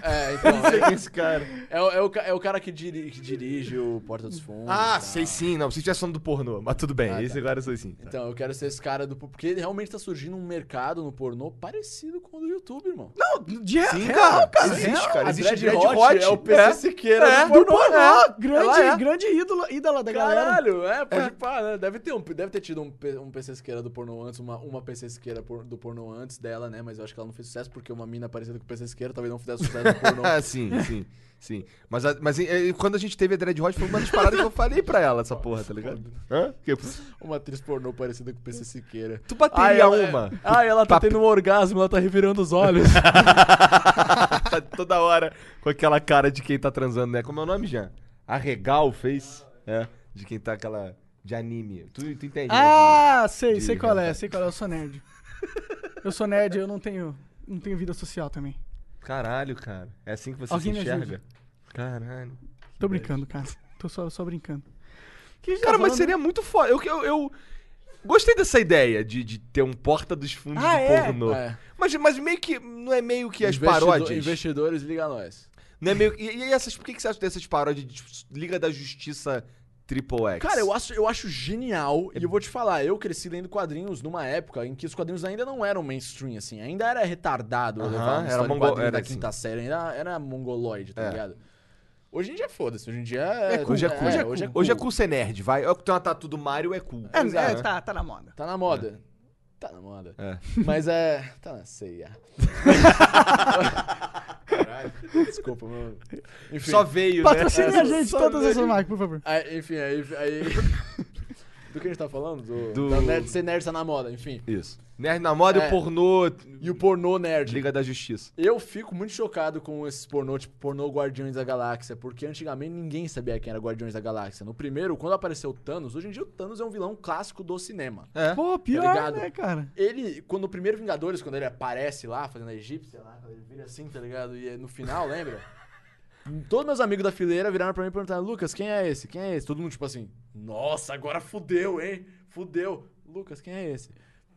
Speaker 2: é, então.
Speaker 1: Esse cara.
Speaker 2: É, o- é o, ca- é o cara que, diri- que dirige o Porta dos Fundos.
Speaker 1: Ah,
Speaker 2: e tal.
Speaker 1: sei sim. Não, se tivesse falando do pornô, mas tudo bem. Esse é assim. agora eu sei sim.
Speaker 2: Então, eu quero ser esse cara do. Porque ele realmente tá surgindo um mercado no pornô parecido com o do YouTube, irmão. Não,
Speaker 3: Não, de
Speaker 1: Sim,
Speaker 3: é real,
Speaker 1: cara.
Speaker 3: cara.
Speaker 1: Existe,
Speaker 3: real.
Speaker 1: cara.
Speaker 2: é a
Speaker 1: Existe
Speaker 2: Dread
Speaker 1: Dread
Speaker 2: Hot
Speaker 1: Hot.
Speaker 2: é o PC
Speaker 1: É.
Speaker 2: Siqueira
Speaker 1: É.
Speaker 2: do
Speaker 3: Do
Speaker 2: pornô.
Speaker 3: pornô,
Speaker 1: é.
Speaker 3: grande,
Speaker 1: Ela é.
Speaker 3: grande ídolo, ídola da galera.
Speaker 2: Caralho, é, pode pá, né? Deve ter, um, deve ter tido um, P- um PC Siqueira do pornô antes, uma, uma PC Siqueira por- do pornô antes dela, né? Mas eu acho que ela não fez sucesso porque uma mina parecida com o PC Siqueira talvez não fizesse sucesso no pornô.
Speaker 1: Ah, sim, sim, sim. Mas, a- mas eh, quando a gente teve a Dread Hot, foi uma das paradas que eu falei pra ela, essa porra, tá ligado? Hã? Que-
Speaker 2: Uma atriz pornô parecida com o PC Siqueira.
Speaker 1: Tu bateria
Speaker 2: ela,
Speaker 1: uma?
Speaker 2: Ah, ela tá
Speaker 1: Papi-
Speaker 2: tendo um orgasmo, ela tá revirando os olhos.
Speaker 1: tá toda hora com aquela cara de quem tá transando, né? Como é o nome, Jean? Arregal fez? É. De quem tá aquela. De anime. Tu, tu entende? né?
Speaker 3: Ah, sei,
Speaker 1: de
Speaker 3: sei qual é,
Speaker 1: hentai.
Speaker 3: sei qual é. Eu sou nerd. Eu sou nerd, eu não tenho, não tenho vida social também.
Speaker 1: Caralho, cara. É assim que você
Speaker 3: Alguém
Speaker 1: se
Speaker 3: me ajude.
Speaker 1: enxerga. Caralho.
Speaker 3: Tô brincando, cara. Tô só, só brincando. Que já
Speaker 1: Cara,
Speaker 3: tá
Speaker 1: mas
Speaker 3: falando-
Speaker 1: seria muito foda. Eu, eu, eu gostei dessa ideia de, de ter um porta dos fundos
Speaker 3: Ah,
Speaker 1: do
Speaker 3: é?
Speaker 1: pornô.
Speaker 2: É.
Speaker 1: Mas, mas meio que. Não é meio que as
Speaker 2: Investidor-
Speaker 1: paródias.
Speaker 2: Investidores, liga nós.
Speaker 1: Não é meio que- E, e essas. Por que, que você acha dessas paródias de tipo, Liga da Justiça Triple X?
Speaker 2: Cara, eu acho, eu acho genial. E eu vou te falar, eu cresci lendo quadrinhos numa época em que os quadrinhos ainda não eram mainstream, assim. Ainda era retardado.
Speaker 1: Aham,
Speaker 2: levar uma
Speaker 1: era
Speaker 2: história em
Speaker 1: mongo-
Speaker 2: quadrinho
Speaker 1: era
Speaker 2: da
Speaker 1: assim.
Speaker 2: quinta série, ainda era mongoloide, tá
Speaker 1: É.
Speaker 2: ligado? Hoje em dia, foda-se. Hoje em dia... É
Speaker 1: Hoje é cool.
Speaker 2: hoje é
Speaker 1: Hoje é
Speaker 2: cool.
Speaker 1: cool ser nerd, vai. Eu que tenho uma tatu do Mario, é cool.
Speaker 3: É,
Speaker 1: Exato.
Speaker 3: é, tá, tá na moda.
Speaker 2: Tá na moda. Tá na moda.
Speaker 1: É.
Speaker 2: Mas é... Tá na ceia. Caralho. Desculpa, mano. Enfim.
Speaker 1: Só veio,
Speaker 3: Patrocine
Speaker 1: né?
Speaker 3: a gente,
Speaker 2: só
Speaker 3: todas
Speaker 2: nerd.
Speaker 3: essas marcas, por favor.
Speaker 2: Aí, enfim, aí. aí- Do que a gente tá falando? Do,
Speaker 1: Do-
Speaker 2: da nerd, ser nerd tá na moda, enfim.
Speaker 1: Isso. Nerd na moda
Speaker 2: É.
Speaker 1: e o pornô.
Speaker 2: E o pornô nerd.
Speaker 1: Liga da Justiça.
Speaker 2: Eu fico muito chocado com esses pornô, tipo pornô Guardiões da Galáxia, porque antigamente ninguém sabia quem era Guardiões da Galáxia. No primeiro, quando apareceu o Thanos, hoje em dia o Thanos é um vilão clássico do cinema.
Speaker 1: É.
Speaker 3: Pô, pior,
Speaker 2: ligado?
Speaker 3: né, cara?
Speaker 2: Ele, quando o primeiro Vingadores, quando ele aparece lá, fazendo a egípcia lá, quando ele vira assim, tá ligado? E é no final, lembra? Todos meus amigos da fileira viraram pra mim e perguntaram, Lucas, quem é esse? Quem é esse? Todo mundo tipo assim, nossa, agora fudeu, hein? Fudeu. Lucas, quem é esse?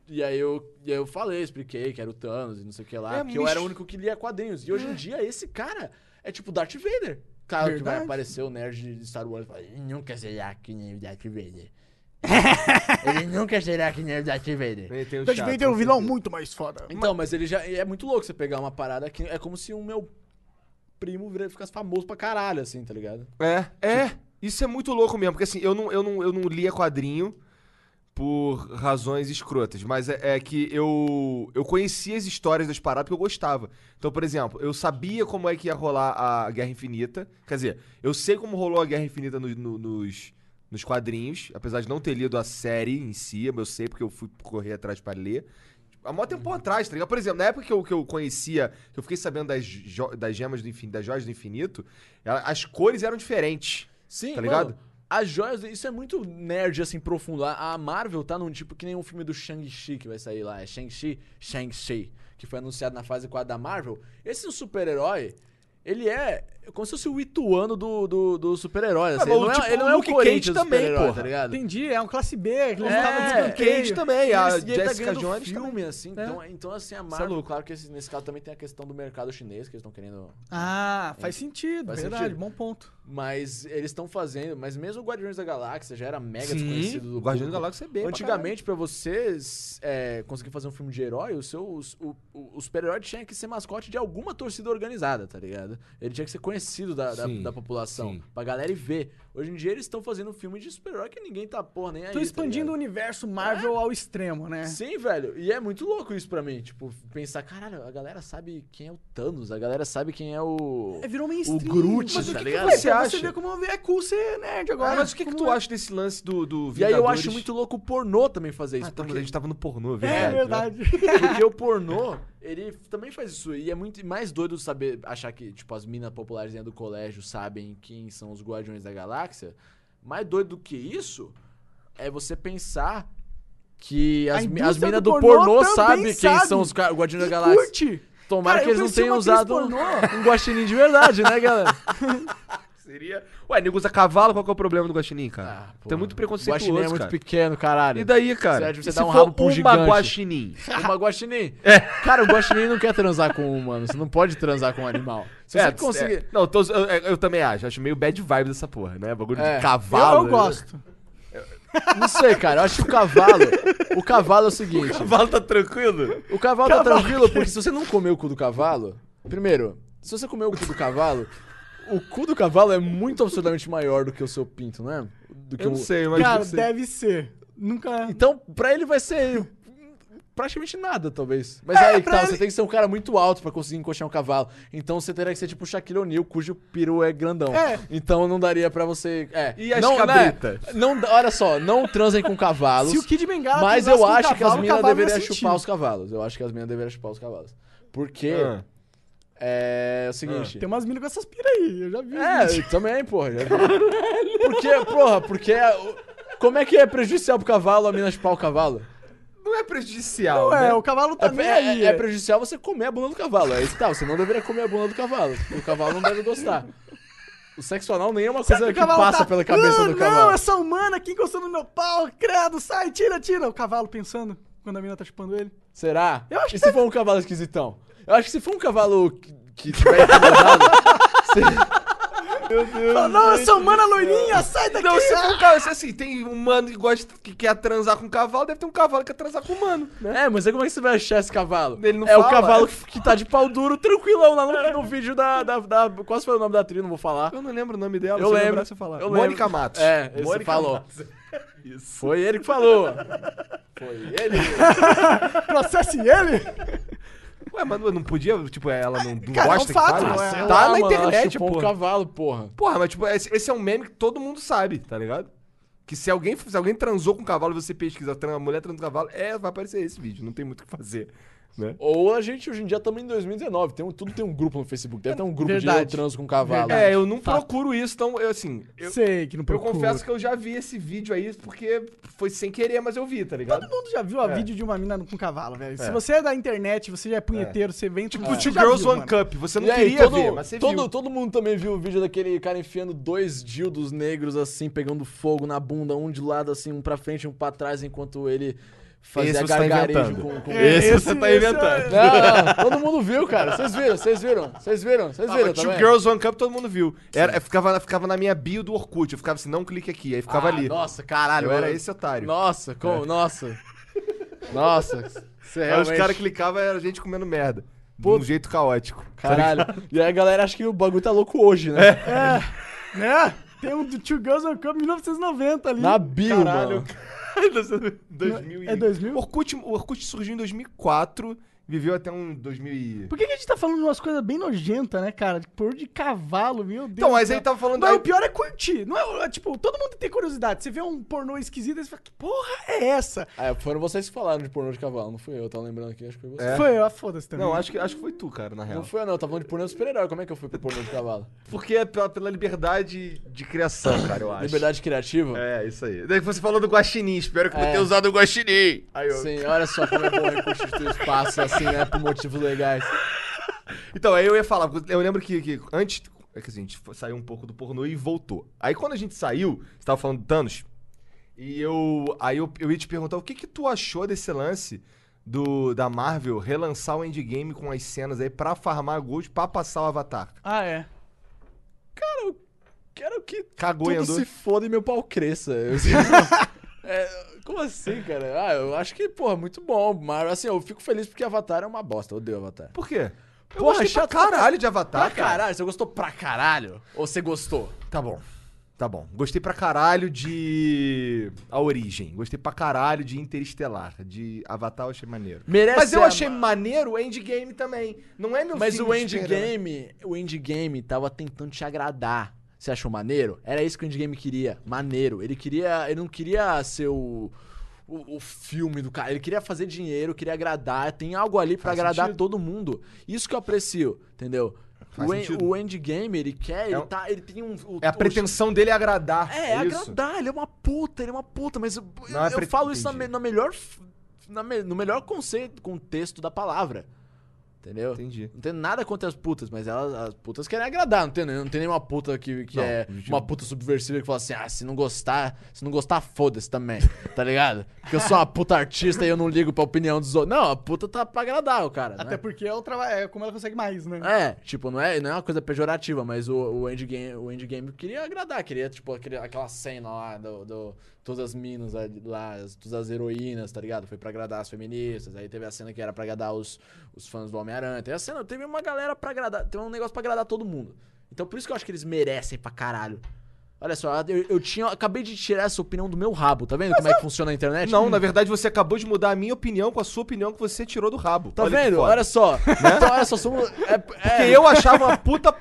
Speaker 2: E aí eu, e aí eu falei, expliquei que era o Thanos e não sei o que lá,
Speaker 1: É
Speaker 2: porque eu
Speaker 1: mis-
Speaker 2: era o único que lia quadrinhos. E hoje em dia esse cara é tipo Darth Vader. Claro que vai
Speaker 3: Verdade.
Speaker 2: aparecer o nerd de Star Wars e fala, "Ele nunca será que nem o Darth Vader. Ele nunca será que nem o Darth Vader.
Speaker 1: Tem o
Speaker 3: Darth
Speaker 1: chato,
Speaker 3: Vader é um
Speaker 1: com
Speaker 3: vilão
Speaker 1: certeza.
Speaker 3: muito mais foda.
Speaker 2: Então, mas ele já. É muito louco você pegar uma parada que é como se um meu primo vira- ficasse famoso pra caralho, assim, tá ligado?
Speaker 1: É, é. Isso é muito louco mesmo, porque assim, eu não, eu não, eu não lia quadrinho por razões escrotas, mas é, é que eu eu conhecia as histórias das paradas porque eu gostava. Então, por exemplo, eu sabia como é que ia rolar a Guerra Infinita. Quer dizer, eu sei como rolou a Guerra Infinita no- no- nos, nos quadrinhos, apesar de não ter lido a série em si, mas eu sei porque eu fui correr atrás pra ler. Há mó
Speaker 2: Uhum.
Speaker 1: tempo atrás, tá ligado? Por exemplo, na época que eu, que eu conhecia, que eu fiquei sabendo das, jo- das gemas do infinito, das joias do infinito, ela- as cores eram diferentes.
Speaker 2: Sim,
Speaker 1: Tá
Speaker 2: mano,
Speaker 1: ligado?
Speaker 2: As joias, isso é muito nerd, assim, profundo. A a Marvel tá num tipo que nem um filme do Shang-Chi que vai sair lá. É Shang-Chi, Shang-Chi, que foi anunciado na fase 4 da Marvel. Esse super-herói, ele é como se fosse o ituano do, do, do super-herói. assim.
Speaker 1: mas
Speaker 2: ele, não
Speaker 1: o tipo
Speaker 2: é, ele não é o
Speaker 1: Luke Cage
Speaker 2: Corinthians
Speaker 1: também,
Speaker 2: também, pô, tá
Speaker 1: porra.
Speaker 2: ligado?
Speaker 3: Entendi, é um classe B, que
Speaker 2: É,
Speaker 3: levantava de
Speaker 1: Kate
Speaker 3: escanteio.
Speaker 1: também, a
Speaker 2: E ele- e ele tá
Speaker 1: Jessica
Speaker 2: ganhando
Speaker 1: Jones
Speaker 2: filme,
Speaker 1: também. É.
Speaker 2: assim. Então, então, assim, a Marvel, claro que esse- nesse caso também tem a questão do mercado chinês, que eles estão querendo...
Speaker 3: Ah, faz sentido,
Speaker 2: É. Faz
Speaker 3: verdade,
Speaker 2: sentido.
Speaker 3: bom ponto.
Speaker 2: Mas eles estão fazendo... Mas mesmo o Guardiões da Galáxia já era mega
Speaker 1: Sim,
Speaker 2: desconhecido do
Speaker 1: o Guardiões
Speaker 2: público.
Speaker 1: da Galáxia é bem pra
Speaker 2: Antigamente, pra você é, conseguir fazer um filme de herói, o, seu, os- o, o, o super-herói tinha que ser mascote de alguma torcida organizada, tá ligado? Ele tinha que ser conhecido da, da,
Speaker 1: Sim,
Speaker 2: da população.
Speaker 1: sim.
Speaker 2: Pra galera ir ver. Hoje em dia eles estão fazendo um filme de super-herói que ninguém tá porra nem aí.
Speaker 3: Tô
Speaker 2: tá
Speaker 3: expandindo o
Speaker 2: ligado?
Speaker 3: universo Marvel ao extremo, né?
Speaker 2: Sim, velho. E é muito louco isso pra mim. Tipo, pensar, caralho, a galera sabe quem é o Thanos, a galera sabe quem é o.
Speaker 3: É, virou
Speaker 2: O
Speaker 3: mainstream.
Speaker 2: Groot,
Speaker 3: mas o
Speaker 2: tá
Speaker 3: que
Speaker 2: ligado?
Speaker 3: Que
Speaker 1: Você
Speaker 3: você acha?
Speaker 1: acha?
Speaker 3: Você vê como é cool ser nerd agora.
Speaker 1: Ah, mas o que, que
Speaker 3: Como
Speaker 1: tu
Speaker 3: é-
Speaker 1: acha desse lance do, do
Speaker 2: E aí eu
Speaker 1: Vingadores?
Speaker 2: acho muito louco o pornô também fazer isso.
Speaker 1: Ah, tá,
Speaker 2: porque-
Speaker 1: mas a gente tava no pornô,
Speaker 3: É
Speaker 1: verdade. né?
Speaker 3: verdade.
Speaker 2: Porque o pornô, ele também faz isso. E é muito mais doido saber, achar que, tipo, as minas populares dentro do colégio sabem quem são os Guardiões da Galáxia. Mais doido do que isso é você pensar que
Speaker 3: A
Speaker 2: as, mi-
Speaker 3: indústria
Speaker 2: as minas do,
Speaker 3: do pornô
Speaker 2: pornô,
Speaker 3: também
Speaker 2: sabem quem
Speaker 3: sabe.
Speaker 2: são os ca- Guardiões
Speaker 3: E
Speaker 2: da Galáxia.
Speaker 3: curte.
Speaker 2: Tomara
Speaker 3: Cara,
Speaker 2: que eles
Speaker 3: eu
Speaker 2: não
Speaker 3: conheci uma
Speaker 2: tenham
Speaker 3: atriz
Speaker 2: usado um,
Speaker 3: pornô.
Speaker 2: um guaxinim de verdade, né, galera?
Speaker 1: Seria... Ué, nego usa cavalo, qual que é o problema do guaxinim, cara?
Speaker 2: Ah,
Speaker 1: Tem
Speaker 2: pô.
Speaker 1: muito
Speaker 2: O
Speaker 1: preconceituoso,
Speaker 2: guaxinim é muito
Speaker 1: cara.
Speaker 2: pequeno, caralho.
Speaker 1: E daí, cara?
Speaker 2: Sérgio, você
Speaker 1: E se
Speaker 2: dá um
Speaker 1: for
Speaker 2: rabo pra um
Speaker 1: uma
Speaker 2: gigante?
Speaker 1: guaxinim?
Speaker 2: Uma guaxinim.
Speaker 3: É.
Speaker 2: Cara, o guaxinim não quer transar com um humano. Você não pode transar com um animal. Se você conseguir...
Speaker 1: é. Não, eu, tô- eu- eu também acho. Acho meio bad vibe dessa porra, né? Bagulho
Speaker 2: É.
Speaker 1: de
Speaker 3: Eu,
Speaker 1: cavalo.
Speaker 3: eu gosto.
Speaker 2: Não sei, cara. Eu acho que o cavalo... O cavalo é o seguinte.
Speaker 1: Cavalo tá tranquilo?
Speaker 2: O cavalo, tá tranquilo porque se você não comer o cu do cavalo... Primeiro, se você comer o cu do cavalo... O cu do cavalo é muito absurdamente maior do que o seu pinto, né? Do que
Speaker 1: Eu não
Speaker 2: o-
Speaker 1: sei, mas
Speaker 3: Cara,
Speaker 1: deve ser.
Speaker 3: deve ser. Nunca.
Speaker 2: Então, pra ele vai ser praticamente nada, talvez. Mas aí que
Speaker 3: É, pra
Speaker 2: tá,
Speaker 3: ele-
Speaker 2: você tem que ser um cara muito alto pra conseguir encoxar um cavalo. Então você teria que ser tipo o Shaquille O'Neal, cujo peru é grandão.
Speaker 3: É.
Speaker 2: Então não daria pra você... É.
Speaker 1: E as
Speaker 2: não,
Speaker 1: cabrita?
Speaker 2: né? Não, olha só, não transem com cavalos.
Speaker 3: Se o Kid Bengala
Speaker 2: mas
Speaker 3: transasse
Speaker 2: eu
Speaker 3: com um
Speaker 2: acho que as
Speaker 3: cavalo, o
Speaker 2: minas
Speaker 3: cavalo ia
Speaker 2: deveriam
Speaker 3: sentir.
Speaker 2: chupar os cavalos. Eu acho que as minas deveriam chupar os cavalos. Porque
Speaker 1: Ah.
Speaker 2: é o seguinte...
Speaker 3: Tem um umas minas com essas piras aí, eu já vi.
Speaker 2: É, eu também, porra. já vi. Porque, porra, porque... Como é que é prejudicial pro cavalo a mina chupar o cavalo?
Speaker 1: Não é prejudicial,
Speaker 3: Ué,
Speaker 1: né?
Speaker 3: o cavalo tá
Speaker 2: É,
Speaker 3: bem
Speaker 2: é-
Speaker 3: aí.
Speaker 2: é prejudicial você comer a bunda do cavalo. É isso que tá, você não deveria comer a bunda do cavalo. porque O cavalo não deve gostar. O sexo anal nem é uma coisa
Speaker 3: O
Speaker 2: que
Speaker 3: cavalo
Speaker 2: passa
Speaker 3: tá,
Speaker 2: pela cabeça
Speaker 3: "Ah,
Speaker 2: do
Speaker 3: Não,
Speaker 2: cavalo.
Speaker 3: essa humana aqui encostando no meu pau, credo, sai, tira, tira. O cavalo pensando quando a mina tá chupando ele.
Speaker 2: Será?
Speaker 3: Eu acho
Speaker 2: e
Speaker 3: que
Speaker 2: se for um cavalo esquisitão? Eu acho que se for um cavalo que, que tiver incomodado.
Speaker 3: Fala, não, essa humana loirinha, sai daqui.
Speaker 1: Não,
Speaker 2: é?
Speaker 1: se for um cara, se assim, tem humano que gosta que quer transar com cavalo, deve ter um cavalo que quer transar com humano.
Speaker 2: É, mas aí como é que você vai achar esse cavalo?
Speaker 1: Ele não
Speaker 2: é o
Speaker 1: fala,
Speaker 2: cavalo
Speaker 1: é.
Speaker 2: que, que tá de pau duro, tranquilão lá no, no vídeo da, da, da. Quase foi o nome da trilha, não vou falar.
Speaker 1: Eu não lembro o nome dela,
Speaker 2: Eu
Speaker 1: se
Speaker 2: lembro.
Speaker 1: lembrar, você falar.
Speaker 2: Eu
Speaker 1: Mônica
Speaker 2: lembro.
Speaker 1: Matos.
Speaker 2: É, esse
Speaker 1: Mônica
Speaker 2: falou.
Speaker 1: Matos. Isso.
Speaker 2: Foi ele que falou. Foi ele.
Speaker 3: Processe ele.
Speaker 1: Ué, mas não podia, tipo, ela não, não
Speaker 3: Cara, é um
Speaker 1: gosta
Speaker 3: fato,
Speaker 1: que fala?
Speaker 3: não é?
Speaker 2: Ah,
Speaker 1: Tá
Speaker 2: Sei lá,
Speaker 1: na
Speaker 2: mano, ela
Speaker 1: internet,
Speaker 2: chupou
Speaker 1: pô.
Speaker 2: um cavalo, porra.
Speaker 1: Porra, mas tipo, esse, esse é um meme que todo mundo sabe, tá ligado? Que se alguém, se alguém transou com um cavalo e você pesquisa, "Tran- mulher transou com cavalo, é, vai aparecer esse vídeo, não tem muito o que fazer, né?
Speaker 2: Ou a gente hoje em dia também em 2019, tem um, tudo tem um grupo no Facebook, deve ter um grupo de eu
Speaker 3: Verdade.
Speaker 2: transo com cavalo.
Speaker 1: É, eu não
Speaker 2: Tá.
Speaker 1: procuro isso, então, eu, assim, eu,
Speaker 3: Sei que não
Speaker 1: eu
Speaker 3: procura.
Speaker 1: confesso que eu já vi esse vídeo aí, porque foi sem querer, mas eu vi, tá ligado?
Speaker 3: Todo mundo já viu a vídeo de uma mina com cavalo, velho. Se você é da internet, você já é punheteiro, você vem... Tipo,
Speaker 1: O Two Girls One Cup, você não
Speaker 2: E aí,
Speaker 1: queria
Speaker 2: todo,
Speaker 1: ver, mas você
Speaker 2: todo,
Speaker 1: viu.
Speaker 2: todo mundo também viu o vídeo daquele cara enfiando dois dildos negros assim, pegando fogo na bunda, um de lado assim, um pra frente, um pra trás, enquanto ele fazia
Speaker 1: Esse você tá
Speaker 2: gargarejo
Speaker 1: inventando.
Speaker 2: com... com...
Speaker 1: Esse você tá inventando.
Speaker 2: Não, todo mundo viu, cara. Vocês viram, vocês viram, vocês viram, vocês
Speaker 1: Ah,
Speaker 2: viram
Speaker 1: mas Two
Speaker 2: também.
Speaker 1: Girls One Cup todo mundo viu. Era, ficava, ficava na minha bio do Orkut, eu ficava assim, não clique aqui, aí ficava
Speaker 2: Ah,
Speaker 1: ali.
Speaker 2: Nossa, caralho.
Speaker 1: Eu era
Speaker 2: mano.
Speaker 1: esse otário.
Speaker 2: Nossa, como, nossa. Nossa, você
Speaker 1: Aí os
Speaker 2: realmente...
Speaker 1: caras clicavam e era gente comendo merda. De um jeito caótico.
Speaker 2: Caralho. E aí a galera acha que o bagulho tá louco hoje, né?
Speaker 1: É.
Speaker 3: Né? Tem um do Two Girls One Cup 1990 ali.
Speaker 2: Na bio, mano.
Speaker 1: Tá Caralho. 2000 e-
Speaker 3: É 2000?
Speaker 1: Orkut, o Orkut surgiu em 2004, viveu até um 2000 e...
Speaker 3: Por que, que a gente tá falando de umas coisas bem nojentas, né, cara? Por de cavalo, meu Deus.
Speaker 1: Então, mas
Speaker 3: do
Speaker 1: aí
Speaker 3: céu.
Speaker 1: tava falando...
Speaker 3: Não,
Speaker 1: aí-
Speaker 3: o pior é curtir. Não é, é, tipo, todo mundo tem curiosidade. Você vê um pornô esquisito e você fala, que porra é essa?
Speaker 2: Ah, foram vocês que falaram de pornô de cavalo, não fui eu, eu tava lembrando aqui, acho que foi você.
Speaker 1: É.
Speaker 3: Foi, ó, foda-se também.
Speaker 1: Não, acho que, acho que foi tu, cara, na
Speaker 2: Não
Speaker 1: real.
Speaker 2: fui eu, não, eu tava falando de pornô de super-herói, como é que eu fui pro pornô de cavalo?
Speaker 1: Porque é pela, pela liberdade de criação, cara, eu acho.
Speaker 2: Liberdade criativa?
Speaker 1: É, isso aí. Daí você falou do guaxinim, espero que eu
Speaker 2: É.
Speaker 1: tenha usado o guaxinim. Aí eu...
Speaker 2: Sim, olha só como é bom reconstituir espaço assim, né, por motivos legais.
Speaker 1: Então, aí eu ia falar, eu lembro que, que antes. É que assim, a gente foi- saiu um pouco do pornô e voltou. Aí quando a gente saiu, você tava falando do Thanos. E eu. Aí eu, eu ia te perguntar o que, que tu achou desse lance do da Marvel relançar o endgame com as cenas aí pra farmar gold pra passar o avatar.
Speaker 3: Ah, é.
Speaker 2: Quero que
Speaker 1: Cagou e
Speaker 2: tudo
Speaker 1: andou.
Speaker 2: se foda e meu pau cresça. Eu- É, como assim, cara? Ah, eu acho que, porra, muito bom. Mas, assim, eu fico feliz porque Avatar é uma bosta. Eu odeio Avatar.
Speaker 1: Por quê? Eu Porra,
Speaker 2: gostei
Speaker 1: chato
Speaker 2: pra caralho.
Speaker 1: caralho de Avatar,
Speaker 2: pra
Speaker 1: Tá, cara.
Speaker 2: caralho, você gostou pra caralho? Ou você gostou?
Speaker 1: Tá bom. Tá bom. Gostei pra caralho de A Origem. Gostei pra caralho de Interestelar. De Avatar eu achei maneiro.
Speaker 2: Merece
Speaker 1: Mas eu
Speaker 2: a-
Speaker 1: achei maneiro o Endgame também. Não é meu
Speaker 2: Mas
Speaker 1: filme
Speaker 2: o
Speaker 1: de esperança.
Speaker 2: endgame, o endgame tava tentando te agradar. Você achou maneiro? Era isso que o endgame queria. Maneiro. Ele queria, ele não queria ser o o, o filme do cara. Ele queria fazer dinheiro, queria agradar. Tem algo ali pra
Speaker 1: Faz
Speaker 2: agradar
Speaker 1: sentido.
Speaker 2: todo mundo. Isso que eu aprecio, entendeu?
Speaker 1: Faz
Speaker 2: O, en-
Speaker 1: sentido.
Speaker 2: o endgame, ele quer, ele
Speaker 1: É um-
Speaker 2: tá, ele tem um o-
Speaker 1: É a
Speaker 2: o-
Speaker 1: pretensão dele é agradar.
Speaker 2: É, é
Speaker 1: isso.
Speaker 2: agradar, ele é uma puta, ele é uma puta, mas eu,
Speaker 1: Não, é
Speaker 2: eu
Speaker 1: pre-
Speaker 2: falo isso na,
Speaker 1: entendi.
Speaker 2: me- na melhor f- na me- no melhor conceito, contexto da palavra. Entendeu?
Speaker 1: Entendi.
Speaker 2: Não tem nada contra as putas, mas elas, as putas querem agradar, não tem, não tem nenhuma puta que, que
Speaker 1: Não,
Speaker 2: é
Speaker 1: de-
Speaker 2: uma puta subversiva que fala assim, ah, se não gostar, se não gostar, foda-se também, tá ligado? Porque eu sou uma puta artista e eu não ligo pra opinião dos outros. Não, a puta tá pra agradar o cara,
Speaker 3: Até
Speaker 2: né?
Speaker 3: porque é, o trava- é como ela consegue mais, né?
Speaker 2: É, tipo, não é, não é uma coisa pejorativa, mas o, o, endgame, o endgame queria agradar, queria, tipo, aquele- aquela cena lá do, do- Todas as minas ali lá, as- todas as heroínas, tá ligado? Foi pra agradar as feministas, aí teve a cena que era pra agradar os, os fãs do Homem-Aranha. Tem a cena, teve uma galera pra agradar, tem um negócio pra agradar todo mundo. Então por isso que eu acho que eles merecem pra caralho. Olha só, eu, eu tinha, acabei de tirar essa opinião do meu rabo, tá vendo como é que funciona a internet?
Speaker 1: Não, na verdade você acabou de mudar a minha opinião com a sua opinião que você tirou do rabo.
Speaker 2: Tá
Speaker 1: Olha que
Speaker 2: vendo?
Speaker 1: foda. Né?
Speaker 2: Olha só. Então, olha só, somos. é-
Speaker 1: Porque
Speaker 2: é-
Speaker 1: eu achava uma puta.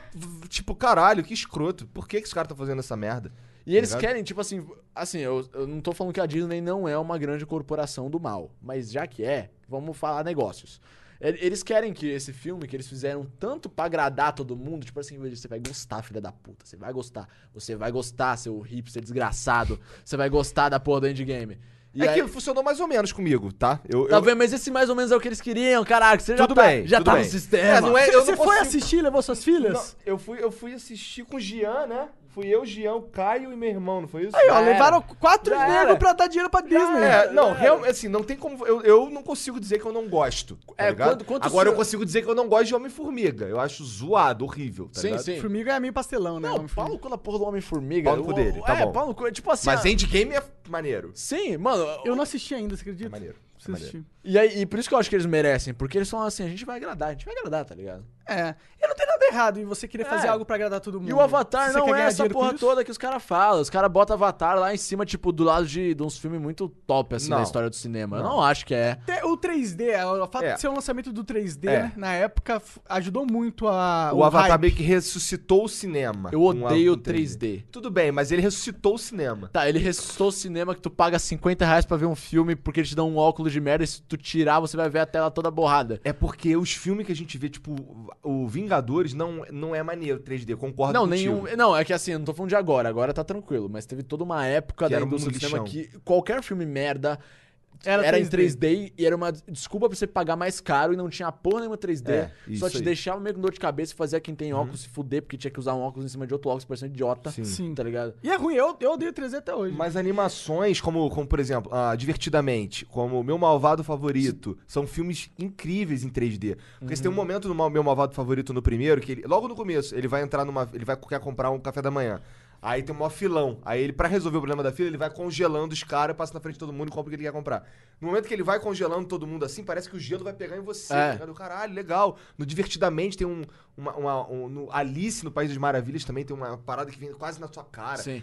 Speaker 1: Tipo, caralho, que escroto. Por que, que esse cara tá fazendo essa merda?
Speaker 2: E eles
Speaker 1: ligado?
Speaker 2: querem, tipo assim, assim, eu, eu não tô falando que a Disney não é uma grande corporação do mal, mas já que é, vamos falar negócios. E- Eles querem que esse filme que eles fizeram tanto pra agradar todo mundo, tipo assim, você vai gostar, filha da puta, você vai gostar, você vai gostar, seu hipster desgraçado, você vai gostar da porra do endgame. E
Speaker 1: é
Speaker 2: aí,
Speaker 1: que funcionou mais ou menos comigo, tá? Eu,
Speaker 2: tá
Speaker 1: eu-
Speaker 2: vendo? Mas esse mais ou menos é o que eles queriam, caraca, você já
Speaker 1: Tudo
Speaker 2: tá,
Speaker 1: bem,
Speaker 2: já
Speaker 1: tudo
Speaker 2: tá
Speaker 1: bem.
Speaker 2: no sistema.
Speaker 1: É, não é- eu
Speaker 3: Você
Speaker 1: não
Speaker 3: foi
Speaker 1: consigo-
Speaker 3: assistir e levou suas filhas?
Speaker 1: Não, eu, fui, eu fui assistir com o Gian, né? Fui eu, Gian, o Caio e meu irmão, não foi isso? É.
Speaker 3: Aí, ó,
Speaker 2: Já era.
Speaker 3: levaram quatro
Speaker 1: Já
Speaker 3: negros
Speaker 1: era.
Speaker 3: pra dar dinheiro pra Disney.
Speaker 1: É, não, realmente, assim, não tem como. Eu, eu não consigo dizer que eu não gosto. tá
Speaker 2: É,
Speaker 1: ligado?
Speaker 2: quando- quanto
Speaker 1: Agora
Speaker 2: se-
Speaker 1: eu consigo dizer que eu não gosto de Homem-Formiga. Eu acho zoado, horrível, tá
Speaker 2: Sim,
Speaker 1: ligado?
Speaker 2: sim.
Speaker 3: Formiga é meio pastelão, né?
Speaker 2: Não,
Speaker 3: Homem Formiga.
Speaker 1: um
Speaker 2: Paulo com a porra do Homem-Formiga.
Speaker 1: Pau no cu
Speaker 2: O-
Speaker 1: dele, tá
Speaker 2: é,
Speaker 1: bom.
Speaker 2: Paulo no cu, é tipo assim...
Speaker 1: Mas
Speaker 2: ah,
Speaker 1: Endgame é maneiro.
Speaker 2: Sim, mano...
Speaker 3: Eu não assisti ainda, você acredita?
Speaker 1: É maneiro, é
Speaker 3: Preciso
Speaker 1: maneiro.
Speaker 3: assistir.
Speaker 2: E, aí, e por isso que eu acho que eles merecem, porque eles são assim, a gente vai agradar, a gente vai agradar, tá ligado?
Speaker 3: É. E não tem nada errado em você querer fazer
Speaker 2: É.
Speaker 3: algo pra agradar todo mundo.
Speaker 2: E o Avatar
Speaker 3: Se você
Speaker 2: não
Speaker 3: quer
Speaker 2: é
Speaker 3: ganhar
Speaker 2: essa
Speaker 3: dinheiro com
Speaker 2: porra
Speaker 3: isso,
Speaker 2: toda que os caras falam. Os caras botam Avatar lá em cima, tipo, do lado de, de uns filmes muito top, assim, da
Speaker 1: Não.
Speaker 2: história do cinema. Eu não acho que é.
Speaker 3: até O 3D, o fato
Speaker 1: É.
Speaker 3: de ser o lançamento do 3D,
Speaker 1: É.
Speaker 3: né, na época, f- ajudou muito a.
Speaker 1: O, Avatar
Speaker 3: hype.
Speaker 1: meio que ressuscitou o cinema.
Speaker 2: Eu
Speaker 1: com a-
Speaker 2: odeio
Speaker 1: com
Speaker 2: 3D.
Speaker 1: Tudo bem, mas ele ressuscitou o cinema.
Speaker 2: Tá, ele ressuscitou o cinema que tu paga 50 reais pra ver um filme porque ele te dá um óculos de merda e se tu tirar, você vai ver a tela toda borrada.
Speaker 1: É porque os filmes que a gente vê, tipo, o Vingadores não, não é maneiro 3D, concordo
Speaker 2: Não,
Speaker 1: contigo.
Speaker 2: nenhum. Não, é que assim, eu não tô falando de agora, agora tá tranquilo, mas teve toda uma época
Speaker 1: Que
Speaker 2: da
Speaker 1: era um
Speaker 2: indústria do cinema
Speaker 1: lixão.
Speaker 2: que qualquer filme merda
Speaker 3: Era
Speaker 2: era, em
Speaker 3: 3D.
Speaker 2: 3D e era uma desculpa pra você pagar mais caro e não tinha porra nenhuma 3D.
Speaker 1: É,
Speaker 2: só
Speaker 1: isso
Speaker 2: te
Speaker 1: aí. Uhum.
Speaker 2: deixava meio com dor de cabeça e fazia quem tem óculos se fuder, porque tinha que usar um óculos em cima de outro óculos, parecendo idiota.
Speaker 1: Sim.
Speaker 3: Sim.
Speaker 2: Tá ligado?
Speaker 3: E é ruim, eu, eu odeio 3D até hoje.
Speaker 1: Mas animações, como, como por exemplo, ah, Divertidamente, como Meu Malvado Favorito, são filmes incríveis em 3D. Porque você tem um momento no Mal- Meu Malvado Favorito no primeiro, que ele, logo no começo, ele vai entrar numa. Ele vai quer comprar um café da manhã. Aí tem um maior filão. Aí ele, pra resolver o problema da fila, ele vai congelando os caras, passa na frente de todo mundo e compra o que ele quer comprar. No momento que ele vai congelando todo mundo assim, parece que o gelo vai pegar em você.
Speaker 2: É.
Speaker 1: tá ligado? Caralho, legal. No Divertidamente tem um. Uma, uma- um- no Alice no País das Maravilhas também tem uma parada que vem quase na sua cara.
Speaker 2: Sim.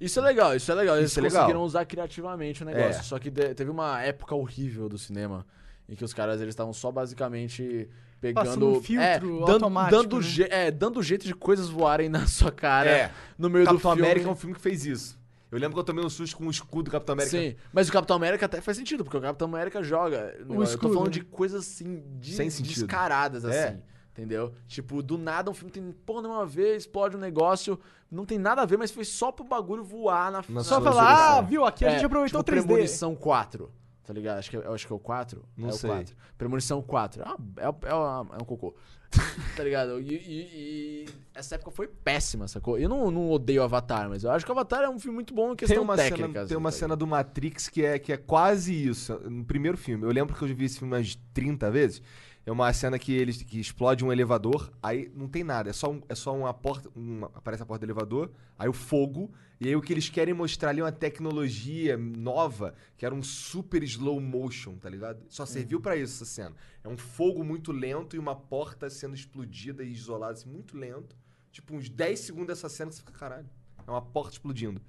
Speaker 2: Isso é legal, isso é legal. Eles
Speaker 1: Isso é legal.
Speaker 2: conseguiram usar criativamente o negócio.
Speaker 1: É.
Speaker 2: Só que de- teve uma época horrível do cinema em que os caras eles estavam só basicamente
Speaker 3: Passando
Speaker 2: pegando
Speaker 3: um filtro
Speaker 2: é, dando,
Speaker 3: automático,
Speaker 2: dando
Speaker 3: né?
Speaker 2: je- é, dando jeito de coisas voarem na sua cara
Speaker 1: É.
Speaker 2: no meio do
Speaker 1: Capitão
Speaker 2: filme.
Speaker 1: América é um filme que fez isso. Eu lembro que eu tomei um susto com o escudo do Capitão América.
Speaker 2: Sim, mas o Capitão América até faz sentido, porque o Capitão América joga. Não, eu tô
Speaker 3: escudo,
Speaker 2: falando
Speaker 3: né?
Speaker 2: de coisas assim, de-
Speaker 1: Sem sentido.
Speaker 2: descaradas,
Speaker 1: É.
Speaker 2: assim. Entendeu? Tipo, do nada um filme tem porra nenhuma a ver, explode um negócio, não tem nada a ver, mas foi só pro bagulho voar na
Speaker 1: Na
Speaker 3: Só
Speaker 1: sua
Speaker 3: falar, ah,
Speaker 1: solução.
Speaker 3: viu? Aqui a gente
Speaker 2: tipo,
Speaker 3: aproveitou o 3D.
Speaker 2: Premonição 4, tá ligado? Acho que, é- acho que é o 4.
Speaker 1: Não
Speaker 2: é
Speaker 1: sei.
Speaker 2: o 4. Premonição 4. Ah, é, o- é, o- é um cocô. tá ligado? E, e- e essa época foi péssima, sacou? Eu não, não odeio Avatar, mas eu acho que Avatar é um filme muito bom em
Speaker 1: Tem
Speaker 2: questão
Speaker 1: uma,
Speaker 2: técnica.
Speaker 1: cena,
Speaker 2: assim,
Speaker 1: tem uma
Speaker 2: tá
Speaker 1: cena do Matrix que é, que é quase isso. No primeiro filme. Eu lembro que eu já vi esse filme umas 30 vezes. É uma cena que eles que explode um elevador, aí não tem nada, é só, um- é só uma porta. uma- aparece a porta do elevador, aí o fogo, e aí o que eles querem mostrar ali é uma tecnologia nova, que era um super slow motion, tá ligado? Só serviu pra isso essa cena. É um fogo muito lento e uma porta sendo explodida e isolada, assim, muito lento. Tipo, uns 10 segundos dessa cena que você fica, caralho. É uma porta explodindo,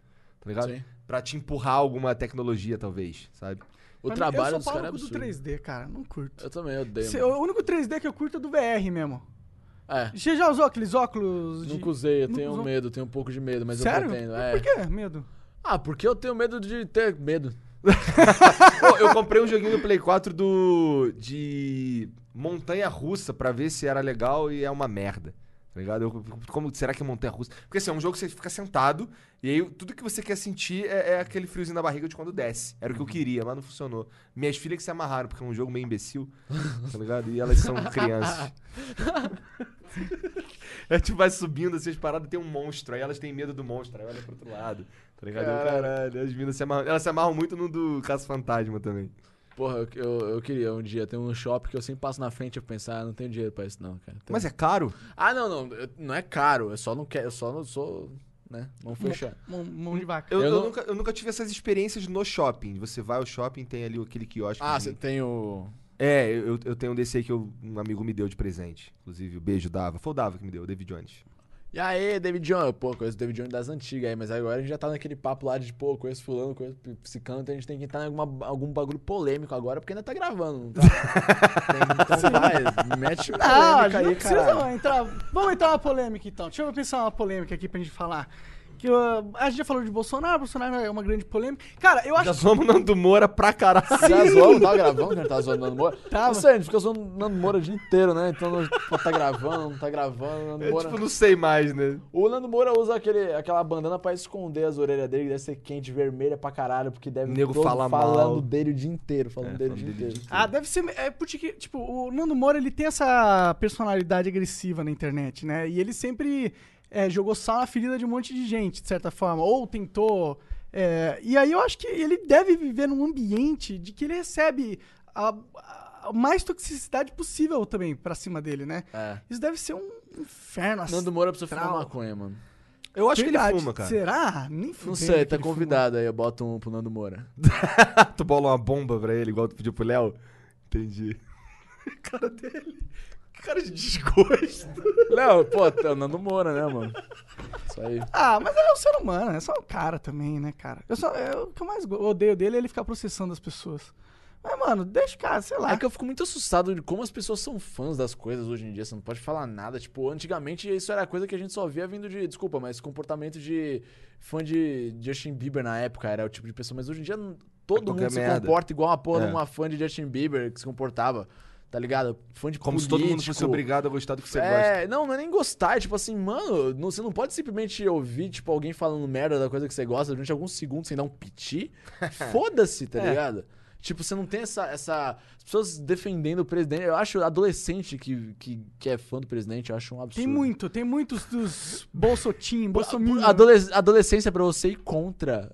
Speaker 1: tá ligado?
Speaker 2: Sim.
Speaker 1: Pra te empurrar alguma tecnologia, talvez, sabe?
Speaker 2: O
Speaker 3: Pra mim,
Speaker 2: trabalho
Speaker 3: eu
Speaker 2: dos
Speaker 3: sou pau
Speaker 2: caras
Speaker 3: no
Speaker 2: é
Speaker 3: cu do
Speaker 2: absurdo.
Speaker 3: 3D, cara. Não curto.
Speaker 2: Eu também odeio.
Speaker 3: Se-
Speaker 2: mano.
Speaker 3: o único 3D que eu curto é do VR mesmo.
Speaker 2: É,
Speaker 3: Você já usou aqueles óculos? de-
Speaker 2: nunca usei, eu
Speaker 3: nunca
Speaker 2: tenho
Speaker 3: usou?
Speaker 2: medo, tenho um pouco de medo, mas
Speaker 3: Sério?
Speaker 2: eu pretendo. É.
Speaker 3: Por que medo?
Speaker 2: Ah, porque eu tenho medo de ter medo.
Speaker 1: Pô, eu comprei um joguinho do Play 4 do. de. Montanha russa pra ver se era legal e é uma merda. Tá ligado? Eu- como será que é montanha russa? Porque assim, é um jogo que você fica sentado e aí tudo que você quer sentir é, é aquele friozinho na barriga de quando desce. Era o que eu queria, mas não funcionou. Minhas filhas que se amarraram, porque é um jogo meio imbecil, tá ligado? E elas são crianças. é tipo, vai subindo assim as paradas, tem um monstro, aí elas têm medo do monstro, aí olha pro outro lado, tá ligado? Eu, Caralho, as meninas se amarram. Elas se amarram muito no do Caça Fantasma também.
Speaker 2: Porra, eu, eu, eu queria um dia ter um shopping que eu sempre passo na frente e eu pensar, ah, não tenho dinheiro pra isso não, cara. Tem-
Speaker 1: Mas é caro?
Speaker 2: Ah, não, não, eu- não é caro, eu só não quero, eu só não sou, né, não fechar.
Speaker 3: Mão, mão de vaca.
Speaker 1: Eu,
Speaker 2: Eu
Speaker 1: eu
Speaker 2: não-
Speaker 1: nunca, eu nunca tive essas experiências no shopping. Você vai ao shopping, tem ali aquele quiosque.
Speaker 2: Ah, você tem o...
Speaker 1: É, eu, eu tenho um desse aí que eu- um amigo me deu de presente. Inclusive, o beijo dava. Foi o Dava que me deu, o David Jones.
Speaker 2: E aí, David Jones? Pô, conheço o David Jones das antigas aí, mas agora a gente já tá naquele papo lá de, pô, conheço fulano, conheço psicano, então a gente tem que entrar em alguma, algum bagulho polêmico agora, porque ainda tá gravando, não tá? tem, então vai, mete
Speaker 3: Ah, a
Speaker 2: polêmica
Speaker 3: gente não
Speaker 2: aí,
Speaker 3: precisa
Speaker 2: cara.
Speaker 3: não entrar. Vamos entrar uma polêmica então. Deixa eu pensar uma polêmica aqui pra gente falar. Que uh, a gente já falou de Bolsonaro, Bolsonaro é uma grande polêmica. Cara, eu acho
Speaker 1: Já zoamos o Nando Moura pra caralho.
Speaker 2: Já zoou, tava tá gravando, que a gente tava zoando o Nando Moura.
Speaker 3: Tava.
Speaker 2: Não sei, a gente fica zoando o Nando Moura o dia inteiro, né? Então não- pô, tá gravando, não tá gravando, o Nando
Speaker 1: Eu,
Speaker 2: Moura.
Speaker 1: tipo, não sei mais, né?
Speaker 2: O Nando Moura usa aquele, aquela bandana pra esconder as orelhas dele, que deve ser quente, vermelha pra caralho, porque deve
Speaker 1: Nego
Speaker 2: todo
Speaker 1: fala
Speaker 2: falando
Speaker 1: mal.
Speaker 2: dele o dia inteiro, falando
Speaker 1: É,
Speaker 2: dele o
Speaker 1: falando
Speaker 2: dia
Speaker 1: dele o
Speaker 2: inteiro.
Speaker 1: dia
Speaker 3: Ah, deve ser. É porque, tipo, o Nando Moura ele tem essa personalidade agressiva na internet, né? E ele sempre é, jogou sal na ferida de um monte de gente, de certa forma. Ou tentou. é, e aí eu acho que ele deve viver num ambiente de que ele recebe a, a mais toxicidade possível também pra cima dele, né?
Speaker 2: É.
Speaker 3: Isso deve ser um inferno assim.
Speaker 2: Nando Moura precisa fumar
Speaker 3: Trau.
Speaker 2: maconha, mano.
Speaker 1: Eu acho que ele fuma, cara.
Speaker 3: Será? Nem fudeu
Speaker 2: Não sei,
Speaker 3: que
Speaker 2: tá
Speaker 3: ele fuma.
Speaker 2: convidado aí, eu boto um pro Nando Moura.
Speaker 1: Tu bola uma bomba pra ele, igual tu pediu pro Léo? Entendi. cara dele. Cara de desgosto.
Speaker 2: Léo, pô, tá o Nando Moura, né, mano? Isso aí.
Speaker 3: Ah, mas ele é um ser humano, é só um cara também, né, cara? Eu só, eu- o que eu mais go- odeio dele é ele ficar processando as pessoas. Mas, mano, deixa o cara, sei lá.
Speaker 2: É que eu fico muito assustado de como as pessoas são fãs das coisas hoje em dia, você não pode falar nada. Tipo, antigamente isso era coisa que a gente só via vindo de, desculpa, mas comportamento de fã de Justin Bieber na época era o tipo de pessoa, mas hoje em dia n- todo
Speaker 1: É Qualquer
Speaker 2: mundo se
Speaker 1: merda.
Speaker 2: comporta igual uma porra
Speaker 1: É.
Speaker 2: de uma fã de Justin Bieber que se comportava, tá ligado? Fã de
Speaker 1: Como se
Speaker 2: político.
Speaker 1: todo mundo fosse obrigado a gostar do que você gosta.
Speaker 2: É, não, não é nem gostar, é tipo assim, mano, não- você não pode simplesmente ouvir, tipo, alguém falando merda da coisa que você gosta durante alguns segundos sem dar um piti. Foda-se,
Speaker 3: É.
Speaker 2: tá ligado? Tipo, você não tem essa, essa. As pessoas defendendo o presidente. Eu acho adolescente que, que, que é fã do presidente, eu acho um absurdo.
Speaker 3: Tem muito, tem muitos dos bolsotim, bolsominho.
Speaker 2: Adoles- adolescência pra você ir contra.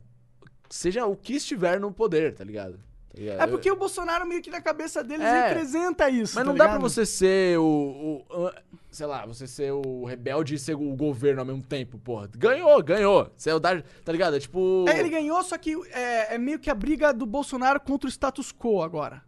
Speaker 2: Seja o que estiver no poder, tá ligado? Tá ligado?
Speaker 3: É
Speaker 2: Eu-
Speaker 3: porque o Bolsonaro meio que na cabeça deles
Speaker 2: É.
Speaker 3: representa isso,
Speaker 2: Mas
Speaker 3: tá
Speaker 2: não dá pra
Speaker 3: ligado?
Speaker 2: você ser o, o- ah, Sei lá, você ser o rebelde e ser o governo ao mesmo tempo, porra. Ganhou, ganhou. Você é o da, tá ligado? É tipo.
Speaker 3: É, ele ganhou, só que é, é meio que a briga do Bolsonaro contra o status quo agora.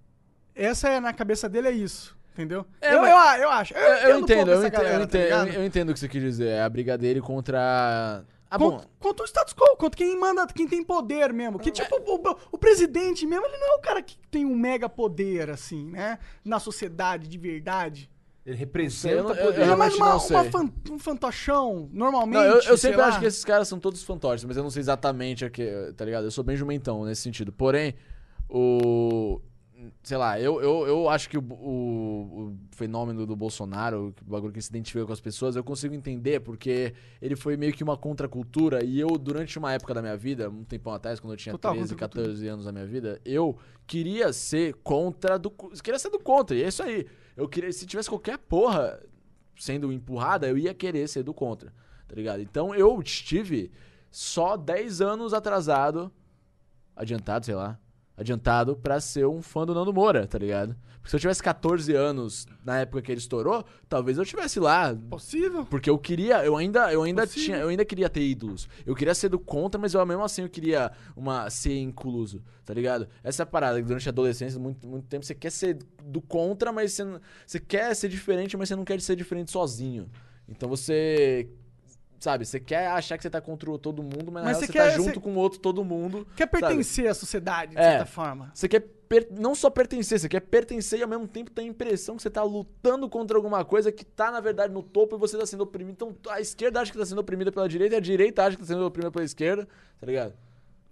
Speaker 3: Essa é, na cabeça dele é isso, entendeu?
Speaker 2: É,
Speaker 3: eu,
Speaker 2: mas- É,
Speaker 3: eu, a- eu acho. Eu,
Speaker 2: Eu, eu
Speaker 3: um pouco
Speaker 2: entendo, eu
Speaker 3: essa
Speaker 2: entendo, eu
Speaker 3: galera, tá
Speaker 2: entendo,
Speaker 3: ligado?
Speaker 2: eu, eu entendo o que você quis dizer. É a briga dele contra. Ah,
Speaker 3: Con-
Speaker 2: bom. É.
Speaker 3: Contra o status quo, contra quem manda, quem tem poder mesmo. Que tipo, o, o presidente mesmo, ele não é o cara que tem um mega poder, assim, né? Na sociedade, de verdade.
Speaker 1: Ele
Speaker 2: Eu
Speaker 1: representa
Speaker 2: não- eu-
Speaker 1: poder.
Speaker 3: Ele é mais
Speaker 2: realmente
Speaker 3: uma,
Speaker 2: não sei.
Speaker 3: uma fan- um fantochão, normalmente.
Speaker 2: Não, eu, eu
Speaker 3: sei
Speaker 2: sempre
Speaker 3: lá.
Speaker 2: acho que esses caras são todos fantoches, mas eu não sei exatamente o que, tá ligado? Eu sou bem jumentão nesse sentido. Porém, o. Sei lá, eu, eu, eu acho que o, o- o fenômeno do Bolsonaro, o bagulho que se identifica com as pessoas, eu consigo entender, porque ele foi meio que uma contracultura, e eu, durante uma época da minha vida, um tempão atrás, quando eu tinha
Speaker 3: Total
Speaker 2: 13,
Speaker 3: contracultura.
Speaker 2: 14 anos da minha vida, eu queria ser contra do. co- Queria ser do contra, e é isso aí. Eu queria. Se tivesse qualquer porra sendo empurrada, eu ia querer ser do contra, tá ligado? Então eu estive só 10 anos atrasado, adiantado, sei lá, adiantado pra ser um fã do Nando Moura, tá ligado? Porque se eu tivesse 14 anos na época que ele estourou, talvez eu tivesse lá.
Speaker 3: Possível?
Speaker 2: Porque eu queria, eu ainda, eu ainda
Speaker 3: Possível.
Speaker 2: tinha, eu ainda queria ter ídolos. Eu queria ser do contra, mas eu mesmo assim eu queria uma ser incluso, tá ligado? Essa é a parada que durante a adolescência, muito, muito tempo você quer ser do contra, mas você, não- você quer ser diferente, mas você não quer ser diferente sozinho. Então você sabe, você quer achar que você tá contra o todo mundo, mas, na
Speaker 3: Mas
Speaker 2: real
Speaker 3: você
Speaker 2: você
Speaker 3: quer-
Speaker 2: tá junto
Speaker 3: você-
Speaker 2: com o outro todo mundo.
Speaker 3: Quer
Speaker 2: sabe?
Speaker 3: pertencer à sociedade, de
Speaker 2: É.
Speaker 3: certa forma.
Speaker 2: Você quer per- não só pertencer, você quer pertencer e ao mesmo tempo ter a impressão que você tá lutando contra alguma coisa que tá, na verdade, no topo e você tá sendo oprimido. Então a esquerda acha que tá sendo oprimida pela direita e a direita acha que tá sendo oprimida pela esquerda, tá ligado?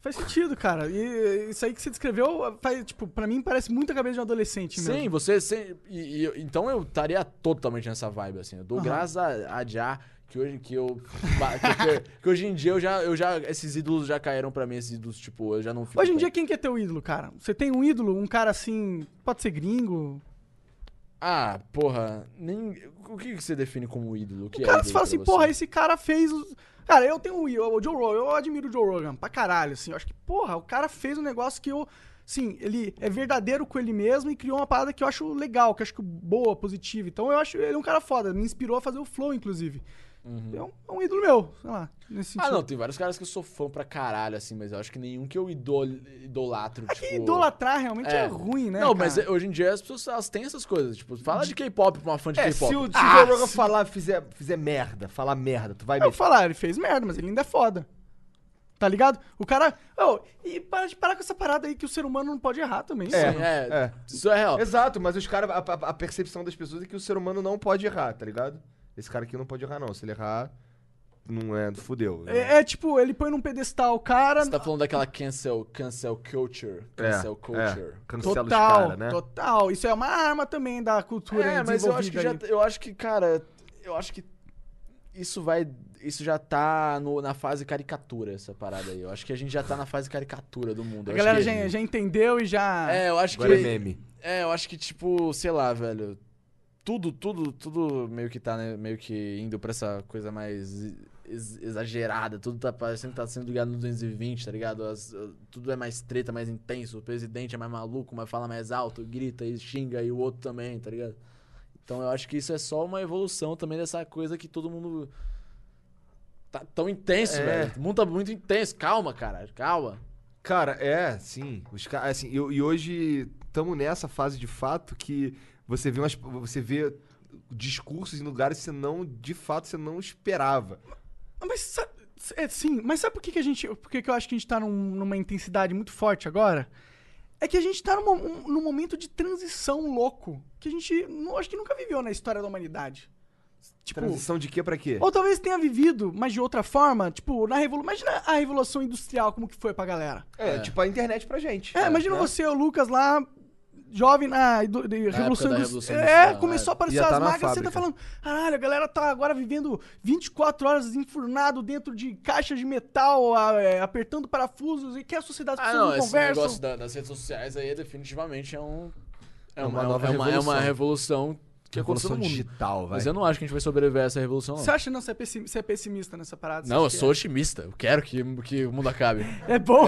Speaker 3: Faz sentido, cara. E isso aí que você descreveu, faz, tipo, pra mim parece muito a cabeça de um adolescente
Speaker 2: Sim,
Speaker 3: mesmo.
Speaker 2: você. se- e- e- então eu estaria totalmente nessa vibe, assim. Eu dou graças a, a Já. Que hoje, que, eu, que, eu- que hoje em dia eu já, eu já. Esses ídolos já caíram pra mim, esses ídolos, tipo, eu já não fico.
Speaker 3: Hoje em
Speaker 2: tão-
Speaker 3: dia, quem quer ter o ídolo, cara? Você tem um ídolo, um cara assim, pode ser gringo.
Speaker 2: Ah, porra. Nem, o que que você define como ídolo? O que
Speaker 3: O
Speaker 2: é
Speaker 3: cara
Speaker 2: ídolo
Speaker 3: fala
Speaker 2: pra
Speaker 3: assim,
Speaker 2: você?
Speaker 3: porra, esse cara fez. os- Cara, eu tenho um ídolo, o Joe Rogan, eu admiro o Joe Rogan pra caralho, assim. Eu acho que, porra, o cara fez um negócio que eu. Sim, ele é verdadeiro com ele mesmo e criou uma parada que eu acho legal, que eu acho que boa, positiva. Então eu acho ele um cara foda, me inspirou a fazer o flow, inclusive. É, um, é um ídolo meu, sei lá, nesse sentido.
Speaker 2: Uhum. Ah, não, tem vários caras que eu sou fã pra caralho, assim, mas eu acho que nenhum que eu idol, idolatro,
Speaker 3: É
Speaker 2: tipo...
Speaker 3: que idolatrar realmente é, ruim, né?
Speaker 2: Não,
Speaker 3: cara?
Speaker 2: mas hoje em dia as pessoas elas têm essas coisas. Tipo, fala de K-pop pra uma fã de
Speaker 3: Tipo,
Speaker 1: É, se o,
Speaker 2: K-pop. Ah,
Speaker 1: se o Joe Rogan falar, fizer, fizer merda, falar merda, tu vai
Speaker 3: Eu
Speaker 1: me...
Speaker 3: falar, ele fez merda, mas ele ainda é foda. Tá ligado? O cara. Ô, e para de parar com essa parada aí que o ser humano não pode errar também. né?
Speaker 2: É,
Speaker 3: mano.
Speaker 2: é,
Speaker 1: é.
Speaker 2: Isso é real.
Speaker 1: Exato, mas os caras, a, a- a percepção das pessoas é que o ser humano não pode errar, tá ligado? Esse cara aqui não pode errar, não. Se ele errar, não é, fudeu. né?
Speaker 3: É, é tipo, ele põe num pedestal o cara.
Speaker 2: Você tá falando daquela cancel, cancel culture. Cancel culture.
Speaker 1: é. Cancela
Speaker 3: total,
Speaker 1: os caras, né?
Speaker 3: total. Isso é uma arma também da cultura
Speaker 2: É, mas eu acho que já.
Speaker 3: desenvolvida
Speaker 2: Eu acho que, cara. Eu acho que. Isso vai. Isso já tá no- na fase caricatura, essa parada aí. Eu acho que a gente já tá na fase caricatura do mundo. Eu
Speaker 3: aí. A
Speaker 2: acho
Speaker 3: galera
Speaker 2: que-
Speaker 3: já, já entendeu e já.
Speaker 2: É, eu acho
Speaker 1: Agora é
Speaker 2: que.
Speaker 1: meme.
Speaker 2: É, eu acho que, tipo, sei lá, velho. Tudo, tudo, tudo meio que tá, né, meio que indo pra essa coisa mais ex- exagerada. Tudo tá parecendo que tá sendo ligado no 220, tá ligado? As- uh, tudo é mais treta, mais intenso. O presidente é mais maluco, mas fala mais alto, grita e xinga, e o outro também, tá ligado? Então eu acho que isso é só uma evolução também dessa coisa que todo mundo. Tá tão intenso, velho. O mundo tá muito intenso. Calma, cara, calma.
Speaker 1: Cara, é, sim. Os ca- assim, eu- e hoje estamos nessa fase de fato que você vê umas- você vê discursos em lugares que você não, de fato, você não esperava.
Speaker 3: Mas sabe, é, sim, mas sabe por que, que a gente. Por que, que eu acho que a gente tá num- numa intensidade muito forte agora? É que a gente tá numa- um- num momento de transição louco. Que a gente não, acho que nunca viveu na história da humanidade. Tipo.
Speaker 1: Transição de quê pra quê?
Speaker 3: Ou talvez tenha vivido, mas de outra forma, tipo, na revolução. Imagina a revolução industrial, como que foi pra galera.
Speaker 1: É, tipo a internet pra gente. né?
Speaker 3: É, imagina você, o Lucas lá, jovem na ido- de
Speaker 2: né? época
Speaker 3: revolução,
Speaker 2: da
Speaker 3: Indus-
Speaker 2: Revolução
Speaker 3: É,
Speaker 2: Industrial,
Speaker 3: começou a
Speaker 2: é.
Speaker 3: aparecer
Speaker 1: Ia tá
Speaker 3: as
Speaker 1: na
Speaker 3: máquinas, você tá
Speaker 1: fábrica.
Speaker 3: falando, caralho, a galera tá agora vivendo 24 horas enfurnado dentro de caixas de metal, a- é, apertando parafusos, e que a sociedade
Speaker 2: Ah,
Speaker 3: precisa
Speaker 2: não,
Speaker 3: de
Speaker 2: esse
Speaker 3: conversa.
Speaker 2: negócio da- das redes sociais aí definitivamente é um. É
Speaker 1: É
Speaker 2: uma,
Speaker 1: uma nova
Speaker 2: é uma, é uma
Speaker 1: revolução.
Speaker 2: revolução que aconteceu no
Speaker 1: Revolução
Speaker 2: mundo.
Speaker 1: digital, vai.
Speaker 2: Mas eu não acho que a gente vai sobreviver a essa revolução, não.
Speaker 3: Você acha não, você é pessi- você é pessimista nessa parada? você é?
Speaker 2: Não, eu
Speaker 3: acha que
Speaker 2: sou otimista. Eu quero que, que o mundo acabe.
Speaker 3: É, é bom,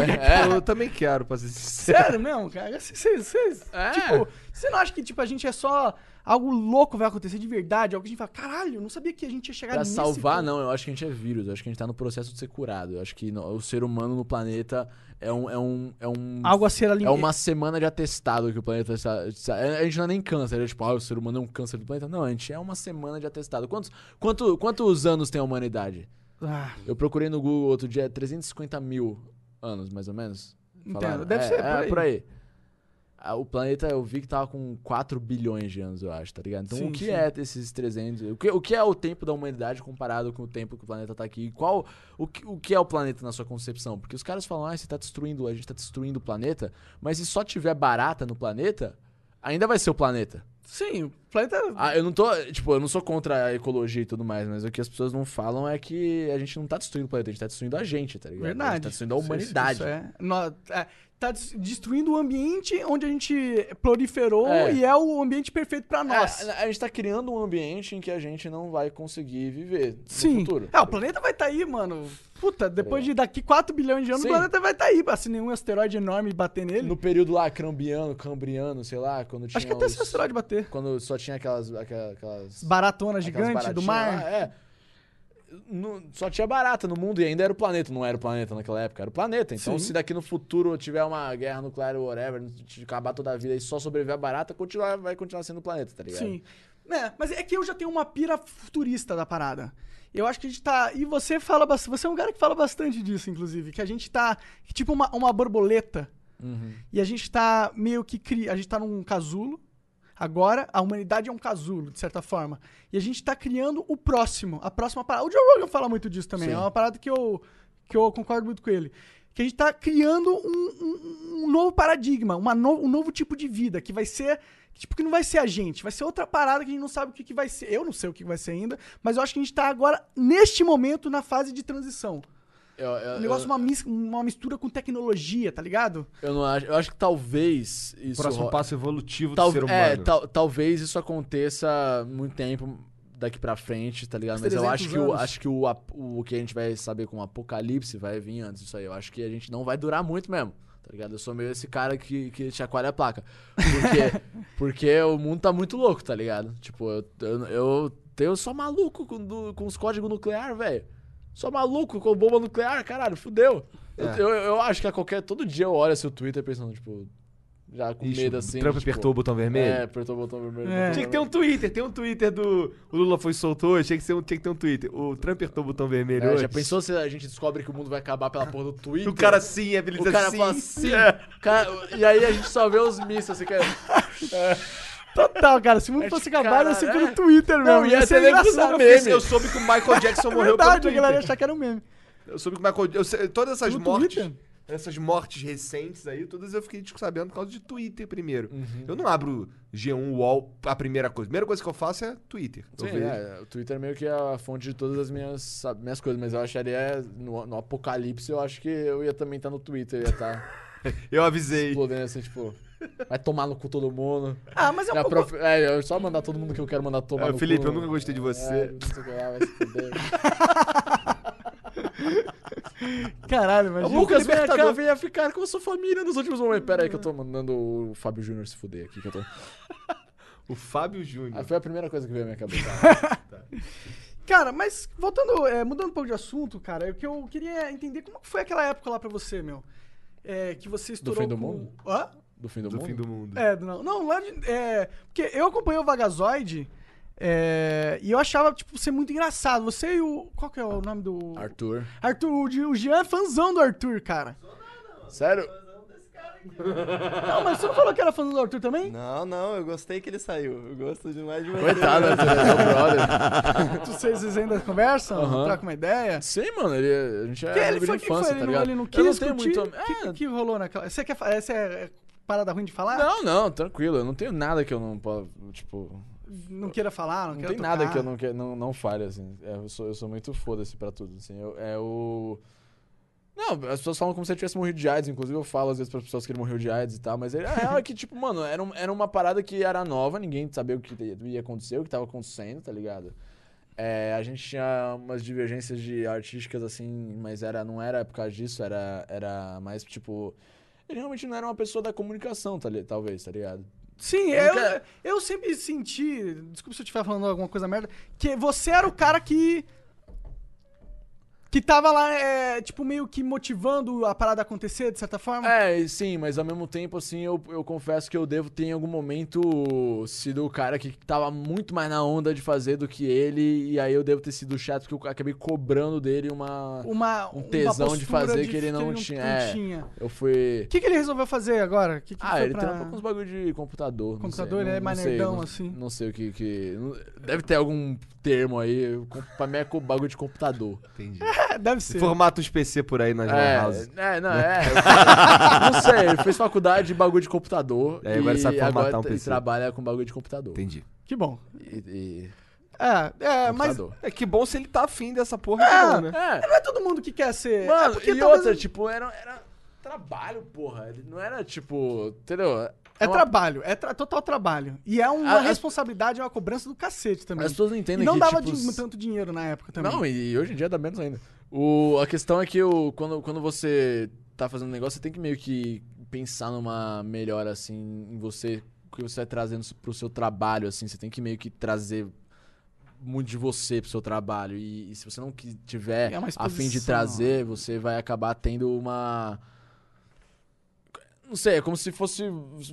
Speaker 1: Eu também quero, pra ser sincero.
Speaker 3: Sério mesmo, cara? Vocês.
Speaker 2: É.
Speaker 3: Tipo, você não acha que tipo, a gente é só. Algo louco vai acontecer de verdade? Algo que a gente fala, caralho, eu não sabia que a gente ia chegar
Speaker 2: Pra
Speaker 3: nesse
Speaker 2: salvar,
Speaker 3: ponto."
Speaker 2: não, eu acho que a gente é vírus. Eu acho que a gente tá no processo de ser curado. Eu acho que no- o ser humano no planeta é um. É um, é um
Speaker 3: Algo a ser
Speaker 2: É
Speaker 3: alimentado.
Speaker 2: uma semana de atestado que o planeta está. está- A gente não é nem câncer, é tipo, ah, o ser humano é um câncer do planeta. Não, a gente é uma semana de atestado. Quantos, quanto, quantos anos tem a humanidade?
Speaker 3: Ah,
Speaker 2: Eu procurei no Google outro dia é 350 mil anos, mais ou menos.
Speaker 3: Entendo.
Speaker 2: Falaram.
Speaker 3: Então, Deve
Speaker 2: é,
Speaker 3: ser
Speaker 2: é,
Speaker 3: por aí.
Speaker 2: Ah, O planeta, eu vi que tava com 4 bilhões de anos, eu acho, tá ligado? Então,
Speaker 3: Sim,
Speaker 2: o que
Speaker 3: sim.
Speaker 2: é esses 300? O que, o que é o tempo da humanidade comparado com o tempo que o planeta tá aqui? E qual. O que, o que é o planeta na sua concepção? Porque os caras falam, ah, você tá destruindo, a gente tá destruindo o planeta, mas se só tiver barata no planeta, ainda vai ser o planeta.
Speaker 3: sim, o planeta. é
Speaker 2: Ah, eu não tô. Tipo, eu não sou contra a ecologia e tudo mais, mas o que as pessoas não falam é que a gente não tá destruindo o planeta, a gente tá destruindo a gente, tá ligado? A gente
Speaker 3: verdade. é
Speaker 2: tá destruindo a
Speaker 3: Isso- isso
Speaker 2: humanidade.
Speaker 3: é. No- é, tá des- destruindo o ambiente onde a gente proliferou
Speaker 2: É.
Speaker 3: e é o ambiente perfeito pra nós.
Speaker 2: É, a gente tá criando um ambiente em que a gente não vai conseguir viver no
Speaker 3: Sim.
Speaker 2: futuro. É.
Speaker 3: É, o planeta vai estar aí, mano. Puta, depois de daqui 4 bilhões de anos,
Speaker 2: Sim.
Speaker 3: o planeta vai estar aí. Se nenhum asteroide enorme bater nele.
Speaker 2: No período lá, crambiano, cambriano, sei lá, quando tinha
Speaker 3: Acho que até
Speaker 2: os-
Speaker 3: se o asteroide bater.
Speaker 2: Quando só tinha aquelas... aquela- aquelas
Speaker 3: Baratona
Speaker 2: aquelas
Speaker 3: gigante do
Speaker 2: baratinhas
Speaker 3: mar.
Speaker 2: lá, é. Não- só tinha barata no mundo e ainda era o planeta. Não era o planeta naquela época, era o planeta. Então, se daqui no futuro tiver uma guerra nuclear ou whatever, te acabar toda a vida e só sobreviver a barata, continuar, vai continuar sendo o planeta, tá ligado?
Speaker 3: Sim. É, mas é que eu já tenho uma pira futurista da parada. Eu acho que a gente tá. E você fala bastante. Você é um cara que fala bastante disso, inclusive. Que a gente tá. que tipo uma, uma borboleta. E a gente tá meio que. Cri... A gente tá num casulo. Agora, a humanidade é um casulo, de certa forma. E a gente tá criando o próximo. A próxima parada. O Joe Rogan fala muito disso também. É uma parada que eu, que eu concordo muito com ele. Que a gente tá criando um, um- um novo paradigma, uma no- um novo tipo de vida, que vai ser. que, Tipo, que não vai ser a gente, vai ser outra parada que a gente não sabe o que, que vai ser. Eu não sei o que vai ser ainda, mas eu acho que a gente tá agora, neste momento, na fase de transição.
Speaker 2: Eu, eu-
Speaker 3: Um negócio,
Speaker 2: eu-
Speaker 3: uma, mis- uma mistura com tecnologia, tá ligado?
Speaker 2: eu não acho. Eu acho que talvez isso.
Speaker 1: Próximo
Speaker 2: ro-
Speaker 1: passo evolutivo
Speaker 2: tal-
Speaker 1: do ser humano.
Speaker 2: é, tal- talvez isso aconteça muito tempo daqui pra frente, tá ligado?
Speaker 3: Uns
Speaker 2: Mas eu
Speaker 3: 300
Speaker 2: acho que, o,
Speaker 3: anos.
Speaker 2: acho que o, ap- o que a gente vai saber como apocalipse vai vir antes disso aí. Eu acho que a gente não vai durar muito mesmo. Tá ligado? Eu sou meio esse cara que, que chacoalha a placa. Porque, porque o mundo tá muito louco, tá ligado? Tipo, eu, eu, eu, eu sou maluco com, do- com os códigos nucleares, velho. Sou maluco com bomba nuclear, caralho, fudeu. Eu,
Speaker 1: É.
Speaker 2: eu, eu acho que a qualquer. Todo dia eu olho seu Twitter pensando, tipo. Já com
Speaker 1: Ixi,
Speaker 2: medo assim.
Speaker 1: Trump
Speaker 2: tipo,
Speaker 1: apertou o botão vermelho?
Speaker 2: é, apertou o botão vermelho.
Speaker 3: É.
Speaker 2: botão
Speaker 1: Tinha que ter um Twitter, tem um Twitter do. O Lula foi soltou, tinha que, ser um, tinha que ter um Twitter. O Trump apertou o botão vermelho.
Speaker 2: vermelho. É,
Speaker 1: hoje.
Speaker 2: já pensou se a gente descobre que o mundo vai acabar pela porra do Twitter?
Speaker 1: O cara sim,
Speaker 2: o
Speaker 1: habilita
Speaker 2: cara
Speaker 1: sim.
Speaker 2: fala assim.
Speaker 1: É.
Speaker 2: cara- e aí a gente só vê os mísseis, assim, cara.
Speaker 3: Total, cara. Se o mundo
Speaker 2: Acho
Speaker 3: fosse
Speaker 2: que,
Speaker 3: acabar,
Speaker 2: cara,
Speaker 3: ia ser
Speaker 2: é.
Speaker 3: pelo Twitter
Speaker 2: Não,
Speaker 3: mesmo.
Speaker 2: ia
Speaker 3: Ia
Speaker 2: ter
Speaker 3: ser
Speaker 2: nem pro
Speaker 3: engraçado.
Speaker 2: meme.
Speaker 1: Eu soube que o Michael Jackson
Speaker 3: É
Speaker 1: morreu
Speaker 3: verdade, a
Speaker 1: pelo Twitter.
Speaker 3: galera ia achar que era um meme.
Speaker 1: Eu soube que o Michael eu sei- Todas essas
Speaker 3: Pelo
Speaker 1: mortes.
Speaker 3: Twitter?
Speaker 1: Essas mortes recentes aí, todas eu fiquei tipo, sabendo por causa de Twitter primeiro. Eu não abro G1 UOL a primeira coisa. A primeira coisa que eu faço é Twitter. Eu
Speaker 2: Sim,
Speaker 1: vejo.
Speaker 2: é, o Twitter é meio que a fonte de todas as minhas, sabe, minhas coisas, mas eu acharia. é, No, no apocalipse, eu acho que eu ia também estar no Twitter, ia estar
Speaker 1: Eu avisei.
Speaker 2: explodindo assim, tipo. Vai tomar no cu todo mundo.
Speaker 3: Ah, mas é um
Speaker 2: Minha
Speaker 3: pouco.
Speaker 2: prof- É, eu só mandar todo mundo que eu quero mandar tomar
Speaker 1: É,
Speaker 2: no
Speaker 1: Felipe,
Speaker 2: cu.
Speaker 1: eu nunca gostei de você.
Speaker 2: É, não sei o que lá, vai se fuder.
Speaker 3: Caralho, mas. é
Speaker 2: O Lucas vem cá, venha ficar com a sua família nos últimos momentos. Pera aí que eu tô mandando o Fábio Júnior se fuder aqui. Que eu tô...
Speaker 1: O Fábio
Speaker 2: Ah,
Speaker 1: Júnior.
Speaker 2: foi a primeira coisa que veio à minha cabeça.
Speaker 3: Cara, mas voltando, é, mudando um pouco de assunto, cara, o que eu queria entender como que foi aquela época lá pra você, meu? É, que você estourou
Speaker 2: fim do
Speaker 3: com-
Speaker 2: mundo?
Speaker 3: Hã?
Speaker 2: Do fim do,
Speaker 1: Do
Speaker 2: mundo?
Speaker 1: fim do mundo.
Speaker 3: É, do- não, não, lá de- é, porque eu acompanhei o Vagazoide é, e eu achava, tipo, ser muito engraçado. Você e o... Qual que é o nome do...
Speaker 2: Arthur.
Speaker 3: Arthur, o, Di- o Jean é fãzão do Arthur, cara.
Speaker 2: Sério?
Speaker 3: Não, mas você não falou que era fãzão do Arthur também?
Speaker 4: Não, não, eu gostei que ele saiu. Eu gosto demais de você.
Speaker 2: Coitado, Arthur. ele é meu brother.
Speaker 3: Vocês, vocês ainda conversam,
Speaker 2: Aham.
Speaker 3: trocam uma ideia?
Speaker 2: Sim, mano. Ele, a gente é
Speaker 3: Que ele
Speaker 2: amigo de
Speaker 3: foi, que foi?
Speaker 2: infância,
Speaker 3: Ele
Speaker 2: tá
Speaker 3: não-
Speaker 2: ligado?
Speaker 3: ele não
Speaker 2: eu
Speaker 3: quis
Speaker 2: não tenho
Speaker 3: discutir?
Speaker 2: muito...
Speaker 3: Que,
Speaker 2: É,
Speaker 3: que rolou naquela... Você quer... fa- Essa é, é parada ruim de falar?
Speaker 2: Não, não, tranquilo. Eu não tenho nada que eu não posso... Tipo...
Speaker 3: Não queira falar, não,
Speaker 2: Não
Speaker 3: queira
Speaker 2: tem nada
Speaker 3: tocar.
Speaker 2: que eu Ah. não, que, não, não falhe, assim. É, eu, sou, eu sou muito foda-se pra tudo, assim. Eu, é o... Não, as pessoas falam como se ele tivesse morrido de AIDS. Inclusive, eu falo às vezes pras pessoas que ele morreu de AIDS e tal. Mas ele- a real é que, tipo, mano, era, um- era uma parada que era nova. Ninguém sabia o que te- ia acontecer, o que tava acontecendo, tá ligado? É, a gente tinha umas divergências de artísticas, assim, mas era, não era por causa disso. Era, era mais, tipo... Ele realmente não era uma pessoa da comunicação, tá li- talvez, tá ligado?
Speaker 3: Sim,
Speaker 2: Eu
Speaker 3: eu,
Speaker 2: nunca-
Speaker 3: eu sempre senti, desculpa se eu estiver falando alguma coisa merda, que você era o cara que. que tava lá, é, tipo, meio que motivando a parada acontecer, de certa forma.
Speaker 2: É, e sim, mas ao mesmo tempo, assim, eu, eu confesso que eu devo ter em algum momento sido o cara que tava muito mais na onda de fazer do que ele, e aí eu devo ter sido chato porque eu acabei cobrando dele uma.
Speaker 3: Uma,
Speaker 2: Um
Speaker 3: uma
Speaker 2: tesão de
Speaker 3: postura
Speaker 2: fazer que ele não tinha, é. Eu fui.
Speaker 3: O que, que ele resolveu fazer agora? O que, que
Speaker 2: Ah,
Speaker 3: foi
Speaker 2: ele
Speaker 3: pra-
Speaker 2: trampa com uns bagulho de computador. não
Speaker 3: Computador,
Speaker 2: sei,
Speaker 3: ele é
Speaker 2: não- não sei,
Speaker 3: manerdão,
Speaker 2: não-
Speaker 3: assim.
Speaker 2: Não sei o que. que- não- Deve ter algum termo aí. com- Pra mim é co- bagulho de computador.
Speaker 1: Entendi.
Speaker 3: É, deve ser.
Speaker 1: Formata uns PC por aí nas lan houses.
Speaker 2: É, não, é. eu- não sei, ele fez faculdade de bagulho de computador.
Speaker 1: É, agora
Speaker 2: e
Speaker 1: sabe formatar um
Speaker 2: agora ele
Speaker 1: PC.
Speaker 2: trabalha com bagulho de computador.
Speaker 1: Entendi.
Speaker 3: Que bom.
Speaker 2: E, e
Speaker 3: É, é, né? mas.
Speaker 2: computador.
Speaker 1: É que bom se ele tá afim dessa porra, é.
Speaker 2: É.
Speaker 3: Não é todo mundo que quer ser. é
Speaker 2: Mano,
Speaker 3: porque
Speaker 2: e
Speaker 3: talvez-
Speaker 2: outra, tipo, era, era, trabalho, porra. Ele Não era tipo. Entendeu?
Speaker 3: É
Speaker 2: uma-
Speaker 3: trabalho, é tra- total trabalho. E é uma
Speaker 2: Ah, as-
Speaker 3: responsabilidade, é uma cobrança do cacete também.
Speaker 2: As pessoas não entendem
Speaker 3: E não
Speaker 2: que,
Speaker 3: dava
Speaker 2: tipo,
Speaker 3: din-
Speaker 2: s-
Speaker 3: tanto dinheiro na época também.
Speaker 2: Não, e hoje em dia dá menos ainda. O, a questão é que o, quando, quando você tá fazendo um negócio, você tem que meio que pensar numa melhora, assim, em você, o que você vai trazendo pro seu trabalho, assim. Você tem que meio que trazer muito de você pro seu trabalho. E, e se você não que- tiver
Speaker 3: É uma
Speaker 2: a fim de
Speaker 3: exposição. né?
Speaker 2: trazer, você vai acabar tendo uma... Não sei, é como se fosse...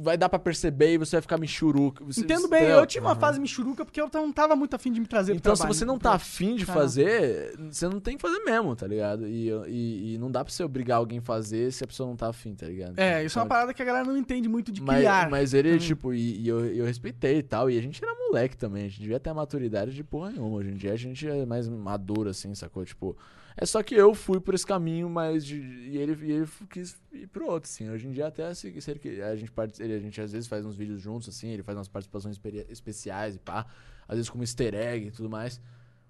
Speaker 2: Vai dar pra perceber e você vai ficar michuruca. Você-
Speaker 3: Entendo bem,
Speaker 2: entendeu?
Speaker 3: eu tive uma fase michuruca porque eu não tava muito afim de me trazer
Speaker 2: é
Speaker 3: pro
Speaker 2: Então, se
Speaker 3: trabalho.
Speaker 2: você não tá afim de
Speaker 3: Tá.
Speaker 2: fazer, você não tem que fazer mesmo, tá ligado? E, e, e não dá pra você obrigar alguém a fazer se a pessoa não tá afim, tá ligado?
Speaker 3: É, isso é uma
Speaker 2: Então,
Speaker 3: parada que a galera não entende muito de
Speaker 2: mas,
Speaker 3: criar.
Speaker 2: Mas ele, tipo, e, e eu, eu respeitei e tal. E a gente era moleque também. A gente devia ter a maturidade de porra nenhuma. Hoje em dia a gente é mais maduro, assim, sacou? Tipo, é só que eu fui por esse caminho, mas. de- e, ele, e ele f- quis ir pro outro, assim. Hoje em dia, até se, se ele, que- a, gente, parte- ele- a gente às vezes faz uns vídeos juntos, assim. Ele faz umas participações esperi- especiais e pá. Às vezes como easter egg e tudo mais.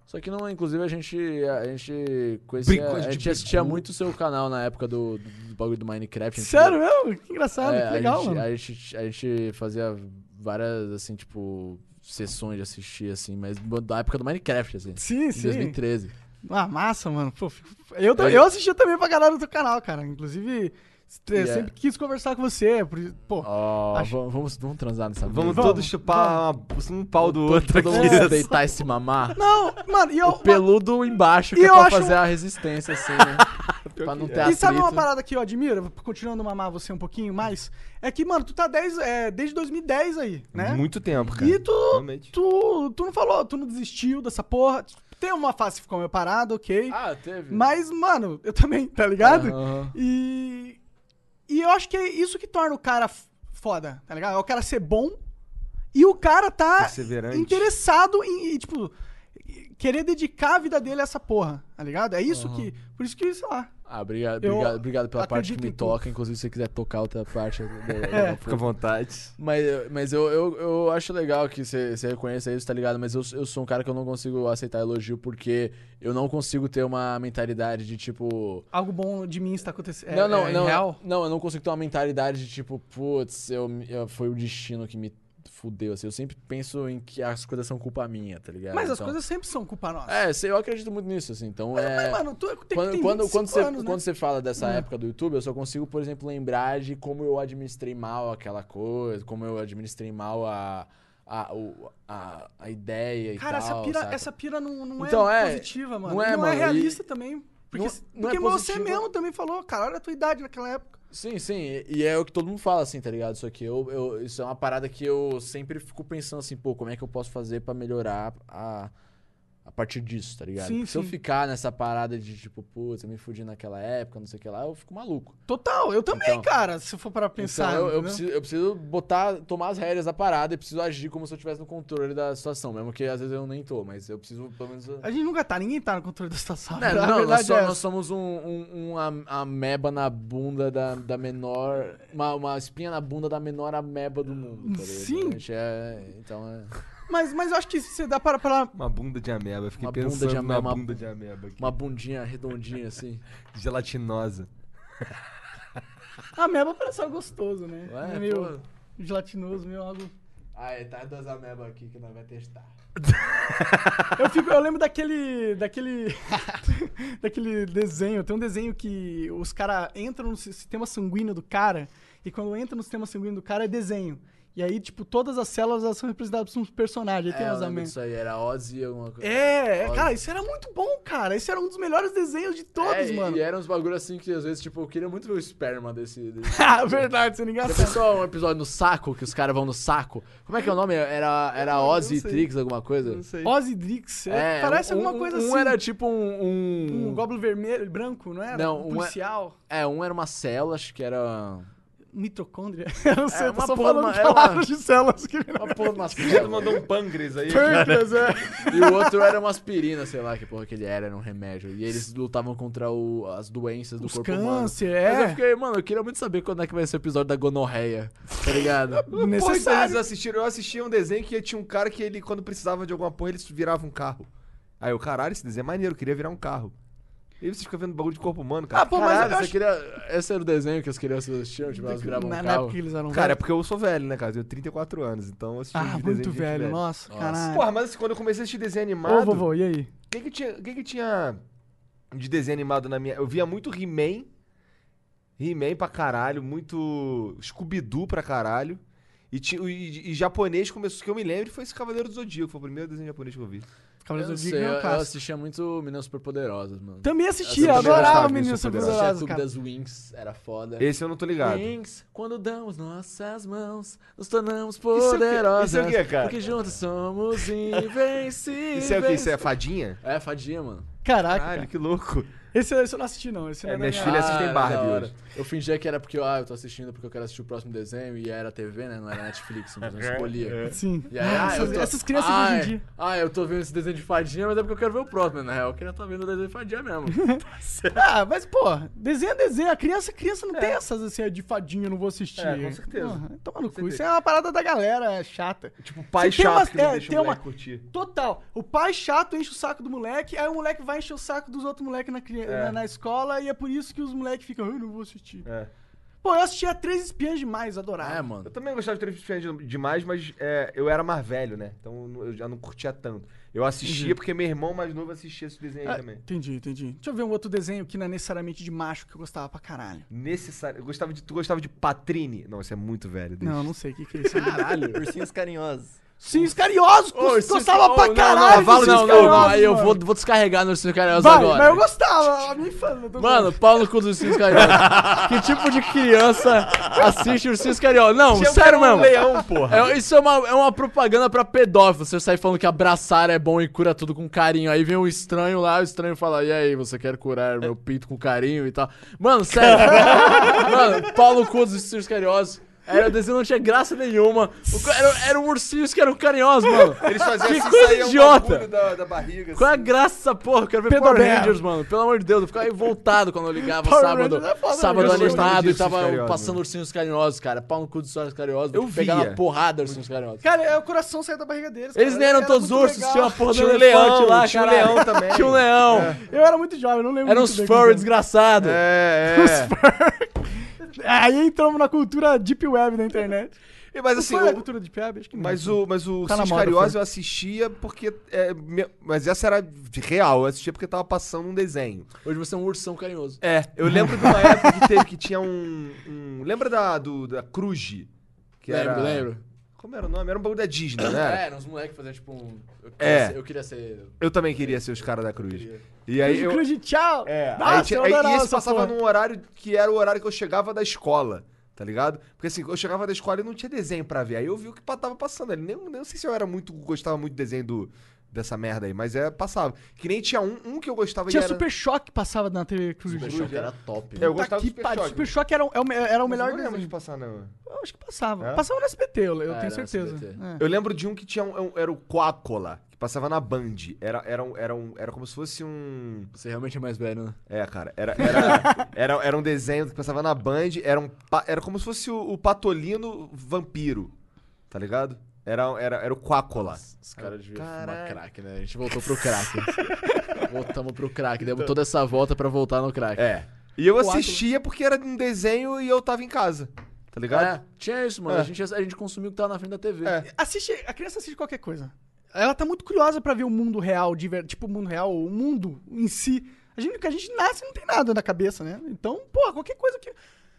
Speaker 2: Só que não, inclusive a gente. A gente conhecia.
Speaker 1: Brincou, a
Speaker 2: a
Speaker 1: gente
Speaker 2: gente assistia muito o seu canal na época do, do, do bagulho do Minecraft. a gente-
Speaker 3: Sério mesmo? Que engraçado,
Speaker 2: é,
Speaker 3: que legal,
Speaker 2: a gente,
Speaker 3: mano.
Speaker 2: a gente- a gente fazia várias, assim, tipo, sessões de assistir, assim, mas da época do Minecraft, assim.
Speaker 3: Sim,
Speaker 2: Em
Speaker 3: sim.
Speaker 2: 2013.
Speaker 3: Ah, massa, mano. Pô, fico- eu, ta-
Speaker 2: É.
Speaker 3: eu assistia também pra galera do teu canal, cara. Inclusive, se-
Speaker 2: Yeah.
Speaker 3: sempre quis conversar com você. por isso- Pô,
Speaker 2: Ó,
Speaker 3: Acho-
Speaker 2: vamos, vamos, vamos transar nessa
Speaker 1: Vamos,
Speaker 3: Vamos,
Speaker 1: todos chupar uma- um pau do outro
Speaker 2: Todo
Speaker 1: aqui.
Speaker 2: mundo deitar e se mamar.
Speaker 3: não, mano, e eu...
Speaker 2: O peludo embaixo, que
Speaker 3: E
Speaker 2: é
Speaker 3: eu
Speaker 2: pra
Speaker 3: acho- é.
Speaker 2: fazer a resistência, assim, né? pra não ter
Speaker 3: E sabe uma
Speaker 2: atrito.
Speaker 3: parada que eu admiro, continuando a mamar você um pouquinho mais? É que, mano, tu tá 10, é, desde 2010 aí, né?
Speaker 1: Muito tempo, cara.
Speaker 3: E tu,
Speaker 1: Realmente.
Speaker 3: tu, tu não falou, tu não desistiu dessa porra. Tem uma face que ficou meio parada, ok.
Speaker 2: Ah, teve.
Speaker 3: Hum. Mas, mano, eu também, tá ligado?
Speaker 2: Aham.
Speaker 3: E. E eu acho que é isso que torna o cara f- foda, tá ligado? É o cara ser bom e o cara tá
Speaker 1: Perseverante.
Speaker 3: interessado em, e, tipo, querer dedicar a vida dele a essa porra, tá ligado? É isso que. Por isso que, sei lá.
Speaker 2: Ah, obrigado,
Speaker 3: Eu
Speaker 2: obrigado, obrigado pela parte que
Speaker 3: acredito É,
Speaker 2: me
Speaker 3: em tudo.
Speaker 2: toca. Inclusive, se você quiser tocar outra parte,
Speaker 1: Fica à vontade.
Speaker 2: Mas, mas eu, eu, eu acho legal que você você reconheça isso, tá ligado? Mas eu, eu sou um cara que eu não consigo aceitar elogio porque eu não consigo ter uma mentalidade de tipo.
Speaker 3: Algo bom de mim está acontecendo.
Speaker 2: não, não,
Speaker 3: é,
Speaker 2: não.
Speaker 3: Real.
Speaker 2: Não, eu não consigo ter uma mentalidade de tipo, putz, eu, eu- foi o destino que me fudeu. Assim. Eu sempre penso em que as coisas são culpa minha, tá ligado?
Speaker 3: Mas as
Speaker 2: Então-
Speaker 3: coisas sempre são culpa nossa.
Speaker 2: É, cê- eu acredito muito nisso, assim. Então é.
Speaker 3: Mas, mano, tu, tem,
Speaker 2: Quando,
Speaker 3: tem
Speaker 2: quando,
Speaker 3: 25
Speaker 2: quando, você,
Speaker 3: anos, né?
Speaker 2: quando você fala dessa época do YouTube, eu só consigo, por exemplo, lembrar de como eu administrei mal aquela coisa, como eu administrei mal a, a, o- a, a ideia e
Speaker 3: Cara,
Speaker 2: tal.
Speaker 3: essa pira,
Speaker 2: saca?
Speaker 3: essa pira não, não
Speaker 2: Então,
Speaker 3: é,
Speaker 2: é.
Speaker 3: positiva, mano.
Speaker 2: Não é,
Speaker 3: E não é
Speaker 2: mano,
Speaker 3: realista
Speaker 2: e-
Speaker 3: também. Porque,
Speaker 2: Não- não é
Speaker 3: porque você
Speaker 2: positiva.
Speaker 3: mesmo também falou, cara, olha a tua idade naquela época.
Speaker 2: Sim, sim. e- E é o que todo mundo fala, assim, tá ligado? Só que eu, eu, isso é uma parada que eu sempre fico pensando assim, pô, como é que eu posso fazer pra melhorar a, a partir disso, tá ligado?
Speaker 3: Sim,
Speaker 2: Porque Se eu
Speaker 3: sim.
Speaker 2: ficar nessa parada de tipo, putz, eu me fudi naquela época, não sei o que lá, eu fico maluco.
Speaker 3: Total, eu também,
Speaker 2: Então.
Speaker 3: cara, se for para pensar.
Speaker 2: Então, eu- eu,
Speaker 3: entendeu?
Speaker 2: preciso, eu preciso botar, tomar as rédeas da parada e preciso agir como se eu estivesse no controle da situação, mesmo que às vezes eu nem tô, mas eu preciso pelo menos.
Speaker 3: A gente nunca tá, ninguém tá no controle da situação.
Speaker 2: Né,
Speaker 3: a
Speaker 2: não, nós,
Speaker 3: verdade
Speaker 2: so-
Speaker 3: é
Speaker 2: nós
Speaker 3: essa.
Speaker 2: somos um, um, um am- ameba na bunda da, da menor. Uma, uma espinha na bunda da menor ameba do mundo. Tá ligado?
Speaker 3: Sim.
Speaker 2: A gente é- então é.
Speaker 3: Mas, mas eu acho que se você dá para. para...
Speaker 1: Uma bunda de ameba. Fiquei
Speaker 2: Uma bunda de
Speaker 1: pensando
Speaker 2: ameba,
Speaker 1: na
Speaker 2: uma-
Speaker 1: bunda de ameba aqui.
Speaker 2: Uma bundinha redondinha assim.
Speaker 1: Gelatinosa.
Speaker 3: A meba parece algo gostoso, né?
Speaker 2: Ué,
Speaker 3: é meio
Speaker 2: pô.
Speaker 3: gelatinoso, meio algo.
Speaker 2: Ah, é, tá duas amebas aqui que nós vamos testar.
Speaker 3: Eu, fico- eu lembro daquele. daquele. daquele desenho. Tem um desenho que os caras entram no si- sistema sanguíneo do cara, e quando entra no sistema sanguíneo do cara é desenho. E aí, tipo, todas as células elas são representadas por um personagem. Aí tem
Speaker 2: É, eu
Speaker 3: as
Speaker 2: lembro
Speaker 3: amebas.
Speaker 2: disso aí, era Ozzy alguma coisa.
Speaker 3: É, é,
Speaker 2: Olha.
Speaker 3: cara, isso era muito bom, cara. Esse era um dos melhores desenhos de
Speaker 2: É,
Speaker 3: todos,
Speaker 2: e-
Speaker 3: mano.
Speaker 2: E eram uns bagulho assim que às vezes, tipo, eu queria muito ver o esperma desse- desse
Speaker 3: Ah, verdade, sendo
Speaker 2: Já
Speaker 3: engraçado.
Speaker 2: pensou um episódio no saco, que os caras vão no saco? Como é que é o nome? Era, era Ozzy e Trix, alguma coisa?
Speaker 4: Não sei.
Speaker 3: Ozzy Drix, é,
Speaker 2: É,
Speaker 3: parece
Speaker 2: um-
Speaker 3: alguma coisa
Speaker 2: um,
Speaker 3: assim.
Speaker 2: Um era tipo um... um-
Speaker 3: um goblin vermelho, branco, não era?
Speaker 2: Não,
Speaker 3: um
Speaker 2: um é-
Speaker 3: policial,
Speaker 2: É, um era uma célula, acho que era...
Speaker 3: mitocôndria. Eu não sei, eu tô
Speaker 2: uma
Speaker 3: só
Speaker 2: porra,
Speaker 3: falando
Speaker 2: uma- é
Speaker 3: palavras de células que viram.
Speaker 2: Uma porra de uma
Speaker 1: Pedro
Speaker 2: célula.
Speaker 1: mandou um pâncreas aí.
Speaker 3: Pâncreas, é.
Speaker 2: E o outro era uma aspirina, sei lá que porra que ele era, era um remédio. E eles lutavam contra o- as doenças do
Speaker 3: Os
Speaker 2: corpo
Speaker 3: câncer,
Speaker 2: humano.
Speaker 3: é.
Speaker 2: Mas eu fiquei, mano, eu queria muito saber quando é que vai ser o episódio da gonorreia, tá ligado?
Speaker 1: Porra, então eles
Speaker 3: Necessário.
Speaker 1: assistiram. Eu assistia um desenho que tinha um cara que ele, quando precisava de alguma porra, ele virava um carro. Aí eu, caralho, esse desenho é maneiro, eu queria virar um carro. E aí você fica vendo bagulho de corpo humano, cara.
Speaker 2: Ah, pô,
Speaker 3: Caralho,
Speaker 2: mas eu
Speaker 3: você
Speaker 2: acho... Esse era o desenho que as crianças assistiam, tipo, elas viravam
Speaker 3: na,
Speaker 2: um
Speaker 3: na época que eles eram
Speaker 1: Cara, é
Speaker 3: velhos.
Speaker 1: porque eu sou velho, né, cara? Eu tenho 34 anos, então eu assisti
Speaker 3: Ah,
Speaker 1: desenho de
Speaker 3: muito
Speaker 1: gente
Speaker 3: velho,
Speaker 1: velha.
Speaker 3: nossa, caralho.
Speaker 1: Porra, mas assim, quando eu comecei a assistir desenho animado.
Speaker 3: Ô, vovô, e aí?
Speaker 1: O que que tinha, o que que tinha de desenho animado na minha... Eu via muito He-Man. He-Man pra caralho. Muito Scooby-Doo pra caralho. E, ti- e- e japonês começou... que eu me lembro foi esse Cavaleiro do Zodíaco. Foi o primeiro desenho japonês que eu vi.
Speaker 2: Eu,
Speaker 3: Cavaleiros
Speaker 2: não sei,
Speaker 3: do Zodíaco
Speaker 2: eu,
Speaker 3: é um
Speaker 2: eu
Speaker 3: clássico.
Speaker 2: assistia muito Meninas Superpoderosas, mano.
Speaker 3: Também assistia,
Speaker 1: Eu também gostava
Speaker 3: adorava
Speaker 1: de
Speaker 3: Meninas
Speaker 1: Super
Speaker 2: Eu assistia
Speaker 3: Superpoderosas,
Speaker 2: Clube
Speaker 3: cara.
Speaker 2: das Winx, era foda.
Speaker 3: É.
Speaker 1: Esse eu não tô é ligado.
Speaker 2: Wings, quando damos nossas mãos, nos tornamos
Speaker 1: Isso é o quê?
Speaker 2: poderosos.
Speaker 1: Isso é o quê, cara?
Speaker 2: Porque juntos somos invencíveis.
Speaker 1: Isso é o que? Isso é fadinha?
Speaker 2: É, fadinha, mano.
Speaker 3: Caraca,
Speaker 1: Caralho,
Speaker 3: cara.
Speaker 1: que louco.
Speaker 3: Esse, esse eu não assisti, não. Esse não
Speaker 1: É,
Speaker 3: é da
Speaker 1: minhas
Speaker 3: minha-
Speaker 1: filhas assistem
Speaker 2: era
Speaker 1: Barbie
Speaker 2: Ah, da hora.
Speaker 1: hoje.
Speaker 2: Eu fingia que era porque, ah, eu tô assistindo porque eu quero assistir o próximo desenho e era TV, né? Não era Netflix, mas eu
Speaker 1: É,
Speaker 2: escolhia.
Speaker 3: Sim.
Speaker 2: E aí, ah,
Speaker 3: essas,
Speaker 2: eu tô-
Speaker 3: essas crianças
Speaker 2: ah,
Speaker 3: de
Speaker 2: é-
Speaker 3: hoje em dia.
Speaker 2: Ah, eu tô vendo esse desenho de fadinha, mas é porque eu quero ver o próximo, né? Na real, eu queria estar vendo o desenho de fadinha mesmo.
Speaker 3: Ah, mas, pô, desenho é desenho. A criança, criança não tem essas assim, de fadinha, eu não vou assistir.
Speaker 1: É, com certeza.
Speaker 3: Porra, toma no cu. Isso é uma parada da galera chata.
Speaker 1: Tipo, pai
Speaker 3: Você tem
Speaker 1: chato
Speaker 3: uma-
Speaker 1: que não
Speaker 3: é,
Speaker 1: deixa
Speaker 3: tem
Speaker 1: o
Speaker 3: uma-
Speaker 1: moleque curtir.
Speaker 3: Total. O pai chato enche o saco do moleque, aí o moleque vai encher o saco dos outros moleques na, cri- na, na escola, e é por isso que os moleques ficam, eu não vou assistir.
Speaker 1: É.
Speaker 3: Pô, eu assistia Três Espiãs Demais, adorava.
Speaker 2: É,
Speaker 1: Eu
Speaker 2: mano.
Speaker 1: também gostava de Três Espiãs demais, mas é, eu era mais velho, né? Então eu não- eu já não curtia tanto. Eu assistia porque meu irmão mais novo assistia esse desenho aí
Speaker 3: Uhum. Ah,
Speaker 1: também.
Speaker 3: Entendi, entendi. Deixa eu ver um outro desenho que não é necessariamente de macho que eu gostava pra caralho.
Speaker 1: Necessário. Eu gostava de. Tu gostava de Patrine? Não, isso é muito velho. deixa.
Speaker 3: Não, não sei o que, que é isso.
Speaker 4: Caralho. Ursinhos carinhosos.
Speaker 3: Sim, os carinhosos,
Speaker 2: Ô,
Speaker 3: cos-
Speaker 2: esse-
Speaker 3: gostava
Speaker 2: ô,
Speaker 3: pra
Speaker 2: não,
Speaker 3: caralho.
Speaker 2: Não, fala
Speaker 3: dos
Speaker 2: não,
Speaker 3: Ursinhos
Speaker 2: não, não. Aí eu
Speaker 3: Carinhosos,
Speaker 2: vou,
Speaker 3: mano.
Speaker 2: vou descarregar no Ursinhos Carinhosos
Speaker 3: Vai,
Speaker 2: agora.
Speaker 3: mas eu gostava, a minha infância. eu tô
Speaker 2: Mano, pau no cu dos ursinhos carinhosos. que tipo de criança assiste ursinhos carinhosos? Não,
Speaker 1: Tinha um
Speaker 2: sério
Speaker 1: cara, um
Speaker 2: mesmo.
Speaker 1: leão, porra.
Speaker 2: É, isso é uma, é uma propaganda pra pedófilo. Você sai falando que abraçar é bom e cura tudo com carinho. Aí vem um estranho lá, o estranho fala: E aí, você quer curar meu pinto com carinho e tal? Mano, sério. mano, pau no cu dos ursinhos carinhosos. Era o desenho não tinha graça nenhuma. O ca- era, era um ursinho que era um carinhoso, mano.
Speaker 1: Eles faziam
Speaker 2: Que
Speaker 1: assim,
Speaker 2: coisa
Speaker 1: saía
Speaker 2: idiota.
Speaker 1: um bagulho da, da barriga.
Speaker 2: Qual é a
Speaker 1: assim.
Speaker 2: graça dessa porra? Eu quero ver Power
Speaker 3: Pedobel.
Speaker 2: Rangers, mano. Pelo amor de Deus, eu ficava revoltado quando eu ligava
Speaker 3: Power
Speaker 2: sábado.
Speaker 3: Rangers é foda,
Speaker 1: né?
Speaker 2: sábado
Speaker 3: eu gostava
Speaker 2: animado
Speaker 1: de
Speaker 2: e tava
Speaker 1: Ursinhos Carinhosos,
Speaker 2: passando
Speaker 1: mano.
Speaker 2: ursinhos carinhosos, cara. Pau no cu dos ursinhos carinhosos.
Speaker 1: Eu
Speaker 2: Pegava
Speaker 1: via.
Speaker 2: porrada ursinhos carinhosos.
Speaker 3: Cara, é, o coração saiu da barriga deles.
Speaker 2: Eles
Speaker 3: cara,
Speaker 2: nem eram
Speaker 3: era
Speaker 2: todos
Speaker 3: muito
Speaker 2: ursos,
Speaker 3: legal.
Speaker 2: tinha uma porra do
Speaker 1: Tinha um
Speaker 2: elefante
Speaker 1: leão,
Speaker 2: lá,
Speaker 1: tinha um
Speaker 2: caralho.
Speaker 1: leão também.
Speaker 2: Tinha um leão.
Speaker 3: Eu era muito jovem, eu não lembro
Speaker 2: Eram
Speaker 3: muito
Speaker 2: uns
Speaker 3: bem
Speaker 2: furry
Speaker 3: como
Speaker 2: desgraçados.
Speaker 1: É,
Speaker 3: era. Aí entramos na cultura deep web da internet.
Speaker 1: é. E, Mas
Speaker 3: Não
Speaker 1: assim,
Speaker 3: foi a
Speaker 1: o,
Speaker 3: cultura deep web? Acho que não.
Speaker 1: mas o, mas o
Speaker 3: Tá na
Speaker 1: Cis
Speaker 3: moda,
Speaker 1: Cariosa
Speaker 3: foi.
Speaker 1: eu assistia porque. é, me- mas essa era de real, eu assistia porque tava passando um desenho.
Speaker 2: Hoje você é um ursão carinhoso.
Speaker 1: É, eu lembro de uma época que teve que tinha um. um- lembra da, do, da Cruz? Que
Speaker 2: lembro,
Speaker 1: era,
Speaker 2: lembro.
Speaker 1: Como era o nome? Era um bagulho da Disney, né?
Speaker 2: É, eram uns moleques que faziam tipo um. Eu queria,
Speaker 1: É.
Speaker 2: ser, eu queria ser-
Speaker 1: Eu também queria ser os caras da Cruz.
Speaker 2: queria.
Speaker 1: E aí eu.
Speaker 3: Cruz de tchau.
Speaker 1: É,
Speaker 3: Nossa,
Speaker 1: aí tinha,
Speaker 3: eu
Speaker 1: aí,
Speaker 3: adorava
Speaker 1: e esse
Speaker 3: essa
Speaker 1: passava
Speaker 3: porra.
Speaker 1: num horário que era o horário que eu chegava da escola, tá ligado? Porque assim, eu chegava da escola e não tinha desenho pra ver. Aí eu vi o que pa- tava passando ali. Nem, nem sei se eu era muito. gostava muito do desenho do, dessa merda aí, mas é, passava. Que nem tinha um, um que eu gostava
Speaker 3: Tinha
Speaker 1: e era.
Speaker 3: Super Choque passava na TV Cruz.
Speaker 2: Super Choque era top. né?
Speaker 1: É, eu
Speaker 3: Puta
Speaker 1: gostava do
Speaker 3: que
Speaker 1: Super
Speaker 3: pariu,
Speaker 1: Choque.
Speaker 3: Super Choque era, o- é o me- era o
Speaker 1: Mas
Speaker 3: melhor
Speaker 1: eu não lembro de
Speaker 3: desenho.
Speaker 1: passar, não.
Speaker 3: Eu acho que passava.
Speaker 1: É?
Speaker 3: Passava no SBT, eu, eu
Speaker 2: É,
Speaker 3: tenho
Speaker 2: era no
Speaker 3: certeza.
Speaker 2: SBT.
Speaker 3: É.
Speaker 1: Eu lembro de um que tinha um, era o Coácola, que passava na Band. Era, era, um, era, um, era como se fosse um.
Speaker 2: Você realmente é mais velho, né?
Speaker 1: É, cara. Era, era, era, era um desenho que passava na Band. Era, um, pa- era como se fosse o, o Patolino Vampiro. Tá ligado? Era, era, era o Coácola.
Speaker 2: Os caras deviam fumar crack, né? A gente voltou pro crack. Voltamos pro crack. Demos toda essa volta pra voltar no crack.
Speaker 1: Então É. E eu assistia porque era um desenho e eu tava em casa. Tá ligado?
Speaker 2: É, tinha isso, mano.
Speaker 1: É.
Speaker 2: A, gente, a gente consumiu o que tava na frente da TV.
Speaker 1: É.
Speaker 3: Assiste, a criança assiste qualquer coisa. Ela tá muito curiosa pra ver o mundo real, de ver- tipo o mundo real, o mundo em si. A gente, que a gente nasce não tem nada na cabeça, né? Então, porra, qualquer coisa que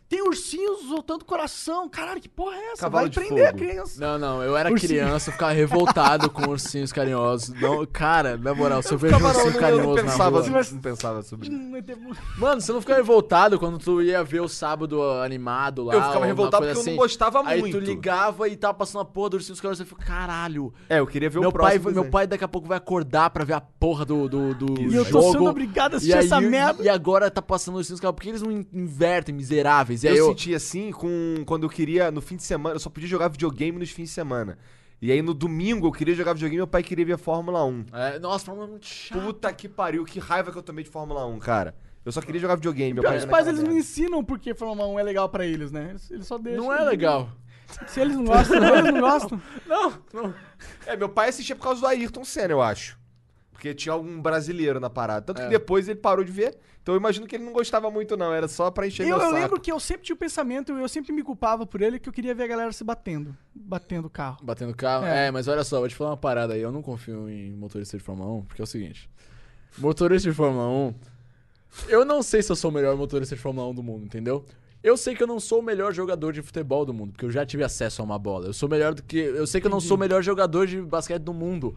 Speaker 3: tem ursinhos soltando coração, caralho, que porra é essa?
Speaker 1: Cavalo
Speaker 3: Vai
Speaker 1: de
Speaker 3: prender
Speaker 1: fogo.
Speaker 3: a criança.
Speaker 2: Não, não, eu era
Speaker 3: Ursinho.
Speaker 2: criança, eu ficava revoltado com ursinhos carinhosos. Não, cara, na moral, se eu vejo um
Speaker 1: Camarão,
Speaker 2: ursinho
Speaker 1: eu
Speaker 2: carinhoso
Speaker 1: não
Speaker 2: na
Speaker 1: pensava, assim,
Speaker 2: rua...
Speaker 1: não pensava sobre isso.
Speaker 3: Não vai ter muito-
Speaker 2: Mano, você não ficava revoltado quando tu ia ver o sábado ah, animado lá?
Speaker 1: Eu ficava
Speaker 2: ou alguma
Speaker 1: revoltado
Speaker 2: coisa
Speaker 1: porque eu
Speaker 2: assim.
Speaker 1: não gostava
Speaker 2: Aí
Speaker 1: muito.
Speaker 2: tu ligava e tava passando a porra do ursinhos carinhosos. Eu fico, caralho,
Speaker 1: É, eu queria ver
Speaker 2: meu
Speaker 1: o próximo.
Speaker 2: pai, meu
Speaker 1: desenho.
Speaker 2: pai daqui a pouco vai acordar pra ver a porra do, do, do
Speaker 3: E
Speaker 2: jogo.
Speaker 3: eu tô sendo obrigado a assistir
Speaker 2: E aí-
Speaker 3: essa merda.
Speaker 2: E agora tá passando os caras. Por que eles não in- invertem, miseráveis? E
Speaker 1: Eu,
Speaker 2: aí eu.
Speaker 1: senti assim com quando eu queria, no fim de semana, eu só podia jogar videogame nos fins de semana. E aí no domingo eu queria jogar videogame e meu pai queria ver Fórmula 1.
Speaker 2: É, nossa, Fórmula é muito chato.
Speaker 1: Puta que pariu, que raiva que eu tomei de Fórmula 1, cara. Eu só queria jogar videogame. Meu
Speaker 3: Pior
Speaker 1: pai
Speaker 3: que os
Speaker 1: era
Speaker 3: pais,
Speaker 1: naquela
Speaker 3: eles não
Speaker 1: merda.
Speaker 3: ensinam porque Fórmula 1 é legal pra eles, né? Eles, eles só deixam.
Speaker 2: Não é legal.
Speaker 3: Se eles não gostam, eles não gostam.
Speaker 2: Não, não.
Speaker 1: É, meu pai assistia por causa do Ayrton Senna, eu acho. Porque Porque tinha algum brasileiro na parada. Tanto que depois ele parou de ver. Então eu imagino que ele não gostava muito, não. Era só pra encher
Speaker 3: Eu,
Speaker 1: meu
Speaker 3: eu
Speaker 1: saco.
Speaker 3: lembro que eu sempre tinha o pensamento, eu sempre me culpava por ele, que eu queria ver a galera se batendo. Batendo o carro.
Speaker 2: Batendo carro.
Speaker 3: É.
Speaker 2: É. mas olha só, vou te falar uma parada aí. Eu não confio em motorista de Fórmula 1, porque é o seguinte: motorista de Fórmula 1. Eu não sei se eu sou o melhor motorista de Fórmula 1 do mundo, entendeu? Eu sei que eu não sou o melhor jogador de futebol do mundo, porque eu já tive acesso a uma bola. Eu sou melhor do que. Eu sei que eu não sou o melhor jogador de basquete do mundo.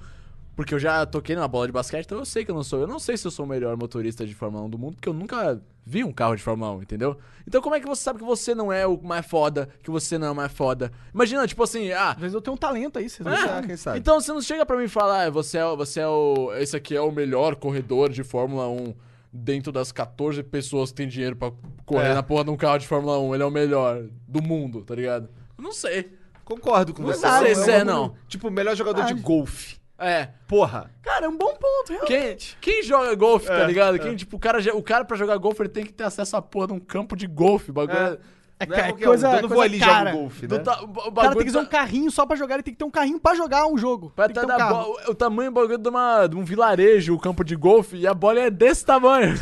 Speaker 2: Porque eu já toquei na bola de basquete, então eu sei que eu não sou. Eu não sei se eu sou o melhor motorista de Fórmula 1 do mundo, porque eu nunca vi um carro de Fórmula 1, entendeu? Então como é que você sabe que você não é o mais foda, que você não é o mais foda? Imagina, tipo assim, ah,
Speaker 3: Às vezes eu tenho um talento aí, você não
Speaker 1: Ah,
Speaker 3: sabe.
Speaker 1: quem sabe?
Speaker 2: então você não chega pra mim e fala, ah, você é, o- você é o. Esse aqui é o melhor corredor de Fórmula 1 dentro das 14 pessoas que tem dinheiro pra correr
Speaker 1: É.
Speaker 2: na porra de um carro de Fórmula 1. Ele é o melhor do mundo, tá ligado? Eu Não sei.
Speaker 1: Concordo com
Speaker 2: Não
Speaker 1: você.
Speaker 2: sei
Speaker 1: É um
Speaker 2: se é,
Speaker 1: bagulho-
Speaker 2: não.
Speaker 1: Tipo, o melhor jogador de
Speaker 3: Verdade.
Speaker 1: golfe.
Speaker 2: É.
Speaker 1: Porra.
Speaker 3: Cara, é um bom ponto,
Speaker 2: Quem,
Speaker 3: realmente. É,
Speaker 2: quem joga golfe, tá ligado? Quem, tipo, o cara, já- o cara pra jogar golfe ele tem que ter acesso à porra de um campo de golfe. O bagulho.
Speaker 1: É.
Speaker 2: É.
Speaker 3: É,
Speaker 1: Não
Speaker 3: cara,
Speaker 1: é qualquer
Speaker 3: coisa-
Speaker 1: um. Todo
Speaker 3: coisa
Speaker 1: voo ali
Speaker 3: cara.
Speaker 1: joga golfe,
Speaker 2: Do
Speaker 1: né?
Speaker 2: ta- o ba- o
Speaker 3: O cara tem que
Speaker 2: bagulho tá,
Speaker 3: ter um carrinho só pra jogar, ele tem que ter um carrinho pra jogar um jogo.
Speaker 2: Vai
Speaker 3: Tem que
Speaker 2: estar
Speaker 3: ter
Speaker 2: da
Speaker 3: um carro.
Speaker 2: bo- o tamanho do bagulho de, uma- de um vilarejo, o campo de golfe, e a bola é desse tamanho.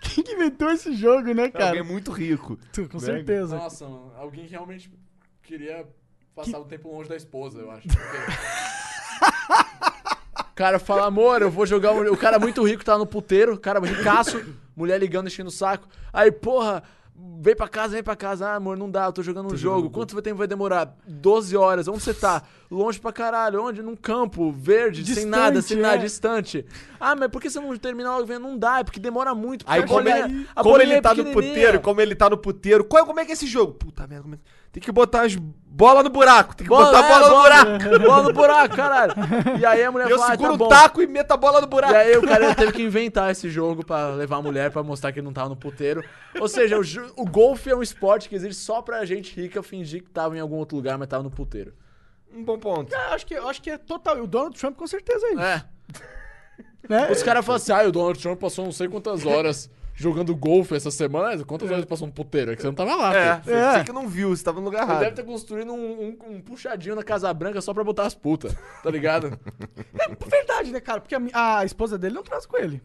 Speaker 3: Quem que inventou esse jogo, né,
Speaker 1: É
Speaker 3: cara?
Speaker 1: alguém muito rico.
Speaker 3: Tu, com certeza.
Speaker 2: Nossa, mano, alguém que realmente queria
Speaker 3: Que-
Speaker 2: passar o tempo longe da esposa, eu acho. O cara fala, amor, eu vou jogar. um-" O cara muito rico tá no puteiro, o cara ricaço, mulher ligando, enchendo o saco. Aí, porra, vem pra casa, vem pra casa. Ah, amor, não dá, eu tô jogando um jogo. Quanto tempo vai demorar? 12 horas. Onde você tá? Longe pra caralho. Onde? Num campo, verde, sem
Speaker 3: Distante,
Speaker 2: nada, sem nada,
Speaker 3: é.
Speaker 2: distante. Ah, mas por que você não terminar logo? Não dá, é porque demora muito.
Speaker 1: Aí,
Speaker 2: porque a
Speaker 1: como,
Speaker 2: bolinha-
Speaker 1: ele,
Speaker 2: a
Speaker 1: como
Speaker 2: bolinha
Speaker 1: ele
Speaker 2: é
Speaker 1: tá no
Speaker 2: pequenininha.
Speaker 1: puteiro, como ele tá no puteiro. Qual, como é que é esse jogo? Puta merda, como é que- Tem que botar as bola no buraco. Tem que botar a
Speaker 2: é,
Speaker 1: bola no buraco.
Speaker 2: Bola no buraco, caralho. E aí a mulher
Speaker 1: Eu
Speaker 2: fala, ah,
Speaker 1: seguro
Speaker 2: tá bom.
Speaker 1: o taco e meto a bola no buraco.
Speaker 2: E aí o cara teve que inventar esse jogo pra levar a mulher, pra mostrar que ele não tava no puteiro. Ou seja, o, ju- o golfe é um esporte que existe só pra gente rica fingir que tava em algum outro lugar, mas tava no puteiro.
Speaker 1: Um bom ponto.
Speaker 3: Eu acho que, eu acho que é total. O Donald Trump com certeza é isso.
Speaker 2: É.
Speaker 3: Né?
Speaker 2: Os caras falam assim, ah, o Donald Trump passou não sei quantas horas jogando golfe essa semana. Mas Quantas horas passou no puteiro? É que você não tava lá,
Speaker 1: É,
Speaker 2: filho.
Speaker 1: você,
Speaker 3: É.
Speaker 1: você que não viu, você tava no lugar
Speaker 2: Ele deve
Speaker 1: errado.
Speaker 2: ter construído um, um- um puxadinho na Casa Branca só pra botar as putas, tá ligado?
Speaker 3: É verdade, né, cara? Porque a, mi- a esposa dele não transa com ele.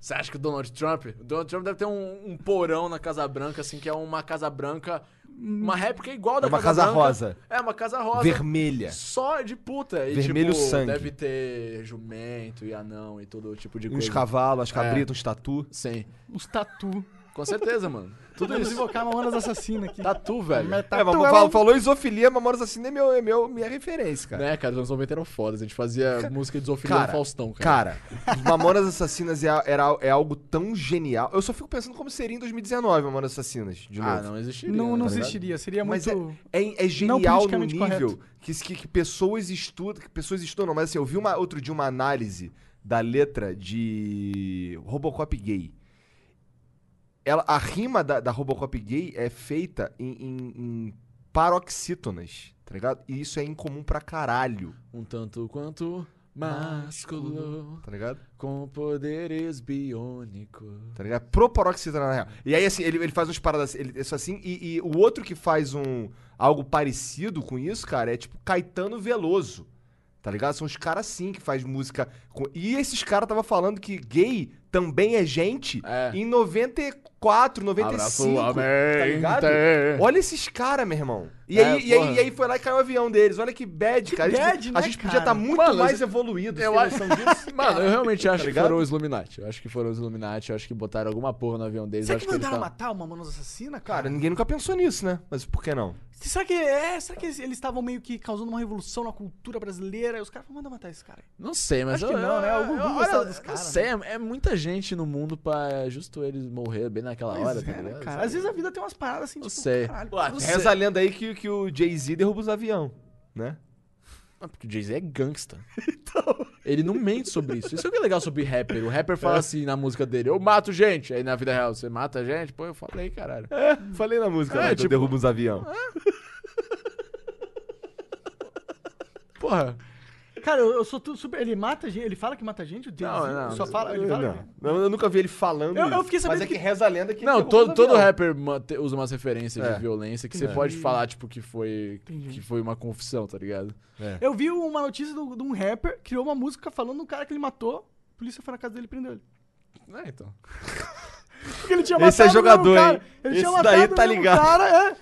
Speaker 2: Você acha que o Donald Trump? O Donald Trump deve ter um, um porão na Casa Branca, assim, que é uma Casa Branca. Uma réplica igual
Speaker 1: É
Speaker 2: da
Speaker 1: uma
Speaker 2: Casa,
Speaker 1: casa
Speaker 2: Branca.
Speaker 1: rosa.
Speaker 2: É, uma casa rosa.
Speaker 1: Vermelha.
Speaker 2: Só de puta. E,
Speaker 1: Vermelho
Speaker 2: tipo,
Speaker 1: sangue.
Speaker 2: Deve ter jumento e anão e todo tipo de
Speaker 1: Uns
Speaker 2: coisa.
Speaker 1: cavalos, as cabritas, uns tatu.
Speaker 2: Sim.
Speaker 3: Os tatu.
Speaker 2: Com certeza, mano. Tudo
Speaker 3: Podemos
Speaker 2: isso.
Speaker 3: invocar Mamonas Assassina aqui.
Speaker 2: Tatu, velho.
Speaker 3: Mas
Speaker 1: é, mas
Speaker 3: tatu
Speaker 1: fal-
Speaker 3: um-
Speaker 1: falou isofilia, Mamonas assim é, meu, é meu, minha referência, cara.
Speaker 2: Né, cara, os anos 90 eram fodas. A gente fazia música de zoofilia
Speaker 1: Cara,
Speaker 2: no Faustão, cara.
Speaker 1: Cara, os Mamonas Assassinas é, a- era, é algo tão genial. Eu só fico pensando como seria em 2019 Mamonas Assassinas, de novo.
Speaker 2: Ah, não existiria.
Speaker 3: Não, não
Speaker 2: tá ligado?
Speaker 3: existiria. Seria
Speaker 1: Mas
Speaker 3: muito.
Speaker 1: é, é, é
Speaker 3: não
Speaker 1: genial no
Speaker 3: politicamente
Speaker 1: nível
Speaker 3: correto.
Speaker 1: que, que, que pessoas estudam. Que pessoas estudam, não, mas assim, eu vi uma, outro dia uma análise da letra de Robocop gay. Ela, a rima da, da Robocop gay é feita em, em- em paroxítonas, tá ligado? E isso é incomum pra caralho,
Speaker 2: Um tanto quanto másculo,
Speaker 1: tá ligado?
Speaker 2: com poderes biônicos.
Speaker 1: Tá ligado? Proparoxítona, na real. E aí, assim, ele, ele faz uns paradas assim, ele, isso assim, e, e o outro que faz um algo parecido com isso, cara, é tipo Caetano Veloso. Tá ligado? São os caras assim que faz música. com- E esses caras tava falando que gay também é gente
Speaker 2: É.
Speaker 1: em 94, 95.
Speaker 2: Abraço,
Speaker 1: tá
Speaker 2: amém.
Speaker 1: ligado? Olha esses caras, meu irmão. E,
Speaker 2: É,
Speaker 1: aí, e, aí,
Speaker 2: porra.
Speaker 1: e aí foi lá e caiu o avião deles. Olha que bad, cara. A gente-
Speaker 3: bad,
Speaker 1: a
Speaker 3: né,
Speaker 1: gente podia estar
Speaker 3: cara?
Speaker 1: muito
Speaker 2: Mano,
Speaker 1: mais
Speaker 2: mas-
Speaker 1: evoluído.
Speaker 2: Eu
Speaker 1: você
Speaker 2: acho, mano, eu
Speaker 3: Tá
Speaker 2: realmente acho que
Speaker 1: ligado?
Speaker 2: foram os Illuminati. Eu acho que foram os Illuminati. Eu acho que botaram alguma porra no avião deles. eu
Speaker 3: Será
Speaker 2: acho
Speaker 3: que
Speaker 2: eles
Speaker 3: mandaram
Speaker 2: tavam-
Speaker 3: matar o Mamonas Assassina,
Speaker 1: Cara,
Speaker 3: cara?
Speaker 1: ninguém nunca pensou nisso, né? Mas por que não?
Speaker 3: Será que, é, será que eles eles estavam meio que causando uma revolução na cultura brasileira? E os caras vão mandar matar esse cara. aí.
Speaker 2: Não sei, mas
Speaker 3: Acho
Speaker 2: eu,
Speaker 3: que não,
Speaker 2: eu-
Speaker 3: né? O Gugu
Speaker 2: eu- olha,
Speaker 3: gostava dos
Speaker 2: eu
Speaker 3: caras,
Speaker 2: Não sei, é, é muita gente no mundo pra é justo eles morrer bem naquela hora, tá
Speaker 1: né,
Speaker 3: É,
Speaker 2: ligado?
Speaker 3: cara, às vezes a vida tem umas paradas assim,
Speaker 2: Eu
Speaker 3: tipo,
Speaker 2: sei.
Speaker 3: caralho.
Speaker 2: Não sei.
Speaker 1: Reza a lenda aí que, que o Jay-Z derruba os avião, né?
Speaker 2: Ah, Porque o Jay-Z é gangsta.
Speaker 3: Então.
Speaker 2: Ele não mente sobre isso. Isso é o que é legal sobre rapper. O rapper
Speaker 3: É.
Speaker 2: fala assim na música dele: Eu mato gente. Aí na vida real, você mata gente? Pô, eu falei, caralho.
Speaker 1: É, falei na música,
Speaker 2: É,
Speaker 1: né? que eu
Speaker 2: tipo-
Speaker 1: derrubo os avião.
Speaker 2: Porra.
Speaker 3: Cara, eu, eu sou tudo super. Ele mata gente. Ele fala que mata gente? O Jay-Z
Speaker 2: não,
Speaker 3: Só fala. Ele fala
Speaker 1: Não, não, eu nunca vi ele falando.
Speaker 3: Eu- eu
Speaker 1: isso,
Speaker 3: fiquei sabendo
Speaker 1: Mas é que,
Speaker 3: que-
Speaker 1: reza a lenda que.
Speaker 2: Não,
Speaker 1: ele derrubou
Speaker 2: todo, todo
Speaker 1: o avião.
Speaker 2: rapper ma- te- usa umas referências
Speaker 1: É.
Speaker 2: de violência que você pode falar, tipo, que foi, que foi uma confissão, tá ligado?
Speaker 3: Eu vi uma notícia do- de um rapper criou uma música falando do cara que ele matou. A polícia foi na casa dele e prendeu ele.
Speaker 2: É, então.
Speaker 3: Porque ele tinha
Speaker 1: Esse é
Speaker 3: matado o mesmo
Speaker 1: jogador,
Speaker 3: cara.
Speaker 1: hein?
Speaker 3: Ele
Speaker 1: Esse
Speaker 3: tinha matado
Speaker 1: daí
Speaker 3: o
Speaker 1: tá
Speaker 3: mesmo
Speaker 1: ligado.
Speaker 3: cara, é.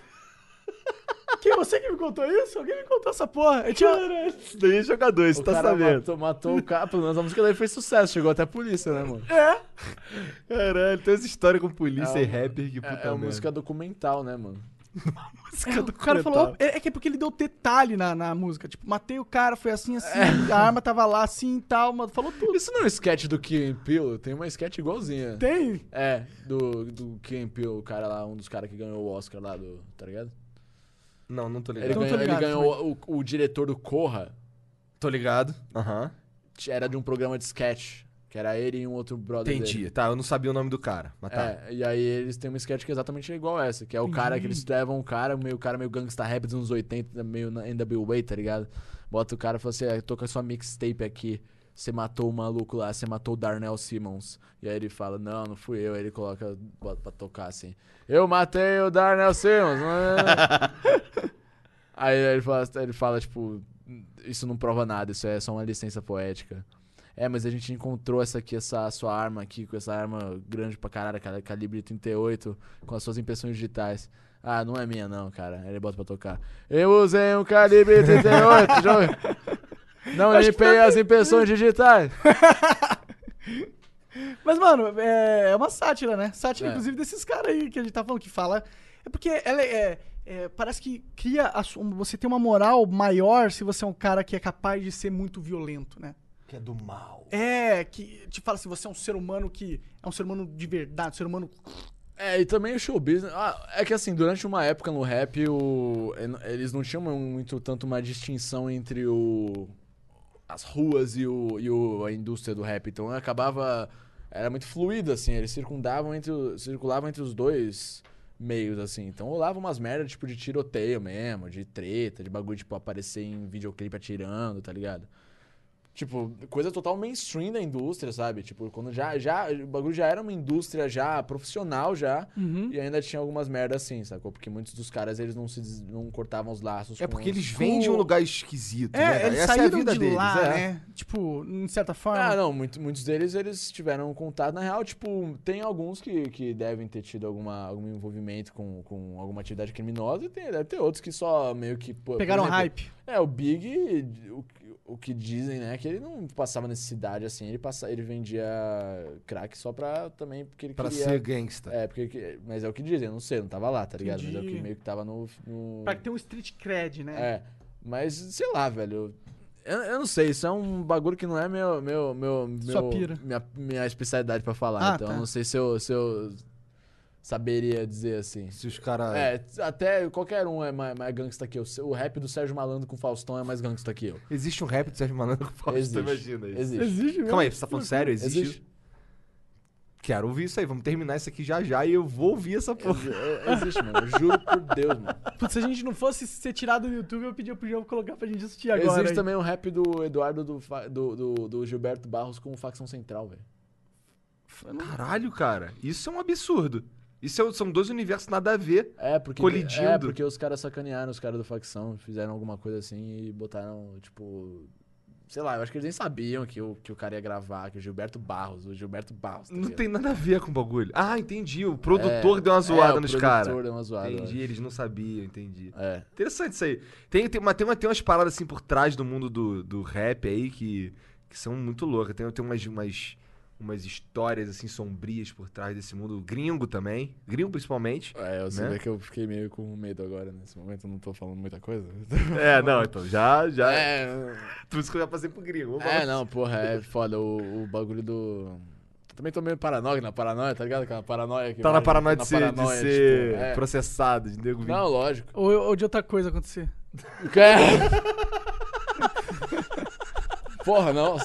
Speaker 3: Que você que me contou isso? Alguém me contou essa porra? Ele tinha...
Speaker 1: Isso daí é jogador, você
Speaker 2: O
Speaker 1: tá
Speaker 2: cara
Speaker 1: sabendo.
Speaker 2: Matou, matou o cara, pelo menos a música daí fez sucesso, chegou até a polícia, né, mano?
Speaker 3: É.
Speaker 1: Caralho, tem essa história com polícia
Speaker 2: É
Speaker 1: e
Speaker 2: uma-
Speaker 1: rapper que puta
Speaker 2: É, é uma
Speaker 1: merda.
Speaker 2: música documental, né, mano?
Speaker 3: O cara falou, é é que é porque ele deu detalhe na, na música. Tipo, matei o cara, foi assim, assim, a arma tava lá, assim e tal, mas falou tudo.
Speaker 2: Isso não é um sketch do Kim Peele, tem uma sketch igualzinha.
Speaker 3: Tem?
Speaker 2: É, do, do Kim Peele, o cara lá, um dos caras que ganhou o Oscar lá do. Tá ligado?
Speaker 1: Não, não tô ligado.
Speaker 2: Ele
Speaker 3: Então,
Speaker 2: ganhou,
Speaker 3: tô
Speaker 2: ele
Speaker 3: ligado,
Speaker 2: ganhou o, o diretor do Corra,
Speaker 1: Tô ligado. Aham.
Speaker 2: t- era de um programa de sketch, que era ele e um outro brother. dele.
Speaker 1: Entendi. Tá, eu não sabia o nome do cara. Mas tá.
Speaker 2: É, e aí eles têm uma sketch que é exatamente igual essa, que é o cara que eles levam o cara, meio o cara meio gangsta rap dos anos 80, meio na NWA, tá ligado? Bota o cara e fala assim, "Ah, tô com a sua mixtape aqui, você matou o maluco lá, você matou o Darnell Simmons. E aí ele fala, não, não fui eu, aí ele coloca, bota pra tocar assim, eu matei o Darnell Simmons. aí ele fala, ele fala, tipo, isso não prova nada, isso é só uma licença poética. É, mas a gente encontrou essa aqui, essa sua arma aqui, com essa arma grande pra caralho, cara, calibre 38, com as suas impressões digitais. Ah, não é minha não, cara. Aí Ele bota pra tocar. Eu usei um calibre 38, joga. Não limpei as impressões digitais.
Speaker 3: Mas, mano, é, é uma sátira, né? Sátira,
Speaker 2: É.
Speaker 3: inclusive, desses caras aí que a gente tá falando, que fala... É porque ela é... é, parece que cria... a su- um, você tem uma moral maior se você é um cara que é capaz de ser muito violento, né?
Speaker 1: Que é do mal.
Speaker 3: É, que te fala assim, você é um ser humano que... É um ser humano de verdade, um ser humano...
Speaker 2: É, e também o show business. Ah, é que assim, durante uma época no rap, o, eles não tinham muito tanto uma distinção entre o. as ruas e, o, e o, a indústria do rap. Então acabava. Era muito fluido, assim. Eles circundavam entre, o- circulavam entre os dois meios, assim. Então rolava umas merdas, tipo, de tiroteio mesmo, de treta, de bagulho, tipo, aparecer em videoclipe atirando, tá ligado? Tipo, coisa total mainstream da indústria, sabe? Tipo, quando já, já, o bagulho já era uma indústria já profissional já,
Speaker 1: Uhum.
Speaker 2: e ainda tinha algumas merdas assim, sacou? Porque muitos dos caras, eles não se des- não cortavam os laços
Speaker 1: É
Speaker 2: com
Speaker 1: porque
Speaker 2: os-
Speaker 1: eles vêm de um lugar esquisito.
Speaker 3: É,
Speaker 1: né?
Speaker 3: eles
Speaker 1: Essa é a
Speaker 3: saíram
Speaker 1: vida
Speaker 3: de
Speaker 1: deles,
Speaker 3: lá,
Speaker 1: é.
Speaker 3: né? Tipo, em certa forma.
Speaker 2: Ah, não, muito- muitos deles eles tiveram um contato. Na real, tipo, tem alguns que, que devem ter tido alguma, algum envolvimento com, com alguma atividade criminosa e tem, deve ter outros que só meio que. pô, por
Speaker 3: Pegaram
Speaker 2: exemplo,
Speaker 3: hype.
Speaker 2: É, o Big, o, o que dizem, né, que ele não passava necessidade assim, ele, passa, ele vendia crack só pra também, porque ele
Speaker 1: Pra
Speaker 2: queria.
Speaker 1: ser gangsta.
Speaker 2: É, porque. ele que- Mas é o que dizem, eu não sei, eu não tava lá, tá ligado? Mas é o que
Speaker 3: Entendi.
Speaker 2: meio que tava no. no-
Speaker 3: Pra ter um street cred, né?
Speaker 2: é, mas sei lá, velho. Eu, eu não sei, isso é um bagulho que não é meu. meu, meu,
Speaker 3: Sua
Speaker 2: meu-
Speaker 3: pira.
Speaker 2: Minha, minha especialidade pra falar.
Speaker 3: Ah,
Speaker 2: então
Speaker 3: tá.
Speaker 2: eu não sei se eu, se eu saberia dizer assim.
Speaker 1: Se os caras.
Speaker 2: É, até qualquer um é mais, mais gangsta que eu. O rap do Sérgio Malandro com Faustão é mais gangsta que eu.
Speaker 1: Existe um rap do Sérgio Malandro com Faustão,
Speaker 2: Existe.
Speaker 1: imagina isso.
Speaker 2: Existe.
Speaker 3: Existe mesmo.
Speaker 1: Calma aí, você tá falando sério? Existe?
Speaker 2: Existe.
Speaker 1: Quero ouvir isso aí. Vamos terminar isso aqui já já e eu vou ouvir essa porra.
Speaker 2: É, Existe, mano. Eu juro por Deus, mano.
Speaker 3: Putz, se a gente não fosse ser tirado do YouTube, eu pedia pro João colocar pra gente assistir agora.
Speaker 2: Existe
Speaker 3: aí.
Speaker 2: também o rap do Eduardo do, Fa- do, do, do Gilberto Barros com o Facção Central, velho.
Speaker 1: Caralho, cara. Isso é um absurdo. Isso é- são dois universos nada a ver.
Speaker 2: É, porque.
Speaker 1: Colidindo.
Speaker 2: É, porque os caras sacanearam os caras do facção, fizeram alguma coisa assim e botaram, tipo. Sei lá, eu acho que eles nem sabiam que o, que o cara ia gravar, que o Gilberto Barros, o Gilberto Barros. tá
Speaker 1: Não
Speaker 2: ligado?
Speaker 1: tem nada a ver com o bagulho. Ah, entendi. O
Speaker 2: É,
Speaker 1: produtor deu uma zoada
Speaker 2: é, o
Speaker 1: nos
Speaker 2: produtor
Speaker 1: caras.
Speaker 2: deu uma zoada.
Speaker 1: Entendi, eles não sabiam, entendi.
Speaker 2: É.
Speaker 1: Interessante isso aí. Tem, tem, mas tem, uma, tem umas paradas assim por trás do mundo do, do rap aí que, que são muito loucas. Tem, tem umas, umas, umas histórias assim sombrias por trás desse mundo. Gringo também. Gringo principalmente.
Speaker 2: É, eu sei
Speaker 1: Né?
Speaker 2: vê que eu fiquei meio com medo agora nesse momento, eu não tô falando muita coisa.
Speaker 1: É, não, então já, já.
Speaker 2: É,
Speaker 1: Por isso que eu já passei pro gringo.
Speaker 2: É, não, porra, é foda. O, o bagulho do. Também tô meio paranoico na paranoia, tá ligado? Aquela paranoia que.
Speaker 1: Tá na
Speaker 2: vai-
Speaker 1: paranoia de ser,
Speaker 2: paranoia,
Speaker 1: de ser
Speaker 2: tipo, é.
Speaker 1: processado, de nego vir.
Speaker 2: Não, lógico.
Speaker 3: Ou, ou de outra coisa acontecer.
Speaker 2: Porra, não.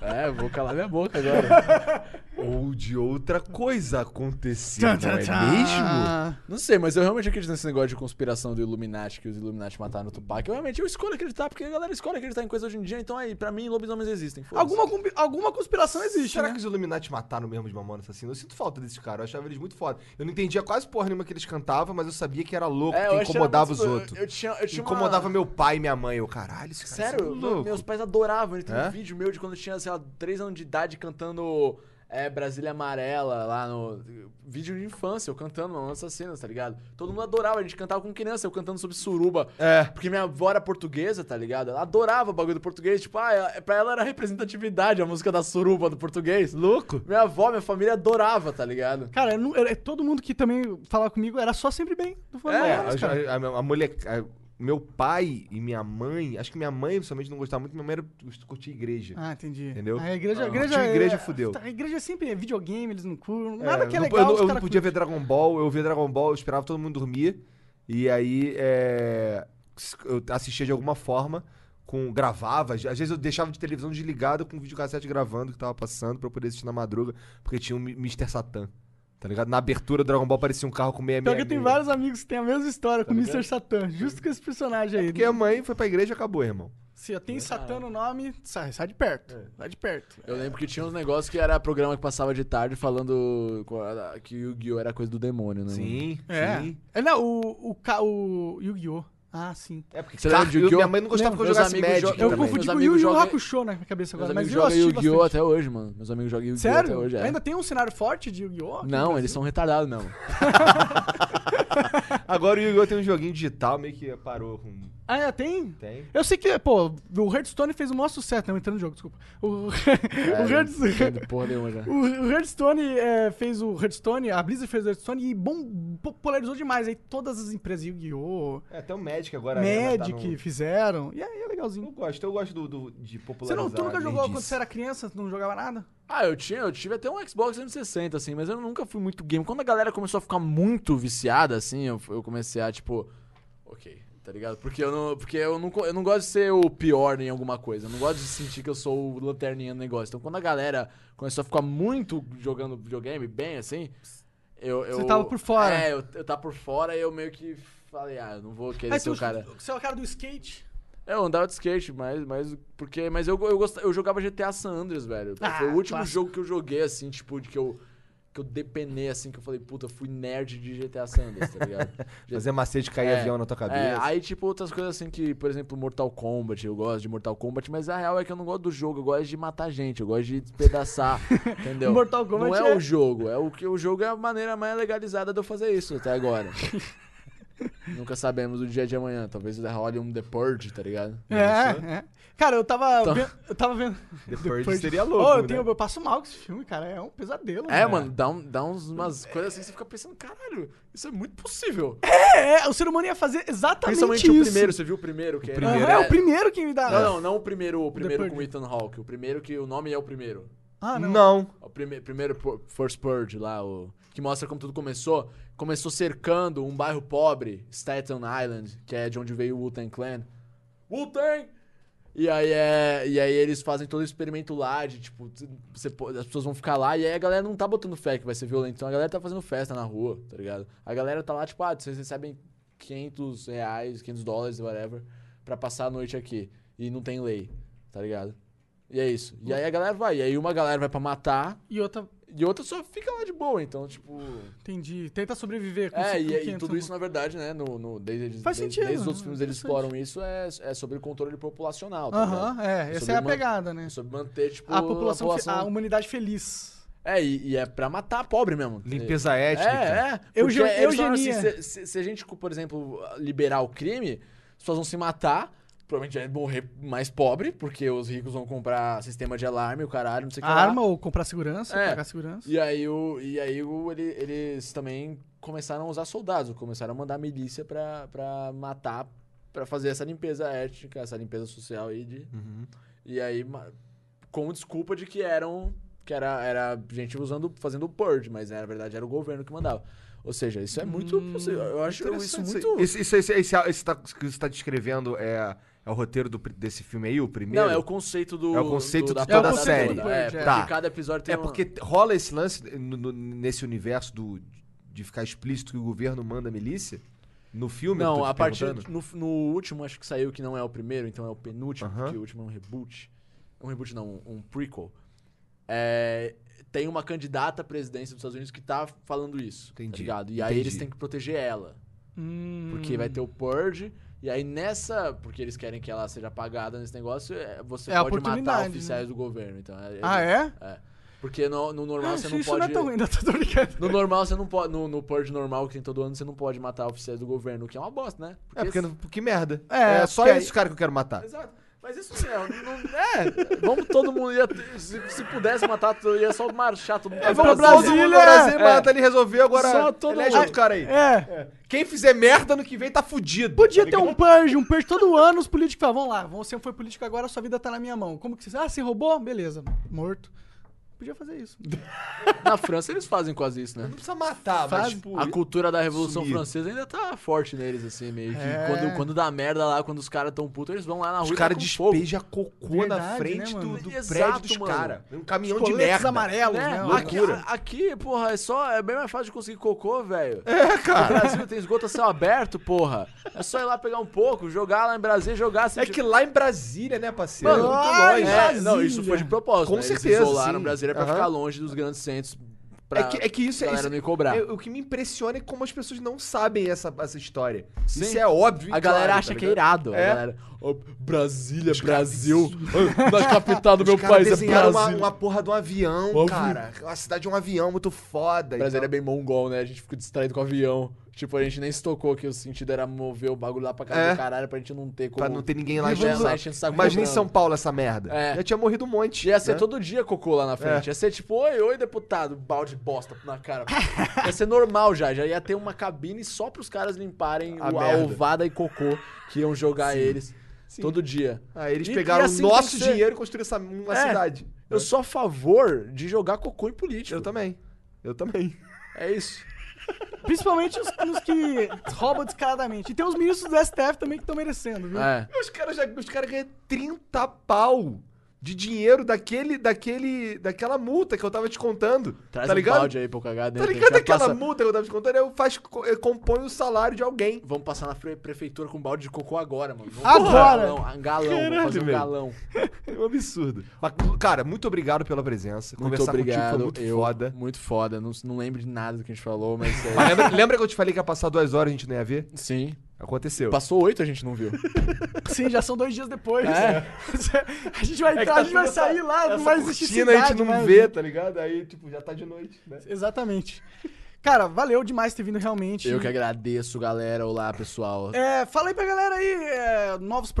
Speaker 2: É, eu vou calar minha boca agora.
Speaker 1: Ou de outra coisa acontecer,
Speaker 3: Tan,
Speaker 1: não
Speaker 3: tan,
Speaker 1: é
Speaker 3: tan.
Speaker 1: mesmo?
Speaker 2: Não sei, mas eu realmente acredito nesse negócio de conspiração do Illuminati, que os Illuminati mataram o Tupac. Eu realmente eu escolho acreditar, porque a galera escolhe acreditar em coisa hoje em dia, então aí, pra mim, lobisomens existem. foda-se.
Speaker 3: Alguma, combi- alguma conspiração existe,
Speaker 1: Será
Speaker 3: né?
Speaker 1: que os Illuminati mataram mesmo de Mamonas Assassinas? Eu sinto falta desses caras, eu achava eles muito foda. Eu não entendia quase porra nenhuma que eles cantavam, mas eu sabia que era louco,
Speaker 2: É, eu
Speaker 1: que
Speaker 2: achei
Speaker 1: incomodava os
Speaker 2: muito-
Speaker 1: outros.
Speaker 2: Eu tinha, eu tinha uma-
Speaker 1: incomodava meu pai e minha mãe. Eu, caralho, esse cara
Speaker 2: Sério,
Speaker 1: é
Speaker 2: me-
Speaker 1: louco.
Speaker 2: meus pais adoravam. Ele tem
Speaker 1: É?
Speaker 2: um vídeo meu de quando eu tinha, sei lá, 3 anos de idade cantando é, Brasília Amarela lá no. Vídeo de infância, eu cantando Mamonas Assassinas, tá ligado? Todo mundo adorava, a gente cantava com criança, eu cantando sobre suruba.
Speaker 1: É.
Speaker 2: Porque minha avó era portuguesa, tá ligado? Ela adorava o bagulho do português. Tipo, ah, ela- pra ela era representatividade a música da suruba do português.
Speaker 1: Louco.
Speaker 2: Minha avó, minha família adorava, tá ligado?
Speaker 3: Cara, eu não- eu- todo mundo que também falava comigo era só sempre bem do Fórmula
Speaker 1: É,
Speaker 3: 1,
Speaker 1: a,
Speaker 3: cara.
Speaker 1: a, a- a moleque- a- meu pai e minha mãe, acho que minha mãe principalmente não gostava muito, minha mãe era, curtia igreja.
Speaker 3: Ah, entendi.
Speaker 1: Entendeu?
Speaker 3: A igreja, a
Speaker 1: Ah.
Speaker 3: igreja,
Speaker 1: Tinha igreja,
Speaker 3: é-
Speaker 1: fudeu.
Speaker 3: A igreja sempre é videogame, eles não curam.
Speaker 1: É,
Speaker 3: Nada que é
Speaker 1: eu não-
Speaker 3: legal,
Speaker 1: eu não,
Speaker 3: os
Speaker 1: eu não
Speaker 3: caras
Speaker 1: podia
Speaker 3: curtem.
Speaker 1: ver Dragon Ball, eu via Dragon Ball, eu esperava todo mundo dormir. E aí é, eu assistia de alguma forma, com gravava. Às vezes eu deixava de televisão desligada com o videocassete gravando que tava passando pra eu poder assistir na madruga, porque tinha o Mi- Mr. Satan. Tá ligado? Na abertura do Dragon Ball parecia um carro com meia
Speaker 3: Pior
Speaker 1: meia.
Speaker 3: que eu tenho
Speaker 1: meia.
Speaker 3: vários amigos que têm a mesma história com o Mr. Satan, justo com esse personagem aí.
Speaker 1: Tá É Porque a mãe foi pra igreja e acabou, irmão.
Speaker 3: Se eu
Speaker 2: É.
Speaker 3: tenho Satã no nome, sai, sai de perto.
Speaker 1: É.
Speaker 3: Sai de perto.
Speaker 2: Eu lembro que tinha uns negócios que era programa que passava de tarde falando co- que o Yu-Gi-Oh! era coisa do demônio, né? mano?
Speaker 1: Sim,
Speaker 3: É.
Speaker 1: sim.
Speaker 3: é não, o, o, ca- o Yu-Gi-Oh! Ah, sim.
Speaker 1: É porque
Speaker 2: Você lembra de Yu-Gi-Oh?
Speaker 1: minha mãe não gostava que eu
Speaker 2: Meus
Speaker 1: jogasse
Speaker 2: amigos
Speaker 1: Magic.
Speaker 2: jogam-
Speaker 3: Eu
Speaker 2: também. Meus
Speaker 3: confundi com o
Speaker 2: amigos
Speaker 3: Yu Yu
Speaker 2: jogam-
Speaker 3: Hakusho na minha cabeça
Speaker 2: Meus
Speaker 3: agora, mas
Speaker 2: amigos
Speaker 3: eu
Speaker 2: jogam
Speaker 3: assisti
Speaker 2: Yu-Gi-Oh!
Speaker 3: bastante.
Speaker 2: até hoje, mano. Meus amigos jogam Yu-Gi-Oh! até
Speaker 3: Sério?
Speaker 2: hoje. é.
Speaker 3: Ainda tem um cenário forte de Yu-Gi-Oh?
Speaker 2: Não, eles são retardados mesmo.
Speaker 1: Agora o Yu-Gi-Oh! tem um joguinho digital, meio que parou com.
Speaker 3: Ah, ainda tem?
Speaker 1: Tem?
Speaker 3: Eu sei que, pô, o Hearthstone fez o maior sucesso, não, entrando no jogo, desculpa. O,
Speaker 2: É,
Speaker 3: o Hearthstone...
Speaker 2: Porra nenhuma já.
Speaker 3: O o Hearthstone é, fez o Hearthstone, a Blizzard fez o Hearthstone e bom, popularizou demais. Aí todas as empresas, Yu-Gi-Oh!,
Speaker 1: É, até o Magic agora. né, tá
Speaker 3: Magic
Speaker 1: no-
Speaker 3: fizeram. E aí é
Speaker 1: Eu
Speaker 3: legalzinho.
Speaker 1: gosto, eu gosto do, do- de
Speaker 3: Você
Speaker 1: popularizar.
Speaker 3: não, tu nunca jogou quando
Speaker 1: nerdice.
Speaker 3: você era criança, tu não jogava nada?
Speaker 2: Ah, eu tinha, eu tive até um Xbox 360, assim, mas eu nunca fui muito game. Quando a galera começou a ficar muito viciada, assim, eu, eu comecei a, tipo, ok, tá ligado? Porque eu não. Porque eu não, co- eu não gosto de ser o pior em alguma coisa. Eu não gosto de sentir que eu sou o lanterninha no negócio. Então quando a galera começou a ficar muito jogando videogame bem, assim. Eu, eu,
Speaker 3: Você tava por fora.
Speaker 2: É, eu, eu tava por fora e eu meio que falei, ah, eu não vou querer
Speaker 3: Aí
Speaker 2: ser
Speaker 3: tu-
Speaker 2: o cara.
Speaker 3: Você é o cara do skate?
Speaker 2: É, eu andava de skate, mas, mas porque, mas eu, eu, gosta- eu jogava GTA San Andreas, velho.
Speaker 3: Ah,
Speaker 2: Foi o último
Speaker 3: clássico.
Speaker 2: jogo que eu joguei, assim, tipo, de que eu, que eu depenei, assim, que eu falei, puta, eu fui nerd de GTA San Andreas, tá ligado?
Speaker 1: Fazer macete cair avião na tua cabeça.
Speaker 2: É, aí, tipo, outras coisas assim que, por exemplo, Mortal Kombat, eu gosto de Mortal Kombat, mas a real é que eu não gosto do jogo, eu gosto de matar gente, eu gosto de despedaçar, entendeu?
Speaker 3: Mortal Kombat
Speaker 2: Não é,
Speaker 3: é-
Speaker 2: o jogo, é o que o jogo é a maneira mais legalizada de eu fazer isso até agora. Nunca sabemos o dia de amanhã, talvez role um The Purge, tá ligado?
Speaker 3: É, é. Cara, eu tava vendo. Eu tava vendo.
Speaker 1: The Purge
Speaker 3: Purge.
Speaker 1: seria
Speaker 3: Oh,
Speaker 1: louco,
Speaker 3: eu,
Speaker 1: né?
Speaker 3: tenho- eu passo mal com esse filme, cara. É um pesadelo.
Speaker 2: É,
Speaker 3: mano.
Speaker 2: mano, dá, um- dá uns, umas coisas assim que você fica pensando, caralho, isso é muito possível.
Speaker 3: É, é, o ser humano ia fazer exatamente
Speaker 2: Principalmente
Speaker 3: isso.
Speaker 2: o primeiro, você viu o primeiro que É. o
Speaker 3: Aham, é, o primeiro que me dá.
Speaker 2: Não, não, não o primeiro, o primeiro
Speaker 3: Purge.
Speaker 2: com o Ethan Hawke, o primeiro que o nome é o primeiro.
Speaker 3: Ah, não.
Speaker 1: Não.
Speaker 2: O prime- primeiro Pur- First Purge lá, o, que mostra como tudo começou. Começou cercando um bairro pobre, Staten Island, que é de onde veio o Wu-Tang Clan. Wu-Tang! E aí, é, e aí eles fazem todo o experimento lá de, tipo, t- você pô- as pessoas vão ficar lá e aí a galera não tá botando fé que vai ser violento. Então a galera tá fazendo festa na rua, tá ligado? A galera tá lá, tipo, ah, vocês recebem 500 reais, 500 dólares, whatever, pra passar a noite aqui. E não tem lei, tá ligado? E é isso. E aí a galera vai. E aí uma galera vai pra matar
Speaker 3: E outra.
Speaker 2: e outra só fica lá de boa. Então, tipo...
Speaker 3: Entendi. Tenta sobreviver com
Speaker 2: É,
Speaker 3: cinco
Speaker 2: e, e
Speaker 3: quinhentos,
Speaker 2: tudo
Speaker 3: né?
Speaker 2: isso, na verdade, né, no, no- desde,
Speaker 3: Faz
Speaker 2: desde,
Speaker 3: sentido,
Speaker 2: desde os outros
Speaker 3: né?
Speaker 2: filmes eles
Speaker 3: Interessante.
Speaker 2: exploram isso, é, é sobre o controle populacional, tá
Speaker 3: Aham,
Speaker 2: ligado?
Speaker 3: é. Essa é a
Speaker 2: sobre uma-
Speaker 3: pegada, né?
Speaker 2: É sobre manter, tipo,
Speaker 3: A população,
Speaker 2: A
Speaker 3: fe- a hum humanidade feliz.
Speaker 2: É, e, e é pra matar pobre mesmo.
Speaker 1: Limpeza
Speaker 2: é,
Speaker 1: étnica.
Speaker 2: É, é.
Speaker 3: Euge-
Speaker 2: Porque eles falam
Speaker 3: eugenia.
Speaker 2: se, se- se a gente, por exemplo, liberar o crime, as pessoas vão se matar, provavelmente vai morrer mais pobre, porque os ricos vão comprar sistema de alarme, o caralho, não sei o que
Speaker 3: A
Speaker 2: lá.
Speaker 3: arma ou comprar segurança,
Speaker 2: É.
Speaker 3: pagar segurança.
Speaker 2: E aí, o, e aí o, ele- eles também começaram a usar soldados, começaram a mandar milícia pra, pra matar, pra fazer essa limpeza
Speaker 1: Uhum.
Speaker 2: étnica, essa limpeza social aí de... E aí, ma- com desculpa de que eram que era, era gente usando, fazendo o purge, mas né, na verdade era o governo que mandava. Ou seja, isso é muito possível. Eu acho isso
Speaker 1: Interessante
Speaker 2: muito.
Speaker 1: Esse, esse, esse, esse, esse tá- que você tá descrevendo é, é o roteiro do pri- desse filme aí, o primeiro?
Speaker 2: Não, é o conceito do.
Speaker 1: É o conceito de
Speaker 2: da
Speaker 1: toda
Speaker 3: a
Speaker 2: parada
Speaker 3: série.
Speaker 2: toda. É,
Speaker 3: É,
Speaker 2: porque
Speaker 1: tá.
Speaker 2: cada episódio tem
Speaker 1: É
Speaker 2: um-
Speaker 1: porque t- rola esse lance no- no- nesse universo do, de ficar explícito que o governo manda a milícia? No filme? eu
Speaker 2: Não,
Speaker 1: tô te
Speaker 2: a partir.
Speaker 1: perguntando?
Speaker 2: No, no último, acho que saiu que não é o primeiro, então é o penúltimo,
Speaker 1: Aham.
Speaker 2: porque o último é um reboot. Um reboot não, um prequel. É, tem uma candidata à presidência dos Estados Unidos que tá falando isso. tá
Speaker 1: Entendi,
Speaker 2: ligado? E aí
Speaker 1: entendi.
Speaker 2: eles têm que proteger ela.
Speaker 3: Hum.
Speaker 2: Porque vai ter o Purge. E aí nessa. Porque eles querem que ela seja apagada nesse negócio, é, você
Speaker 3: É a
Speaker 2: pode matar
Speaker 3: oportunidade,
Speaker 2: oficiais do governo. Então, é,
Speaker 3: Ah, é?
Speaker 2: Porque no, no normal
Speaker 3: Ah,
Speaker 2: você
Speaker 3: isso
Speaker 2: não
Speaker 3: isso
Speaker 2: pode.
Speaker 3: não é tão ruim, ainda tô brincando.
Speaker 2: No normal você não pode. No, no Purge normal que tem todo ano, você não pode matar oficiais do governo, o que é uma bosta, né?
Speaker 1: É, porque, não- porque merda.
Speaker 3: É,
Speaker 1: É, só
Speaker 3: porque aí-
Speaker 1: esses caras que eu quero matar.
Speaker 2: Exato. Mas isso assim, é, não, é. Vamos todo mundo. Ia, se, se pudesse matar, todo- ia só marchar todo mundo. pra
Speaker 3: vamos pra
Speaker 1: Todo mundo
Speaker 3: Brasília!
Speaker 1: no É, Brasil
Speaker 2: É.
Speaker 1: mata, ele resolveu, agora
Speaker 2: Só todo
Speaker 1: elege
Speaker 2: mundo.
Speaker 1: outro cara aí.
Speaker 3: É.
Speaker 1: Quem fizer merda ano que vem tá fudido.
Speaker 3: Podia
Speaker 1: tá
Speaker 3: ter um
Speaker 1: ligado?
Speaker 3: purge, um purge todo ano, os políticos falam, vamos lá, você é um foi político agora, sua vida tá na minha mão. Como que você... Ah, você roubou? Beleza, morto. Podia fazer isso.
Speaker 2: Na França eles fazem quase isso, né?
Speaker 1: Não precisa matar, mas
Speaker 3: Faz-
Speaker 1: tipo...
Speaker 2: A cultura da Revolução
Speaker 1: Sumir.
Speaker 2: Francesa ainda tá forte neles, assim, meio que.
Speaker 3: É.
Speaker 2: Quando, quando dá merda lá, quando os caras tão putos, eles vão lá na rua
Speaker 1: Os
Speaker 2: e
Speaker 1: caras
Speaker 2: tacam é fogo.
Speaker 1: despejam cocô na
Speaker 3: Verdade,
Speaker 1: frente
Speaker 3: né,
Speaker 1: do,
Speaker 3: mano?
Speaker 1: do
Speaker 2: Exato,
Speaker 1: prédio dos
Speaker 2: mano.
Speaker 1: caras. Um caminhão de
Speaker 3: Coletes
Speaker 1: merda.
Speaker 3: amarelos,
Speaker 2: Né?
Speaker 3: né?
Speaker 2: aqui,
Speaker 1: loucura.
Speaker 2: a- aqui, porra, é só. É bem mais fácil de conseguir cocô, velho. É, cara. No Brasil tem esgoto a céu aberto, porra. É só ir lá pegar um pouco, jogar lá em Brasília, jogar sem
Speaker 1: É que lá em Brasília, né, parceiro?
Speaker 2: Mano,
Speaker 1: muito
Speaker 2: ah,
Speaker 1: longe.
Speaker 2: é, não, isso foi de propósito.
Speaker 1: Com
Speaker 2: né?
Speaker 1: certeza,
Speaker 2: Eles isolaram
Speaker 1: sim.
Speaker 2: Brasília pra
Speaker 1: Aham.
Speaker 2: ficar longe dos grandes centros. Pra
Speaker 1: É que, é que isso é.
Speaker 2: galera
Speaker 1: Isso,
Speaker 2: não ir cobrar.
Speaker 1: é- o que me impressiona é como as pessoas não sabem essa, essa história.
Speaker 2: Sim.
Speaker 1: Isso é óbvio.
Speaker 2: a
Speaker 1: e
Speaker 2: galera
Speaker 1: claro,
Speaker 2: acha
Speaker 1: tá
Speaker 2: que é
Speaker 1: ligado?
Speaker 2: irado.
Speaker 1: É.
Speaker 2: A galera. "Ô, Brasília, Brasil. Na capital do meu
Speaker 1: Os caras
Speaker 2: país é
Speaker 1: desenharam
Speaker 2: Brasília.
Speaker 1: uma, uma porra de um avião,
Speaker 2: Óbvio.
Speaker 1: cara. A cidade é um avião muito foda. então, e
Speaker 2: Brasília é
Speaker 1: tal.
Speaker 2: bem mongol, né? A gente fica distraído com o avião. Tipo, a gente nem se tocou que o sentido era mover o bagulho lá pra casa
Speaker 1: É.
Speaker 2: do caralho pra gente não ter como.
Speaker 1: Pra não ter ninguém lá
Speaker 2: É,
Speaker 1: enchendo
Speaker 2: lá
Speaker 1: o
Speaker 2: enchendo o
Speaker 1: saco.
Speaker 2: saco
Speaker 1: Mas nem
Speaker 2: cobrando.
Speaker 1: São Paulo essa merda.
Speaker 2: É.
Speaker 1: Já tinha morrido um monte.
Speaker 2: Ia ser
Speaker 1: né? É.
Speaker 2: todo dia cocô lá na frente. Ia ser tipo, oi, oi, deputado, balde de bosta na cara. ia ser normal já. Já ia ter uma cabine só pros caras limparem
Speaker 1: A
Speaker 2: o- a,
Speaker 1: merda.
Speaker 2: ovada e cocô que iam jogar eles todo dia.
Speaker 1: Aí eles
Speaker 2: E- e
Speaker 1: pegaram
Speaker 2: assim
Speaker 1: o
Speaker 2: tem
Speaker 1: nosso
Speaker 2: que ser.
Speaker 1: dinheiro e construíram essa, uma
Speaker 2: É.
Speaker 1: cidade.
Speaker 2: Eu sou a favor de jogar cocô em político.
Speaker 1: Eu também. Eu também.
Speaker 2: É isso.
Speaker 3: Principalmente os, os que roubam descaradamente. E tem os ministros do STF também que estão merecendo,
Speaker 1: Hum.
Speaker 3: viu?
Speaker 2: É.
Speaker 1: Os caras já- os caras ganham 30 pau de dinheiro daquele, daquele, daquela multa que eu tava te contando.
Speaker 2: Traz
Speaker 1: tá
Speaker 2: um
Speaker 1: ligado?
Speaker 2: balde aí pro cagar
Speaker 1: Tá
Speaker 2: dentro.
Speaker 1: ligado
Speaker 2: Já
Speaker 1: aquela
Speaker 2: passa-
Speaker 1: multa que eu tava te contando? Eu, faz, eu compõe o salário de alguém.
Speaker 2: Vamos passar na pre- prefeitura com balde de cocô agora, mano. Vamos
Speaker 3: Agora!
Speaker 2: Um galão, um galão vamos
Speaker 1: Caralho,
Speaker 2: fazer um
Speaker 1: velho.
Speaker 2: galão.
Speaker 1: É um absurdo. Mas, cara, muito obrigado pela presença.
Speaker 2: Muito
Speaker 1: Conversar
Speaker 2: obrigado.
Speaker 1: contigo foi muito
Speaker 2: eu-
Speaker 1: foda.
Speaker 2: Muito foda. Não, não lembro de nada do que a gente falou, mas...
Speaker 1: Mas
Speaker 2: É...
Speaker 1: lembra, lembra que eu te falei que ia passar duas horas e a gente não ia ver?
Speaker 2: Sim.
Speaker 1: Aconteceu.
Speaker 2: Passou oito, a gente não viu.
Speaker 3: Sim, já são dois dias depois.
Speaker 2: É.
Speaker 3: a gente
Speaker 1: É
Speaker 3: vai
Speaker 1: tá
Speaker 3: entrar, a gente vai sair lá, não vai existir
Speaker 1: China a gente
Speaker 3: cidade
Speaker 1: não
Speaker 3: mais.
Speaker 1: vê, tá ligado? Aí, tipo, já tá de noite, né?
Speaker 3: Exatamente. Cara, valeu demais ter vindo realmente.
Speaker 2: Eu que agradeço, galera. Olá, pessoal.
Speaker 3: É, fala aí pra galera aí, é, novos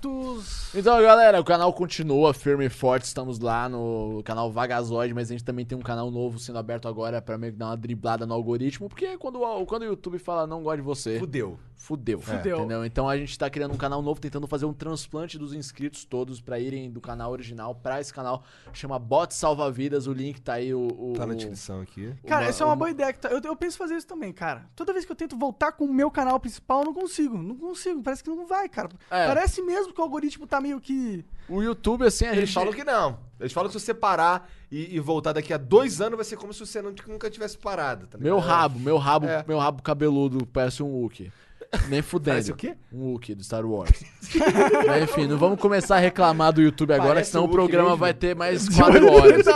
Speaker 3: projetos.
Speaker 2: Então, galera, o canal continua firme e forte. Estamos lá no canal Vagazoide, mas a gente também tem um canal novo sendo aberto agora pra meio que dar uma driblada no algoritmo, porque é quando o, quando o YouTube fala não gosta de você,
Speaker 1: Fudeu.
Speaker 2: fudeu.
Speaker 3: Fudeu.
Speaker 2: Entendeu? Então a gente tá criando um canal novo, tentando fazer um transplante dos inscritos todos pra irem do canal original pra esse canal. Chama Bot Salva Vidas, o link tá aí. O, o-
Speaker 1: Tá na
Speaker 2: o-
Speaker 1: descrição aqui.
Speaker 2: o-
Speaker 3: Cara, essa é uma
Speaker 2: o-
Speaker 3: boa ideia. Que tá- eu, eu penso fazer isso também, cara. Toda vez que eu tento voltar com o meu canal principal, eu não consigo. Não consigo. Parece que não vai, cara.
Speaker 2: É.
Speaker 3: Parece mesmo que o algoritmo tá meio que.
Speaker 2: O YouTube, assim, a
Speaker 1: Eles
Speaker 2: gente.
Speaker 1: falam que não. Eles falam que se você parar e, e voltar daqui a dois anos, vai ser como se você não, nunca tivesse parado. Tá
Speaker 2: Meu
Speaker 1: ligado?
Speaker 2: rabo, meu rabo,
Speaker 1: É.
Speaker 2: meu rabo cabeludo parece um Wookie. Nem fudendo.
Speaker 1: Parece o quê?
Speaker 2: Um Wookie do Star Wars. Mas enfim, não vamos começar a reclamar do YouTube agora,
Speaker 1: Parece
Speaker 2: senão
Speaker 1: um
Speaker 2: o
Speaker 1: Wookie
Speaker 2: programa
Speaker 1: mesmo.
Speaker 2: vai ter mais 4 horas.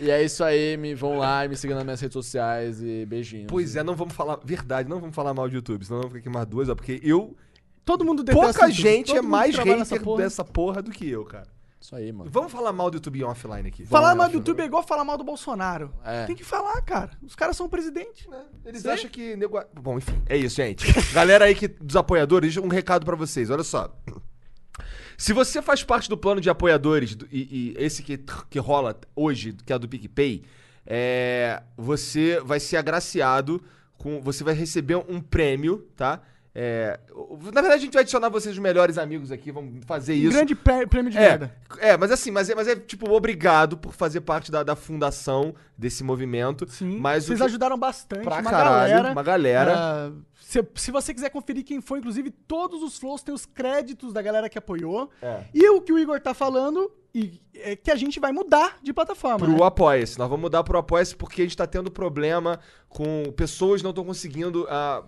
Speaker 2: e é isso aí, me vão lá e me sigam nas minhas redes sociais e beijinhos.
Speaker 1: Pois é, não vamos falar. Verdade, não vamos falar mal de YouTube, senão vamos ficar aqui mais duas horas, porque eu.
Speaker 3: Todo mundo detesta.
Speaker 1: Pouca
Speaker 3: tudo.
Speaker 1: gente
Speaker 3: Todo
Speaker 1: é
Speaker 3: mundo
Speaker 1: mais
Speaker 3: trabalha
Speaker 1: hater
Speaker 3: nessa porra.
Speaker 1: dessa porra do que eu, cara.
Speaker 2: Isso aí, mano.
Speaker 1: Vamos falar mal do YouTube em offline aqui.
Speaker 3: Falar
Speaker 2: Vamos,
Speaker 3: mal
Speaker 2: eu
Speaker 3: do YouTube é igual falar mal do Bolsonaro.
Speaker 2: É.
Speaker 3: Tem que falar, cara. Os caras são o presidente. Um
Speaker 1: Eles acham que. nego- Bom, enfim, é isso, gente. Galera aí que, dos apoiadores, um recado pra vocês, olha só. Se você faz parte do plano de apoiadores, do- e, e esse que, que rola hoje, que é o do PicPay, é, você vai ser agraciado com. Você vai receber um prêmio, tá? É, o- o- na verdade, a gente vai adicionar vocês os melhores amigos aqui, vamos fazer isso.
Speaker 3: Grande pré- prêmio de
Speaker 1: é,
Speaker 3: merda.
Speaker 1: é, mas assim, mas é, mas é tipo, obrigado por fazer parte da, da fundação desse movimento.
Speaker 3: Sim,
Speaker 1: mas o
Speaker 3: vocês
Speaker 1: que-
Speaker 3: ajudaram bastante.
Speaker 1: pra
Speaker 3: uma
Speaker 1: caralho,
Speaker 3: galera.
Speaker 1: uma galera.
Speaker 3: Ah, se, se você quiser conferir quem foi, inclusive, todos os flows têm os créditos da galera que apoiou.
Speaker 1: É.
Speaker 3: E o que o Igor tá falando e- é que a gente vai mudar de plataforma. né?
Speaker 1: Pro Apoia-se. Nós vamos mudar pro Apoia-se porque a gente tá tendo problema com. Pessoas não estão conseguindo ah,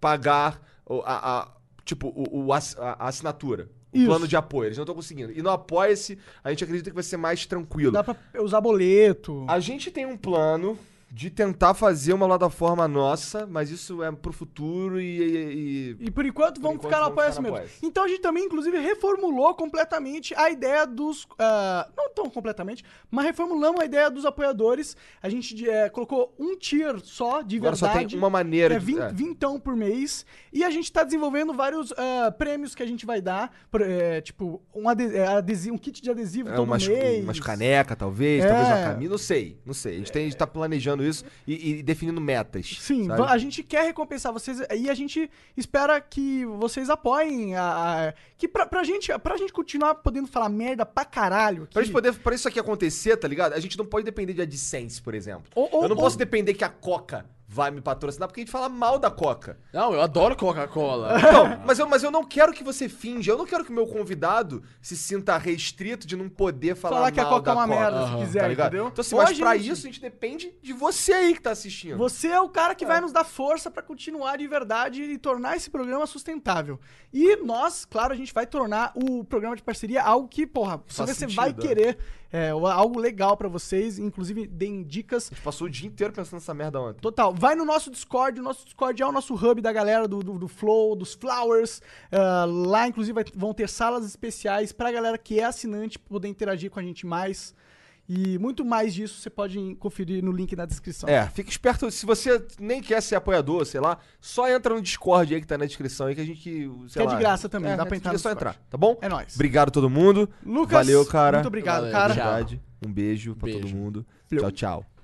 Speaker 1: pagar o- a, a- tipo, o, o ass- a- a assinatura. O
Speaker 3: Isso.
Speaker 1: plano de apoio. Eles não estão conseguindo. E no Apoia-se, a gente acredita que vai ser mais tranquilo.
Speaker 3: Dá pra usar boleto.
Speaker 1: A gente tem um plano de tentar fazer uma plataforma nossa, mas isso é pro futuro e. e- e-
Speaker 3: E por enquanto vamos
Speaker 1: enquanto,
Speaker 3: ficar no
Speaker 1: vamos
Speaker 3: apoia
Speaker 1: ficar no
Speaker 3: mesmo.
Speaker 1: Apoia-se.
Speaker 3: Então a gente também, inclusive, reformulou completamente a ideia dos. ah, não tão completamente, mas reformulamos a ideia dos apoiadores. A gente eh, colocou um tier só de
Speaker 1: Agora só
Speaker 3: verdade.
Speaker 1: tem uma maneira
Speaker 3: É
Speaker 1: de-
Speaker 3: 20,
Speaker 1: é.
Speaker 3: vintão por mês. E a gente tá desenvolvendo vários ah, prêmios que a gente vai dar. por, eh, tipo, um, ade- eh, adesivo, um kit de adesivo
Speaker 1: É,
Speaker 3: todo
Speaker 1: umas,
Speaker 3: mês.
Speaker 1: umas canecas, talvez, talvez
Speaker 3: É.
Speaker 1: uma camisa, não sei, não sei. A gente, tem, a gente tá planejando isso e, e definindo metas.
Speaker 3: Sim,
Speaker 1: sabe?
Speaker 3: va- a gente quer recompensar vocês e a gente espera que vocês apoiem a, a- que pra, pra gente, pra gente continuar podendo falar merda pra caralho. aqui-
Speaker 1: Pra gente poder, pra isso aqui acontecer, tá ligado? A gente não pode depender de AdSense, por exemplo.
Speaker 3: Ou- ou-
Speaker 1: Eu não
Speaker 3: ou-
Speaker 1: posso depender que a Coca vai me patrocinar, porque a gente fala mal da Coca.
Speaker 6: Não, eu adoro Coca-Cola.
Speaker 1: Não, mas eu, mas eu não quero que você finja, eu não quero que o meu convidado se sinta restrito de não poder falar,
Speaker 3: falar, que a
Speaker 1: mal
Speaker 3: Coca é
Speaker 1: da
Speaker 3: uma merda, se quiser,
Speaker 1: tá ligado?
Speaker 3: entendeu?
Speaker 1: Então, assim,
Speaker 3: Ou a
Speaker 1: mas pra
Speaker 3: gente-
Speaker 1: isso a gente depende de você aí que tá assistindo.
Speaker 3: Você é o cara que vai nos dar força pra continuar de verdade e tornar esse programa sustentável. E nós, claro, a gente vai tornar o programa de parceria algo que, porra,
Speaker 1: Faz
Speaker 3: você
Speaker 1: sentido,
Speaker 3: vai
Speaker 1: é.
Speaker 3: querer é, algo legal pra vocês, inclusive deem dicas
Speaker 1: A gente passou o dia inteiro pensando nessa merda ontem.
Speaker 3: Total. Vai no nosso Discord. O nosso Discord é o nosso hub da galera do, do, do Flow, dos Flowers. Ah, lá, inclusive, vai- vão ter salas especiais pra galera que é assinante poder interagir com a gente mais. E muito mais disso você pode conferir no link na descrição.
Speaker 1: É, fica esperto, se você nem quer ser apoiador, sei lá, só entra no Discord aí que tá na descrição aí que a gente, sei
Speaker 3: Que é de
Speaker 1: lá,
Speaker 3: graça também, dá pra
Speaker 1: é
Speaker 3: entrar no
Speaker 1: só
Speaker 3: Discord.
Speaker 1: entrar, tá bom?
Speaker 3: É nóis.
Speaker 1: Obrigado todo mundo.
Speaker 3: Lucas,
Speaker 1: Valeu, cara.
Speaker 3: Muito obrigado,
Speaker 6: Valeu,
Speaker 3: cara.
Speaker 6: tchau.
Speaker 1: Verdade. Um beijo pra
Speaker 6: Beijo.
Speaker 1: todo mundo. Tchau, tchau.